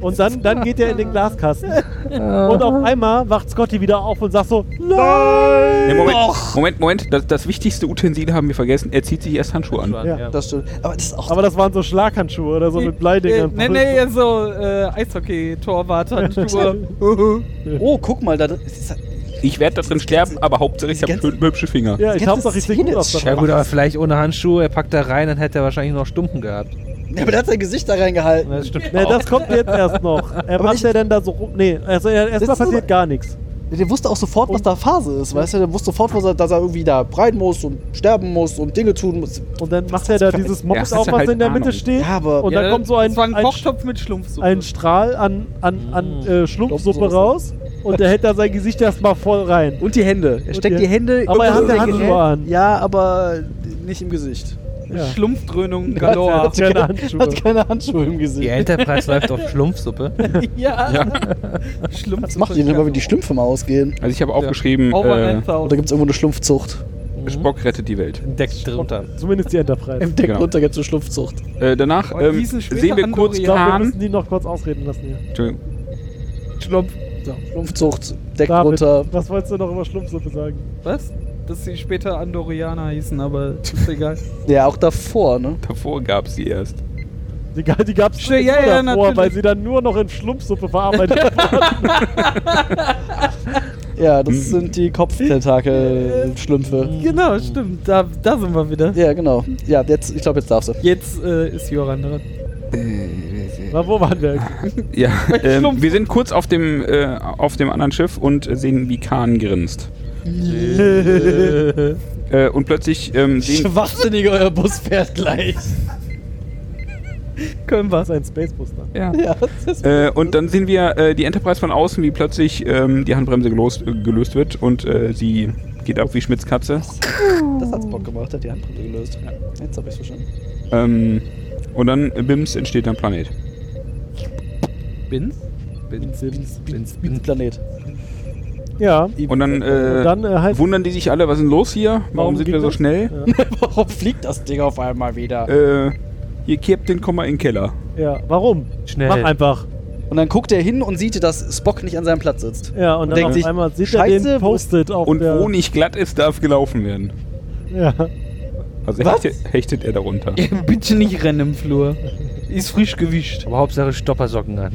[SPEAKER 2] Und dann, dann geht er in den Glaskasten. und auf einmal wacht Scotty wieder auf und sagt so:
[SPEAKER 6] Nee,
[SPEAKER 2] Nein!
[SPEAKER 6] Moment, Moment, Moment. Das, das wichtigste Utensil haben wir vergessen. Er zieht sich erst Handschuhe an.
[SPEAKER 2] Ja.
[SPEAKER 5] Ja.
[SPEAKER 4] Das stimmt. Aber das ist auch.
[SPEAKER 2] Aber das waren so Schlaghandschuhe oder so mit
[SPEAKER 1] Äh,
[SPEAKER 2] Bleidingern.
[SPEAKER 1] nee, nee, so äh, Eishockey-Torwarthandschuhe.
[SPEAKER 4] oh, guck mal, da. Das ist,
[SPEAKER 6] Ich werde da drin sterben, aber hauptsächlich habe ich hab schön- hübsche Finger.
[SPEAKER 2] Ja,
[SPEAKER 4] Die
[SPEAKER 2] ich
[SPEAKER 4] ganze
[SPEAKER 2] hauptsache ich sehe gut
[SPEAKER 4] Szene
[SPEAKER 2] aus.
[SPEAKER 4] ist
[SPEAKER 5] Ja
[SPEAKER 2] dabei.
[SPEAKER 5] gut, aber vielleicht ohne Handschuhe, er packt da rein, dann hätte er wahrscheinlich noch Stumpen gehabt.
[SPEAKER 4] ja, aber der hat sein Gesicht da reingehalten.
[SPEAKER 5] Das stimmt
[SPEAKER 2] Nee,
[SPEAKER 5] auch.
[SPEAKER 2] das kommt jetzt erst noch. Er
[SPEAKER 4] oh. Aber
[SPEAKER 2] macht
[SPEAKER 4] ich-
[SPEAKER 2] ja dann da so rum. Nee, also er- erstmal
[SPEAKER 4] Das ist
[SPEAKER 2] passiert
[SPEAKER 4] so-
[SPEAKER 2] gar nichts.
[SPEAKER 4] Der wusste auch sofort, was da Phase ist, weißt du? Der wusste sofort, was er, dass er irgendwie da rein muss und sterben muss und Dinge tun muss.
[SPEAKER 2] Und dann macht er da dieses Mops
[SPEAKER 6] Ja, das
[SPEAKER 2] auf,
[SPEAKER 6] ist
[SPEAKER 2] was
[SPEAKER 6] halt
[SPEAKER 2] in der Mitte
[SPEAKER 6] Ahnung.
[SPEAKER 2] steht.
[SPEAKER 4] Ja, aber-
[SPEAKER 2] und dann kommt so ein,
[SPEAKER 1] Das war ein
[SPEAKER 2] ein,
[SPEAKER 1] Kochtopf mit Schlumpfsuppe.
[SPEAKER 2] ein Strahl an, an, an
[SPEAKER 4] Mhm.
[SPEAKER 2] äh, Schlumpfsuppe
[SPEAKER 4] Schlumpfsoße.
[SPEAKER 2] raus. Und er hält da sein Gesicht erstmal voll rein.
[SPEAKER 4] Und die Hände. Er steckt
[SPEAKER 2] die-
[SPEAKER 4] die Hände
[SPEAKER 2] Aber er
[SPEAKER 4] in
[SPEAKER 2] hat ja
[SPEAKER 4] das Gerät.
[SPEAKER 2] Handschuhe an.
[SPEAKER 4] Ja, aber nicht im Gesicht.
[SPEAKER 2] Ja.
[SPEAKER 1] Schlumpfdröhnung
[SPEAKER 4] Er
[SPEAKER 1] galore.
[SPEAKER 4] hat
[SPEAKER 2] Keine
[SPEAKER 4] keine
[SPEAKER 2] Handschuhe.
[SPEAKER 4] Handschuhe. Hat keine Handschuhe im Gesicht.
[SPEAKER 5] Die Enterprise läuft auf Schlumpfsuppe.
[SPEAKER 1] ja. Schlumpfsuppe.
[SPEAKER 4] Was macht ihr denn immer, wenn die Schlümpfe mal ausgehen?
[SPEAKER 6] Also ich habe aufgeschrieben, äh,
[SPEAKER 4] Oder gibt es irgendwo eine Schlumpfzucht?
[SPEAKER 6] Spock rettet die Welt.
[SPEAKER 5] Deckt drunter.
[SPEAKER 2] Zumindest die Enterprise.
[SPEAKER 4] Im Deck
[SPEAKER 6] Genau.
[SPEAKER 4] runter gibt es eine Schlumpfzucht.
[SPEAKER 6] Äh, danach
[SPEAKER 1] Oh, die
[SPEAKER 6] ähm,
[SPEAKER 1] hießen später
[SPEAKER 6] sehen wir kurz
[SPEAKER 2] Ich glaube, wir
[SPEAKER 6] Kahn.
[SPEAKER 2] müssen die noch kurz ausreden lassen hier.
[SPEAKER 6] Entschuldigung.
[SPEAKER 1] Schlumpf.
[SPEAKER 4] So, Schlumpfzucht, Deck
[SPEAKER 2] David,
[SPEAKER 4] runter.
[SPEAKER 2] was wolltest du noch über Schlumpfsuppe sagen?
[SPEAKER 1] Was? Dass sie später Andorianer hießen, aber ist egal.
[SPEAKER 4] Ja, auch davor, ne?
[SPEAKER 6] Davor gab es die erst.
[SPEAKER 2] Die, ga- die gab es
[SPEAKER 1] Ja, ja, ja, natürlich.
[SPEAKER 2] weil sie dann nur noch in Schlumpfsuppe verarbeitet wurde.
[SPEAKER 4] Ja,
[SPEAKER 2] Mhm.
[SPEAKER 4] das sind die Kopftentakel-Schlümpfe.
[SPEAKER 1] Genau, stimmt. Da, da sind wir wieder.
[SPEAKER 4] Ja, genau. Ja, jetzt, ich glaube, jetzt darfst du.
[SPEAKER 1] Jetzt äh, ist Joran dran.
[SPEAKER 2] Na, wo waren wir?
[SPEAKER 6] Ja, ähm,
[SPEAKER 1] Schlumpf.
[SPEAKER 6] wir sind kurz auf dem, äh, auf dem anderen Schiff und sehen, wie Kahn grinst. äh, und plötzlich ähm, sehen
[SPEAKER 4] Schwachsinniger, euer Bus fährt gleich.
[SPEAKER 1] Können
[SPEAKER 2] Das
[SPEAKER 1] wir.
[SPEAKER 2] ist ein Spacebuster.
[SPEAKER 6] ja.
[SPEAKER 4] Ja, das ist
[SPEAKER 6] Äh, und dann sehen wir äh, die Enterprise von außen, wie plötzlich ähm, die Handbremse gelost, äh, gelöst wird und äh, sie geht ab wie Schmitzkatze.
[SPEAKER 4] Das hat's Bock gemacht, hat die Handbremse gelöst. Jetzt hab ich's verstanden.
[SPEAKER 6] Ähm, und dann äh, Bims entsteht ein Planet.
[SPEAKER 5] Bins? Bins, Bins, Bins, Bins.
[SPEAKER 4] Planet.
[SPEAKER 2] Ja.
[SPEAKER 6] Und dann, äh,
[SPEAKER 2] Und dann, äh, halt-
[SPEAKER 6] wundern die sich alle, was ist denn los hier? Warum,
[SPEAKER 2] Warum
[SPEAKER 6] sind
[SPEAKER 2] ging
[SPEAKER 6] wir so
[SPEAKER 2] das?
[SPEAKER 6] schnell?
[SPEAKER 4] Warum fliegt das Ding auf einmal wieder?
[SPEAKER 6] Äh, hier kippt den Komma in den Keller.
[SPEAKER 2] Ja, warum?
[SPEAKER 5] Schnell.
[SPEAKER 2] Mach einfach.
[SPEAKER 4] Und dann guckt er hin und sieht, dass Spock nicht an seinem Platz sitzt.
[SPEAKER 2] Ja, und dann
[SPEAKER 4] Denkt
[SPEAKER 2] auf
[SPEAKER 4] sich,
[SPEAKER 2] einmal sieht er
[SPEAKER 4] Scheiße,
[SPEAKER 2] den
[SPEAKER 4] wo-
[SPEAKER 2] Post-it auf
[SPEAKER 6] Und
[SPEAKER 2] der...
[SPEAKER 6] wo nicht glatt ist, darf gelaufen werden.
[SPEAKER 2] Ja.
[SPEAKER 6] Also
[SPEAKER 4] Was?
[SPEAKER 6] hechtet, hechtet er darunter.
[SPEAKER 1] Bitte nicht rennen im Flur. Ist frisch gewischt.
[SPEAKER 5] Aber Hauptsache Stoppersocken an.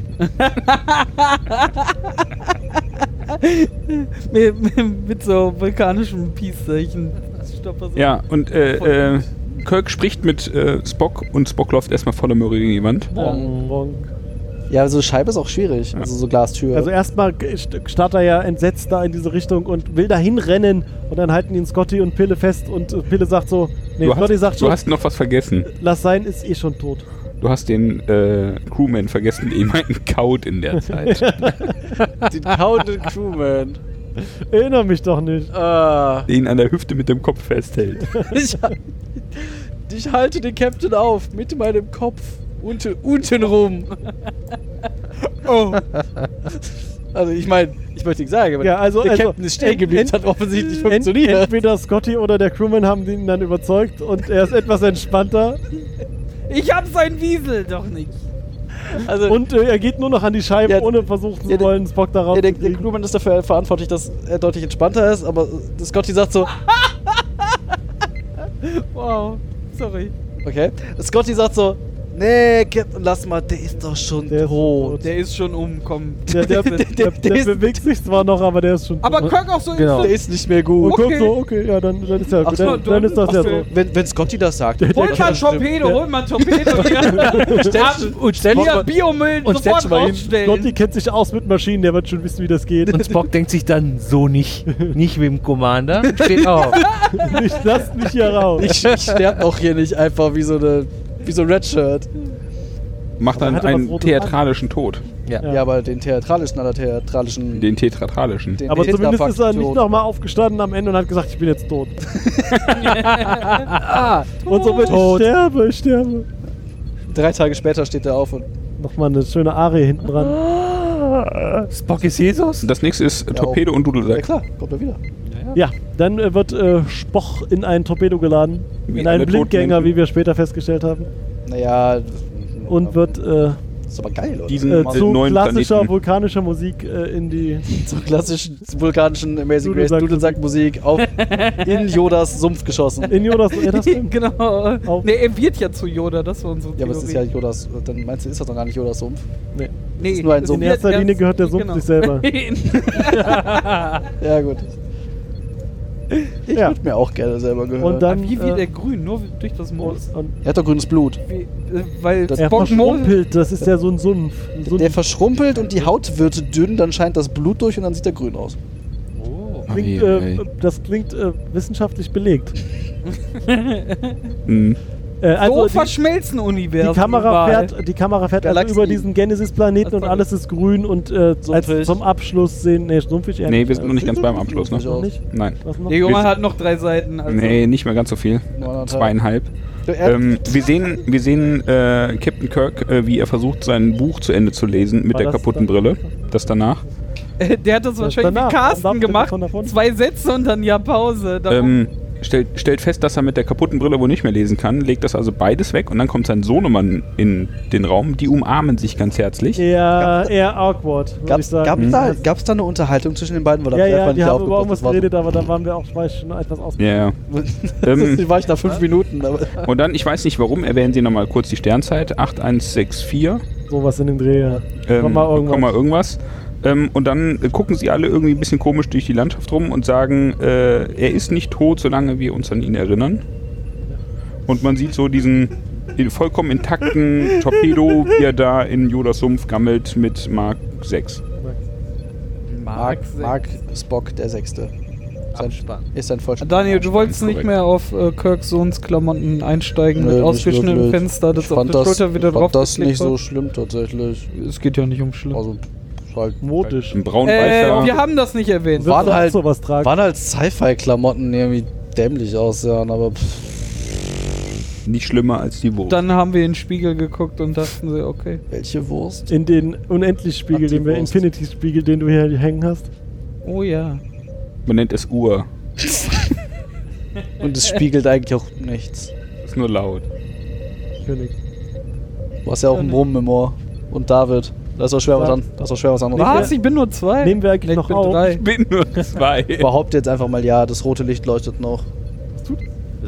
[SPEAKER 1] Mit, mit, mit so vulkanischem Peace-Zeichen. Stopp, was-
[SPEAKER 6] Ja, und äh, äh, Kirk spricht mit äh, Spock und Spock läuft erstmal voller Möhre gegen die Wand.
[SPEAKER 2] Bonk, bonk.
[SPEAKER 4] Ja, also Scheibe ist auch schwierig. Also so Glastür.
[SPEAKER 2] Also erstmal g- st- starrt er ja entsetzt da in diese Richtung und will dahin rennen und dann halten ihn Scotty und Pille fest und äh, Pille sagt so, nee,
[SPEAKER 6] du,
[SPEAKER 2] Scotty
[SPEAKER 6] hast,
[SPEAKER 2] sagt
[SPEAKER 6] du
[SPEAKER 2] schon,
[SPEAKER 6] hast noch was vergessen.
[SPEAKER 2] lass sein, ist eh schon tot.
[SPEAKER 6] Du hast den äh, Crewman vergessen, den jemanden kaut in der Zeit.
[SPEAKER 4] den kauenden Crewman.
[SPEAKER 2] Erinnere mich doch nicht.
[SPEAKER 4] Äh,
[SPEAKER 6] den an der Hüfte mit dem Kopf festhält.
[SPEAKER 4] ich, ich halte den Captain auf mit meinem Kopf. Unten, unten rum. Oh. Also ich meine, ich möchte nicht sagen, aber
[SPEAKER 2] Ja, also-
[SPEAKER 4] der
[SPEAKER 2] also-
[SPEAKER 4] Captain ist stehen geblieben, das hat offensichtlich funktioniert.
[SPEAKER 2] entweder Scotty oder der Crewman haben ihn dann überzeugt und er ist etwas entspannter
[SPEAKER 1] Ich hab sein Wiesel doch nicht.
[SPEAKER 4] Also,
[SPEAKER 2] und äh, er geht nur noch an die Scheibe,
[SPEAKER 4] Ja,
[SPEAKER 2] ohne versuchen
[SPEAKER 4] ja,
[SPEAKER 2] zu
[SPEAKER 4] der-
[SPEAKER 2] wollen, Spock darauf
[SPEAKER 4] ja, der,
[SPEAKER 2] zu
[SPEAKER 4] der
[SPEAKER 2] kriegen.
[SPEAKER 4] Crewman ist dafür verantwortlich, dass er deutlich entspannter ist, aber äh, Scotty sagt so,
[SPEAKER 1] Wow. Sorry.
[SPEAKER 4] okay. Scotty sagt so, nee, Captain, lass mal, der ist doch schon
[SPEAKER 2] Der ist
[SPEAKER 4] tot.
[SPEAKER 2] tot.
[SPEAKER 1] Der ist schon umgekommen.
[SPEAKER 2] Der, der, der, der,
[SPEAKER 4] der ist-
[SPEAKER 2] bewegt sich zwar noch, aber der ist schon
[SPEAKER 1] Aber
[SPEAKER 2] tot.
[SPEAKER 1] Kirk auch so
[SPEAKER 5] Genau.
[SPEAKER 1] ist
[SPEAKER 4] Der
[SPEAKER 1] so,
[SPEAKER 4] ist nicht mehr
[SPEAKER 2] Und
[SPEAKER 4] gut.
[SPEAKER 1] Okay.
[SPEAKER 2] guckt so, okay, ja, dann, dann ist das,
[SPEAKER 4] Ach so,
[SPEAKER 2] dann, dann
[SPEAKER 1] dann-
[SPEAKER 2] ist das
[SPEAKER 1] ach
[SPEAKER 2] ja
[SPEAKER 1] so.
[SPEAKER 2] so.
[SPEAKER 4] Wenn, wenn Scotty das sagt,
[SPEAKER 1] Hol mal ein Torpedo, hol mal ein Torpedo. Stell, und stell dir Biomüll
[SPEAKER 4] und stell's
[SPEAKER 1] sofort
[SPEAKER 4] mal hin.
[SPEAKER 1] rausstellen.
[SPEAKER 2] Scotty kennt sich aus mit Maschinen, der wird schon wissen, wie das geht.
[SPEAKER 5] Und Spock denkt sich dann so nicht. Nicht mit dem Commander. Steht auf.
[SPEAKER 2] ich lass mich hier raus.
[SPEAKER 4] Ich, ich sterb auch hier nicht einfach wie so eine wie so ein Redshirt.
[SPEAKER 6] macht
[SPEAKER 2] Aber
[SPEAKER 6] dann
[SPEAKER 2] hat er was
[SPEAKER 6] einen
[SPEAKER 2] Rotes
[SPEAKER 6] theatralischen Tod.
[SPEAKER 4] Ja, aber den theatralischen aller theatralischen.
[SPEAKER 6] Den tetratralischen.
[SPEAKER 4] den
[SPEAKER 2] Aber zumindest ist er
[SPEAKER 4] Tetrapakt-Tod.
[SPEAKER 2] nicht nochmal aufgestanden am Ende und hat gesagt, ich bin jetzt tot. und somit
[SPEAKER 3] Tot.
[SPEAKER 2] ich sterbe, ich sterbe.
[SPEAKER 4] Drei Tage später steht er auf und
[SPEAKER 2] Nochmal eine schöne Arie hinten dran.
[SPEAKER 5] Spock ist Jesus?
[SPEAKER 6] Das nächste ist äh,
[SPEAKER 4] Ja.
[SPEAKER 6] Torpedo und
[SPEAKER 4] ja
[SPEAKER 6] Dudelsack.
[SPEAKER 4] klar, kommt er wieder.
[SPEAKER 2] Ja, dann äh, wird äh, Spoch in ein Torpedo geladen.
[SPEAKER 6] Wie
[SPEAKER 2] in einen
[SPEAKER 6] alle toten
[SPEAKER 2] Blindgänger,
[SPEAKER 6] Menschen.
[SPEAKER 2] wie wir später festgestellt haben.
[SPEAKER 4] Naja.
[SPEAKER 2] Und wird äh,
[SPEAKER 4] Ist aber geil, oder?
[SPEAKER 6] Diesen
[SPEAKER 2] äh,
[SPEAKER 6] äh,
[SPEAKER 2] zu
[SPEAKER 6] neuen
[SPEAKER 2] klassischer
[SPEAKER 6] Planeten.
[SPEAKER 2] vulkanischer Musik äh, in die.
[SPEAKER 4] zur klassischen vulkanischen Amazing Grace
[SPEAKER 2] Dudelsack-
[SPEAKER 4] Dudelsack-Musik auf in Jodas Sumpf geschossen.
[SPEAKER 2] In Jodas. Ja, das stimmt.
[SPEAKER 1] genau.
[SPEAKER 2] Auf.
[SPEAKER 1] Nee, er wird ja zu Yoda, das war unsere
[SPEAKER 4] Ja, aber es
[SPEAKER 1] Theorie.
[SPEAKER 4] ist ja Jodas. Dann meinst du, ist das doch gar nicht Jodas Sumpf?
[SPEAKER 2] Nee.
[SPEAKER 1] nee,
[SPEAKER 4] ist nur ein
[SPEAKER 1] es
[SPEAKER 4] Sumpf.
[SPEAKER 2] In erster
[SPEAKER 1] wird genau.
[SPEAKER 2] Linie gehört der Sumpf sich selber.
[SPEAKER 4] Ja, gut. Ich
[SPEAKER 2] Ja.
[SPEAKER 4] würde mir auch gerne selber gehören.
[SPEAKER 2] Und dann.
[SPEAKER 1] Wie wird
[SPEAKER 2] äh,
[SPEAKER 1] er grün? Nur durch das Moos.
[SPEAKER 2] und, und
[SPEAKER 4] er hat doch grünes Blut.
[SPEAKER 1] Wie, äh, weil
[SPEAKER 4] Das-
[SPEAKER 2] er
[SPEAKER 1] Spock Moos.
[SPEAKER 2] verschrumpelt, das ist ja so ein Sumpf. Ein
[SPEAKER 4] Der
[SPEAKER 2] Sumpf
[SPEAKER 4] verschrumpelt und die Haut wird dünn, dann scheint das Blut durch und dann sieht er grün aus.
[SPEAKER 2] klingt, äh, das klingt äh, wissenschaftlich belegt.
[SPEAKER 6] Mhm.
[SPEAKER 2] Äh,
[SPEAKER 1] so
[SPEAKER 2] also die,
[SPEAKER 1] verschmelzen
[SPEAKER 2] die
[SPEAKER 1] Universen.
[SPEAKER 2] Kamera
[SPEAKER 1] überall.
[SPEAKER 2] fährt, die Kamera fährt also
[SPEAKER 4] Galaxien.
[SPEAKER 2] über diesen Genesis-Planeten und
[SPEAKER 1] Also-
[SPEAKER 2] alles ist grün und äh, als
[SPEAKER 4] Sumpfig.
[SPEAKER 2] zum Abschluss sehen. Nee, sumpfig eher
[SPEAKER 6] Nee,
[SPEAKER 2] nicht. also. Äh,
[SPEAKER 6] wir sind noch nicht ganz beim Abschluss,
[SPEAKER 4] Sieht
[SPEAKER 6] ne?
[SPEAKER 4] aus.
[SPEAKER 2] Nicht?
[SPEAKER 6] Nein.
[SPEAKER 2] Was noch?
[SPEAKER 1] Der Junge
[SPEAKER 6] Wir-
[SPEAKER 1] hat noch drei Seiten. Also
[SPEAKER 6] Nee, nicht mehr ganz so viel.
[SPEAKER 4] Neuneinhalb.
[SPEAKER 6] Zweieinhalb.
[SPEAKER 4] Er,
[SPEAKER 6] Ähm, wir sehen, wir sehen äh, Captain Kirk, äh, wie er versucht, sein Buch zu Ende zu lesen mit
[SPEAKER 2] War
[SPEAKER 6] der
[SPEAKER 2] das
[SPEAKER 6] kaputten
[SPEAKER 2] dann-
[SPEAKER 6] Brille. Das danach.
[SPEAKER 1] Der hat das wahrscheinlich
[SPEAKER 2] danach.
[SPEAKER 1] wie
[SPEAKER 2] Dann
[SPEAKER 1] Carsten
[SPEAKER 2] darf
[SPEAKER 1] gemacht.
[SPEAKER 2] davon, davon.
[SPEAKER 1] Zwei Sätze und dann ja Pause. Da-
[SPEAKER 6] Ähm, stellt, stellt fest, dass er mit der kaputten Brille wohl nicht mehr lesen kann, legt das also beides weg und dann kommt sein Sohnemann in den Raum. Die umarmen sich ganz herzlich.
[SPEAKER 2] Eher, eher awkward, würde ich
[SPEAKER 4] gab's,
[SPEAKER 2] sagen. Mhm.
[SPEAKER 4] gab's, da,
[SPEAKER 6] Mhm.
[SPEAKER 4] gab's da eine Unterhaltung zwischen den beiden? Weil da
[SPEAKER 2] ja,
[SPEAKER 4] hab ich
[SPEAKER 2] ja,
[SPEAKER 4] einfach
[SPEAKER 2] die haben über
[SPEAKER 4] aufgepasst.
[SPEAKER 2] irgendwas
[SPEAKER 4] Das war so-
[SPEAKER 2] geredet, aber dann waren wir auch war ich schon etwas aus.
[SPEAKER 6] Ja, ja.
[SPEAKER 4] Das
[SPEAKER 6] ähm,
[SPEAKER 4] war ich nach fünf Minuten. Aber
[SPEAKER 6] und dann, ich weiß nicht warum, erwähnen Sie nochmal kurz die Sternzeit. 8164,
[SPEAKER 2] Sowas in dem Dreh. Ja.
[SPEAKER 6] ähm,
[SPEAKER 2] Komma irgendwas.
[SPEAKER 6] Komma irgendwas. Ähm, und dann äh, gucken sie alle irgendwie ein bisschen komisch durch die Landschaft rum und sagen, äh, er ist nicht tot, solange wir uns an ihn erinnern. Und man sieht so diesen in- vollkommen intakten Torpedo, wie er da in Jodas Sumpf gammelt mit Mark 6.
[SPEAKER 4] Mark, Mark Spock, der Sechste. Sein, ist sein vollständiger
[SPEAKER 1] Daniel, du wolltest
[SPEAKER 6] Korrekt.
[SPEAKER 1] nicht mehr auf äh, Kirks Sohns Klamotten einsteigen
[SPEAKER 4] Nö,
[SPEAKER 1] mit
[SPEAKER 4] Äh, nicht
[SPEAKER 1] ausgeschnittenem
[SPEAKER 4] wirklich.
[SPEAKER 1] Fenster, das
[SPEAKER 4] Ich
[SPEAKER 1] auf
[SPEAKER 4] fand
[SPEAKER 1] der Schulter wieder
[SPEAKER 4] ich fand
[SPEAKER 1] drauf
[SPEAKER 4] das nicht so
[SPEAKER 1] geklebt
[SPEAKER 4] schlimm tatsächlich.
[SPEAKER 1] war. Es geht ja nicht um Schlimm.
[SPEAKER 4] Also, ist halt
[SPEAKER 2] Modisch.
[SPEAKER 6] Ein braun
[SPEAKER 1] äh,
[SPEAKER 6] weißer
[SPEAKER 1] wir haben das nicht erwähnt.
[SPEAKER 4] Waren
[SPEAKER 2] auch
[SPEAKER 4] halt-
[SPEAKER 2] sowas tragen.
[SPEAKER 4] Waren halt Sci-Fi-Klamotten, die irgendwie dämlich aussahen, aber pff,
[SPEAKER 6] nicht schlimmer als die Wurst.
[SPEAKER 1] Dann haben wir in den Spiegel geguckt und dachten so, okay.
[SPEAKER 4] welche Wurst?
[SPEAKER 2] In den Unendlich-Spiegel, den wir
[SPEAKER 4] Antipost.
[SPEAKER 2] Infinity-Spiegel, den du hier hängen hast.
[SPEAKER 1] Oh ja.
[SPEAKER 6] Man nennt es Uhr.
[SPEAKER 4] Und es spiegelt eigentlich auch nichts.
[SPEAKER 6] Ist nur laut.
[SPEAKER 2] König.
[SPEAKER 4] Du hast ja auch einen Brummen im Ohr. Und David. Da ist doch schwer, was, an, da ist doch schwer was anderes.
[SPEAKER 1] Was? Ich bin nur zwei.
[SPEAKER 2] Nehmen wir eigentlich
[SPEAKER 1] Nee,
[SPEAKER 2] noch
[SPEAKER 1] ich bin
[SPEAKER 2] auf.
[SPEAKER 1] drei.
[SPEAKER 6] Bin nur zwei.
[SPEAKER 4] Ich behaupte jetzt einfach mal, ja, das rote Licht leuchtet noch.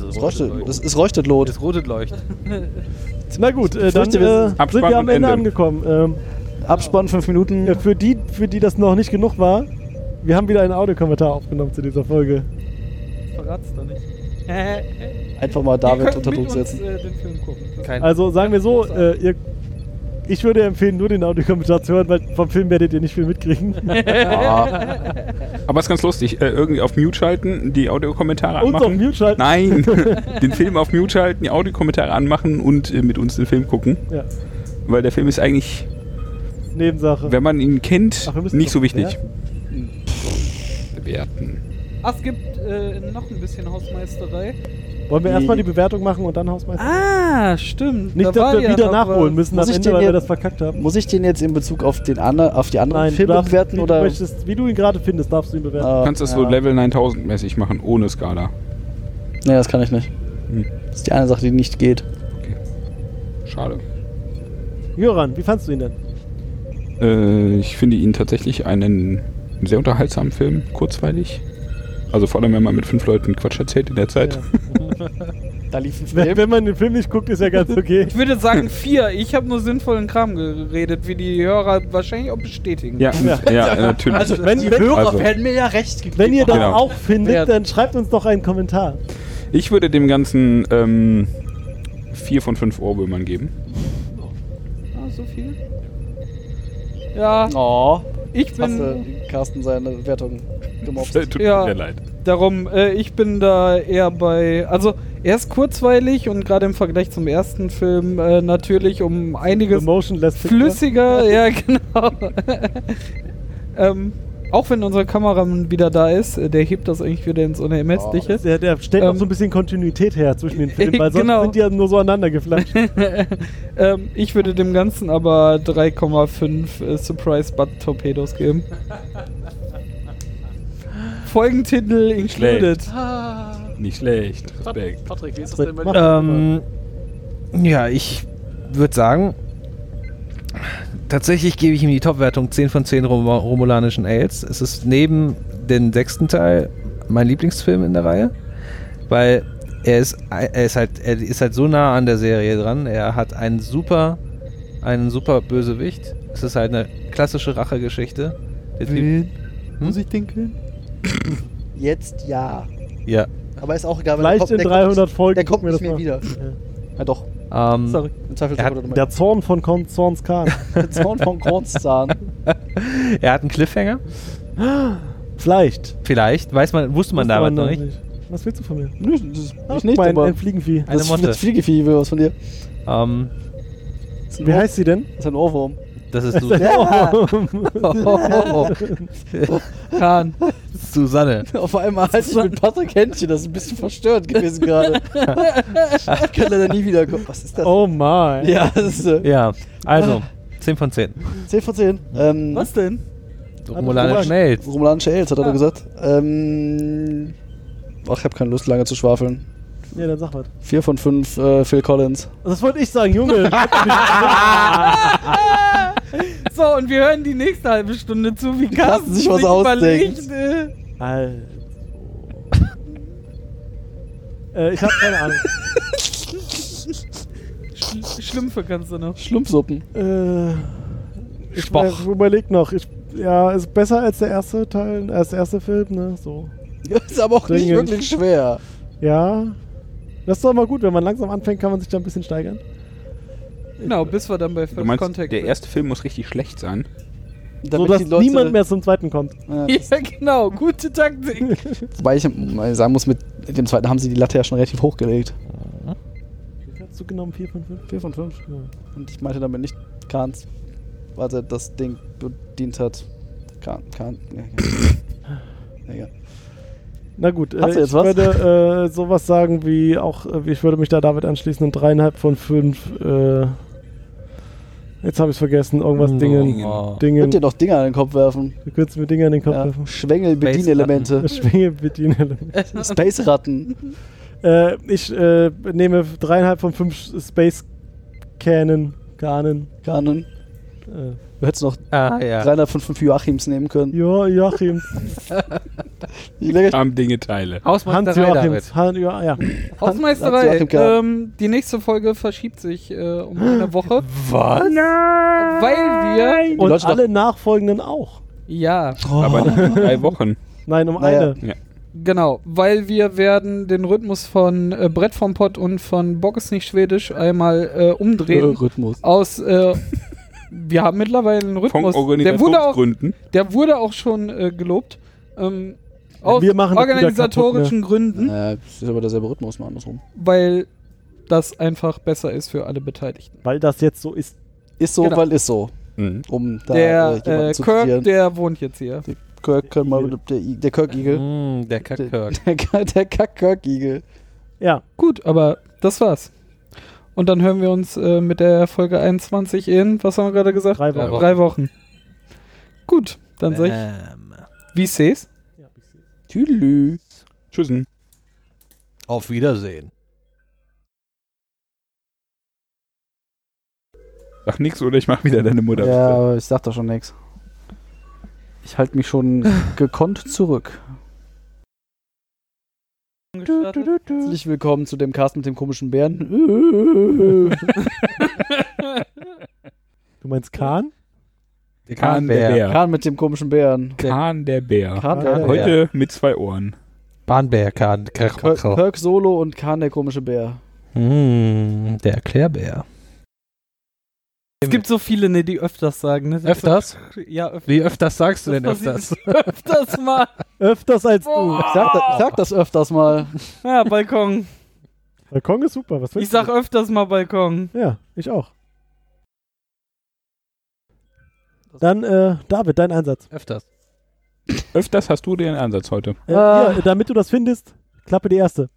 [SPEAKER 4] Es leuchtet, das, es leuchtet Lot.
[SPEAKER 3] Das rotet leuchtet.
[SPEAKER 2] Na gut, äh, dann
[SPEAKER 4] fürchte, wir
[SPEAKER 2] äh,
[SPEAKER 4] sind-
[SPEAKER 2] sind
[SPEAKER 6] Abspann
[SPEAKER 2] wir am
[SPEAKER 6] und
[SPEAKER 2] Ende
[SPEAKER 6] Ende.
[SPEAKER 2] angekommen. Ähm,
[SPEAKER 4] Abspann, fünf Minuten.
[SPEAKER 2] äh, für, die, für die das noch nicht genug war, wir haben wieder einen Audiokommentar aufgenommen zu dieser Folge.
[SPEAKER 1] Verrat's doch nicht.
[SPEAKER 4] Einfach mal
[SPEAKER 1] Ihr
[SPEAKER 4] David
[SPEAKER 1] könnt
[SPEAKER 4] unter
[SPEAKER 1] mit
[SPEAKER 4] Druck
[SPEAKER 1] uns,
[SPEAKER 4] setzen.
[SPEAKER 1] äh, den Film gucken.
[SPEAKER 2] Also sagen wir so, äh, ihr, ich würde empfehlen, nur den Audiokommentar zu hören, weil vom Film werdet ihr nicht viel mitkriegen.
[SPEAKER 4] Ah,
[SPEAKER 6] Aber ist ganz lustig. Äh, irgendwie auf Mute schalten, die Audiokommentare
[SPEAKER 2] Uns auf
[SPEAKER 6] anmachen.
[SPEAKER 2] Mute schalten.
[SPEAKER 6] Nein, den Film auf Mute schalten, die Audiokommentare anmachen und äh, mit uns den Film gucken.
[SPEAKER 2] Ja,
[SPEAKER 6] Weil der Film ist eigentlich,
[SPEAKER 2] Nebensache.
[SPEAKER 6] wenn man ihn kennt,
[SPEAKER 2] Ach, wir müssen
[SPEAKER 6] nicht so
[SPEAKER 2] doch
[SPEAKER 6] wichtig. Werten.
[SPEAKER 1] Ah, es gibt äh, noch ein bisschen Hausmeisterei.
[SPEAKER 2] Wollen wir erstmal die Bewertung machen und dann Hausmeister?
[SPEAKER 1] Ah, stimmt.
[SPEAKER 2] nicht,
[SPEAKER 1] da war
[SPEAKER 2] dass wir
[SPEAKER 1] ja
[SPEAKER 2] wieder
[SPEAKER 1] noch äh,
[SPEAKER 2] nachholen
[SPEAKER 1] was.
[SPEAKER 2] müssen
[SPEAKER 4] Muss
[SPEAKER 2] am
[SPEAKER 4] ich
[SPEAKER 2] Ende,
[SPEAKER 4] den
[SPEAKER 2] weil wir
[SPEAKER 4] jetzt-
[SPEAKER 2] das verkackt haben.
[SPEAKER 4] Muss ich den jetzt in Bezug auf, den ander, auf die anderen
[SPEAKER 2] Nein, du
[SPEAKER 4] Filme
[SPEAKER 2] darfst,
[SPEAKER 4] bewerten?
[SPEAKER 2] wie,
[SPEAKER 4] Oder?
[SPEAKER 2] Du möchtest, wie du ihn gerade findest, darfst du ihn bewerten.
[SPEAKER 4] Ah,
[SPEAKER 6] Du kannst das so
[SPEAKER 4] ja.
[SPEAKER 6] Level 9000 mäßig machen, ohne Skala.
[SPEAKER 4] Nee, das kann ich nicht.
[SPEAKER 6] Hm.
[SPEAKER 4] Das ist die eine Sache, die nicht geht.
[SPEAKER 6] Schade.
[SPEAKER 2] Jöran, wie fandst du ihn denn?
[SPEAKER 6] Äh, ich finde ihn tatsächlich einen sehr unterhaltsamen Film, kurzweilig. Also vor allem, wenn man mit fünf Leuten Quatsch erzählt in der Zeit.
[SPEAKER 2] Ja.
[SPEAKER 4] Da lief ein
[SPEAKER 2] Wenn, wenn man den Film nicht guckt, ist ja ganz okay.
[SPEAKER 1] Ich würde sagen vier. Ich habe nur sinnvollen Kram geredet, wie die Hörer wahrscheinlich auch bestätigen.
[SPEAKER 6] Ja, ja. natürlich.
[SPEAKER 7] Also,
[SPEAKER 2] Wenn-
[SPEAKER 7] die
[SPEAKER 2] wenn-
[SPEAKER 7] Hörer
[SPEAKER 6] Also.
[SPEAKER 7] werden mir ja recht gegeben.
[SPEAKER 2] Wenn ihr das
[SPEAKER 6] Genau.
[SPEAKER 2] auch findet,
[SPEAKER 7] Ja.
[SPEAKER 2] dann schreibt uns doch einen Kommentar.
[SPEAKER 6] Ich würde dem Ganzen ähm, vier von fünf Ohrwürmern geben.
[SPEAKER 1] Ah, so viel? Ja,
[SPEAKER 4] Oh,
[SPEAKER 1] ich
[SPEAKER 4] hast
[SPEAKER 1] bin.
[SPEAKER 4] Oh, du Carsten seine Wertung gemobbt.
[SPEAKER 6] Tut
[SPEAKER 1] Ja.
[SPEAKER 6] mir leid.
[SPEAKER 1] Darum, äh, ich bin da eher bei. Also, er ist kurzweilig und gerade im Vergleich zum ersten Film äh, natürlich um einiges
[SPEAKER 2] Motionless Picture.
[SPEAKER 1] flüssiger. Ja, genau. ähm, auch wenn unser Kameramann wieder da ist, äh, der hebt das eigentlich wieder ins Unermessliche.
[SPEAKER 2] Der, der stellt auch
[SPEAKER 1] Ähm,
[SPEAKER 2] so ein bisschen Kontinuität her zwischen den Filmen, weil sonst
[SPEAKER 1] Genau.
[SPEAKER 2] sind die ja nur so aneinander geflanscht.
[SPEAKER 1] ähm, ich würde dem Ganzen aber 3,5 äh, Surprise Butt Torpedos geben. Folgentitel included.
[SPEAKER 6] Nicht schlecht. Respekt.
[SPEAKER 7] Patrick, wie ist das denn bei
[SPEAKER 2] Mach.
[SPEAKER 7] dir?
[SPEAKER 5] Ähm, ja, ich würde sagen, tatsächlich gebe ich ihm die Top-Wertung 10 von 10 Rom romulanischen Ales. Es ist neben den sechsten Teil mein Lieblingsfilm in der Reihe, weil er ist, er ist, halt, er ist halt so nah an der Serie dran. Er hat einen super, einen super Bösewicht. Es ist halt eine klassische Rachegeschichte. Der Typ- Hm?
[SPEAKER 4] Muss ich denken? Jetzt ja.
[SPEAKER 5] Ja.
[SPEAKER 4] Aber ist auch egal,
[SPEAKER 2] Vielleicht in 300 Folgen
[SPEAKER 4] Der kommt
[SPEAKER 2] gucken wir
[SPEAKER 4] nicht mehr
[SPEAKER 2] das
[SPEAKER 4] wieder. Ja, doch.
[SPEAKER 5] Ähm,
[SPEAKER 1] Sorry.
[SPEAKER 4] Im Zweifel
[SPEAKER 5] Er hat-
[SPEAKER 4] sogar noch mal.
[SPEAKER 2] Der Zorn von Kon Zorns Khan.
[SPEAKER 4] Der Zorn von Kornzahn.
[SPEAKER 5] Er hat einen Cliffhanger.
[SPEAKER 2] Vielleicht.
[SPEAKER 5] Vielleicht. Weiß man, wusste man
[SPEAKER 2] Wusste
[SPEAKER 5] damals noch nicht.
[SPEAKER 2] Was willst du von mir?
[SPEAKER 4] Nö, das ist
[SPEAKER 2] Ach,
[SPEAKER 4] ich nicht,
[SPEAKER 2] mein,
[SPEAKER 4] aber
[SPEAKER 2] ein Fliegenvieh.
[SPEAKER 5] Eine
[SPEAKER 4] das
[SPEAKER 5] Motte.
[SPEAKER 4] ist viel Gefühl was von dir.
[SPEAKER 5] Ähm,
[SPEAKER 4] Das ist ein
[SPEAKER 2] Wie
[SPEAKER 4] Ohr-
[SPEAKER 2] heißt sie denn? Oh,
[SPEAKER 4] Das ist ein Ohrwurm.
[SPEAKER 5] das ist so.
[SPEAKER 1] Kahn.
[SPEAKER 5] Susanne.
[SPEAKER 4] Auf einmal halte ich mit Patrick Händchen. Das ist ein bisschen verstört gewesen gerade. ich kann leider nie wiederkommen. Was ist das?
[SPEAKER 2] Oh mein.
[SPEAKER 4] Ja, das ist äh,
[SPEAKER 5] Ja, also 10 von 10.
[SPEAKER 4] 10 von 10. Ähm,
[SPEAKER 1] Was denn?
[SPEAKER 5] Romulaner
[SPEAKER 2] Romulan-
[SPEAKER 5] schnell.
[SPEAKER 4] Romulanische Ales, hat
[SPEAKER 1] Ah.
[SPEAKER 4] er doch gesagt. Ähm, ach, ich habe keine Lust, lange zu schwafeln.
[SPEAKER 2] Ja, dann sag was.
[SPEAKER 4] 4 von 5 äh, Phil Collins.
[SPEAKER 2] Das wollte ich sagen, Junge.
[SPEAKER 1] So, und wir hören die nächste halbe Stunde zu, wie Carsten
[SPEAKER 4] sich was ausdenkt.
[SPEAKER 1] überlegt, äh,
[SPEAKER 2] Also. äh, ich habe keine Ahnung.
[SPEAKER 1] Sch äh, Schlümpfe kannst du noch.
[SPEAKER 4] Schlumpfsuppen.
[SPEAKER 2] Äh, ich
[SPEAKER 5] Spoch.
[SPEAKER 2] Über, überleg noch. Ich, ja, ist besser als der erste Teil, als der erste Film, ne? So.
[SPEAKER 4] Das ist aber auch nicht
[SPEAKER 2] Dringend.
[SPEAKER 4] wirklich schwer.
[SPEAKER 2] Ja. Das ist doch mal gut, wenn man langsam anfängt, kann man sich da ein bisschen steigern.
[SPEAKER 1] Genau, bis wir dann bei First
[SPEAKER 6] Du meinst,
[SPEAKER 1] Contact
[SPEAKER 6] der
[SPEAKER 1] sind.
[SPEAKER 6] erste Film muss richtig schlecht sein.
[SPEAKER 4] Damit
[SPEAKER 2] so dass
[SPEAKER 4] die Leute-
[SPEAKER 2] niemand mehr zum zweiten kommt.
[SPEAKER 4] Ja, das-
[SPEAKER 1] Ja, genau, gute Taktik.
[SPEAKER 4] Wobei ich mal sagen muss, mit dem zweiten haben sie die Latte ja schon relativ hochgelegt.
[SPEAKER 5] Mhm.
[SPEAKER 2] Wie viel hast du genommen? 4 von 5?
[SPEAKER 4] 4 von 5.
[SPEAKER 2] Ja.
[SPEAKER 4] Und ich meinte damit nicht Kahns, weil er das Ding bedient hat. Kahn, Kahn. Ja, ja. ja.
[SPEAKER 2] Na gut, äh,
[SPEAKER 4] Hast du jetzt
[SPEAKER 2] ich
[SPEAKER 4] was?
[SPEAKER 2] würde äh, sowas sagen wie auch, äh, ich würde mich da David anschließen und dreieinhalb von fünf, äh, jetzt habe ich es vergessen, irgendwas Dingen,
[SPEAKER 5] Oh.
[SPEAKER 2] Dingen,
[SPEAKER 4] Könnt ihr doch Dinger an den Kopf werfen.
[SPEAKER 2] wir kürzen mir Dinge in den Kopf
[SPEAKER 4] Ja.
[SPEAKER 2] werfen.
[SPEAKER 4] Schwengel-Bedienelemente.
[SPEAKER 2] Schwinge bedienen.
[SPEAKER 4] Space-Ratten.
[SPEAKER 2] äh, ich äh, nehme dreieinhalb von fünf Space Cannon, Kanen.
[SPEAKER 4] Kahnen.
[SPEAKER 2] Äh,
[SPEAKER 4] Du hättest noch
[SPEAKER 5] Ah, ja.
[SPEAKER 4] 300 von 5 Joachims nehmen können.
[SPEAKER 2] jo Joachim,
[SPEAKER 4] Je länger ich-
[SPEAKER 6] Haben Dinge Teile.
[SPEAKER 2] Hans
[SPEAKER 5] Hausmeisterei,
[SPEAKER 2] Joachim,
[SPEAKER 5] David.
[SPEAKER 2] Han, ja, ja.
[SPEAKER 1] Hausmeisterei.
[SPEAKER 4] Hans-Joachim Kahn.
[SPEAKER 1] Ähm, die nächste Folge verschiebt sich äh, um eine Woche,
[SPEAKER 5] Was?
[SPEAKER 1] weil wir.
[SPEAKER 2] und
[SPEAKER 4] Leute doch-
[SPEAKER 2] alle nachfolgenden auch.
[SPEAKER 1] Ja,
[SPEAKER 6] Aber nicht in drei Wochen.
[SPEAKER 2] Nein, um
[SPEAKER 4] Naja.
[SPEAKER 2] eine.
[SPEAKER 1] genau. Weil wir werden den Rhythmus von äh, Brett vom Pott und von Bock ist nicht schwedisch einmal äh, umdrehen.
[SPEAKER 4] Rhythmus.
[SPEAKER 1] Aus. Äh, wir haben mittlerweile einen
[SPEAKER 6] Von
[SPEAKER 1] Rhythmus. Der wurde auch
[SPEAKER 6] Organisationsgründen.
[SPEAKER 1] Der wurde auch schon äh, gelobt. Ähm, aus
[SPEAKER 2] wir machen das wieder
[SPEAKER 1] organisatorischen Gründen,
[SPEAKER 4] Hm? Ja, das ist aber derselbe Rhythmus, mal andersrum.
[SPEAKER 1] weil das einfach besser ist für alle Beteiligten.
[SPEAKER 2] Weil das jetzt so ist.
[SPEAKER 4] Ist so,
[SPEAKER 1] Genau.
[SPEAKER 4] weil ist so.
[SPEAKER 6] Mhm.
[SPEAKER 4] Um da
[SPEAKER 1] Der
[SPEAKER 4] jemanden
[SPEAKER 1] äh,
[SPEAKER 4] zu
[SPEAKER 1] Kirk,
[SPEAKER 4] zitieren.
[SPEAKER 1] der wohnt jetzt hier.
[SPEAKER 4] Kirk, können wir- der, I- der Kirk-Igel.
[SPEAKER 5] Mm,
[SPEAKER 4] Der,
[SPEAKER 5] der Kack-Kirk.
[SPEAKER 4] der, der Kack-Kirk-Igel.
[SPEAKER 2] Ja.
[SPEAKER 1] Gut, aber das war's. Und dann hören wir uns äh, mit der Folge 21 in, was haben wir gerade gesagt?
[SPEAKER 2] Drei
[SPEAKER 5] Wochen.
[SPEAKER 1] Drei Wochen. Gut, dann sag ich,
[SPEAKER 5] Ähm,
[SPEAKER 1] wie seh's?
[SPEAKER 4] Tüdelü.
[SPEAKER 6] Tschüssen.
[SPEAKER 5] Auf Wiedersehen.
[SPEAKER 6] Sag nix oder ich mach wieder deine Mutter.
[SPEAKER 4] Ja, aber ich sag doch schon nix. Ich halte mich schon gekonnt zurück. Herzlich willkommen zu dem Cast mit dem komischen Bären.
[SPEAKER 2] Du meinst Kahn?
[SPEAKER 5] Der
[SPEAKER 6] Kahn der Bär.
[SPEAKER 4] Kahn mit dem komischen Bären.
[SPEAKER 6] Kahn der Bär.
[SPEAKER 4] Kahn der Bär.
[SPEAKER 6] Heute mit zwei Ohren.
[SPEAKER 5] Bahnbär, Kahn.
[SPEAKER 4] Kirk, Kirk Solo
[SPEAKER 5] Mhm,
[SPEAKER 4] und Kahn der komische Bär.
[SPEAKER 5] Mm, der Erklärbär.
[SPEAKER 1] Es gibt so viele, ne, die öfters sagen. Ne?
[SPEAKER 5] öfters?
[SPEAKER 1] Ja, öfters.
[SPEAKER 5] Wie öfters sagst du denn
[SPEAKER 1] Das passiert
[SPEAKER 5] öfters?
[SPEAKER 1] öfters mal.
[SPEAKER 2] Öfters als du.
[SPEAKER 4] Ich sag, da, ich sag das öfters mal.
[SPEAKER 1] Ja, Balkon.
[SPEAKER 2] Balkon ist super. Was
[SPEAKER 1] Ich
[SPEAKER 2] willst
[SPEAKER 1] sag öfters mal Balkon.
[SPEAKER 2] du? Ja, ich auch. Dann, äh, David, dein Einsatz.
[SPEAKER 5] Öfters.
[SPEAKER 6] Öfters hast du den Ansatz heute.
[SPEAKER 2] Äh,
[SPEAKER 1] Ah.
[SPEAKER 2] hier, damit du das findest, klappe die erste.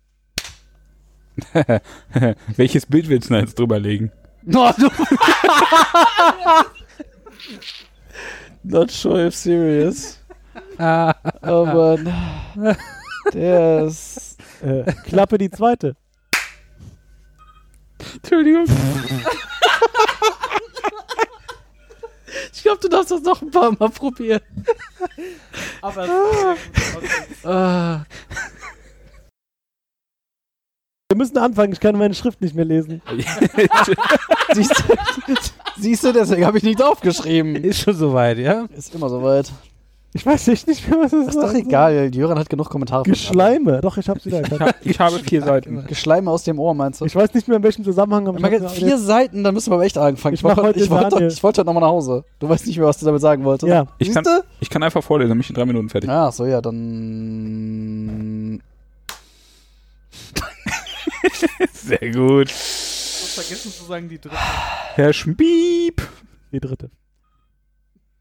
[SPEAKER 6] Welches Bild willst du denn jetzt drüberlegen?
[SPEAKER 4] No, du. Not sure if serious. Ah. Aber na, der ist.
[SPEAKER 2] Äh, klappe die zweite.
[SPEAKER 4] Entschuldigung.
[SPEAKER 7] Ich glaube, du darfst das noch ein paar Mal probieren.
[SPEAKER 4] Ah.
[SPEAKER 7] Aber.
[SPEAKER 2] Wir müssen anfangen, ich kann meine Schrift nicht mehr lesen.
[SPEAKER 4] Siehst du, siehst du deswegen habe ich nichts aufgeschrieben.
[SPEAKER 5] Ist schon soweit, ja?
[SPEAKER 4] Ist immer soweit.
[SPEAKER 2] Ich weiß echt nicht mehr, was es
[SPEAKER 4] Ist doch egal, Jöran hat genug Kommentare. für uns
[SPEAKER 2] Geschleime. Doch, ich hab's wieder
[SPEAKER 6] Ich,
[SPEAKER 2] erkannt.
[SPEAKER 6] hab, ich habe vier Seiten.
[SPEAKER 4] alle. Geschleime aus dem Ohr, meinst du?
[SPEAKER 2] Ich weiß nicht mehr, in welchem Zusammenhang. aber
[SPEAKER 4] Ich mag
[SPEAKER 2] ich
[SPEAKER 4] jetzt
[SPEAKER 2] hab's
[SPEAKER 4] vier Seiten, dann müssen wir aber echt anfangen.
[SPEAKER 2] Ich mach heute
[SPEAKER 4] ich wollte,
[SPEAKER 2] Daniel.
[SPEAKER 4] ich wollte heute nochmal nach Hause. Du weißt nicht mehr, was du damit sagen wolltest.
[SPEAKER 2] Ja.
[SPEAKER 6] Ich kann,
[SPEAKER 4] Siehste?
[SPEAKER 6] ich kann einfach vorlesen, bin ich in drei Minuten fertig.
[SPEAKER 4] Ah, so, ja, dann.
[SPEAKER 6] Sehr gut.
[SPEAKER 1] Vergessen zu sagen, die dritte.
[SPEAKER 6] Herr Schmbieb.
[SPEAKER 2] Die dritte.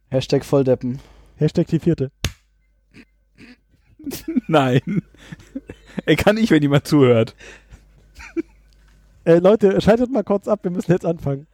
[SPEAKER 4] Hashtag Volldeppen.
[SPEAKER 2] Hashtag die vierte.
[SPEAKER 6] Nein. Er kann nicht, wenn jemand zuhört.
[SPEAKER 2] Äh, Leute, schaltet mal kurz ab, wir müssen jetzt anfangen.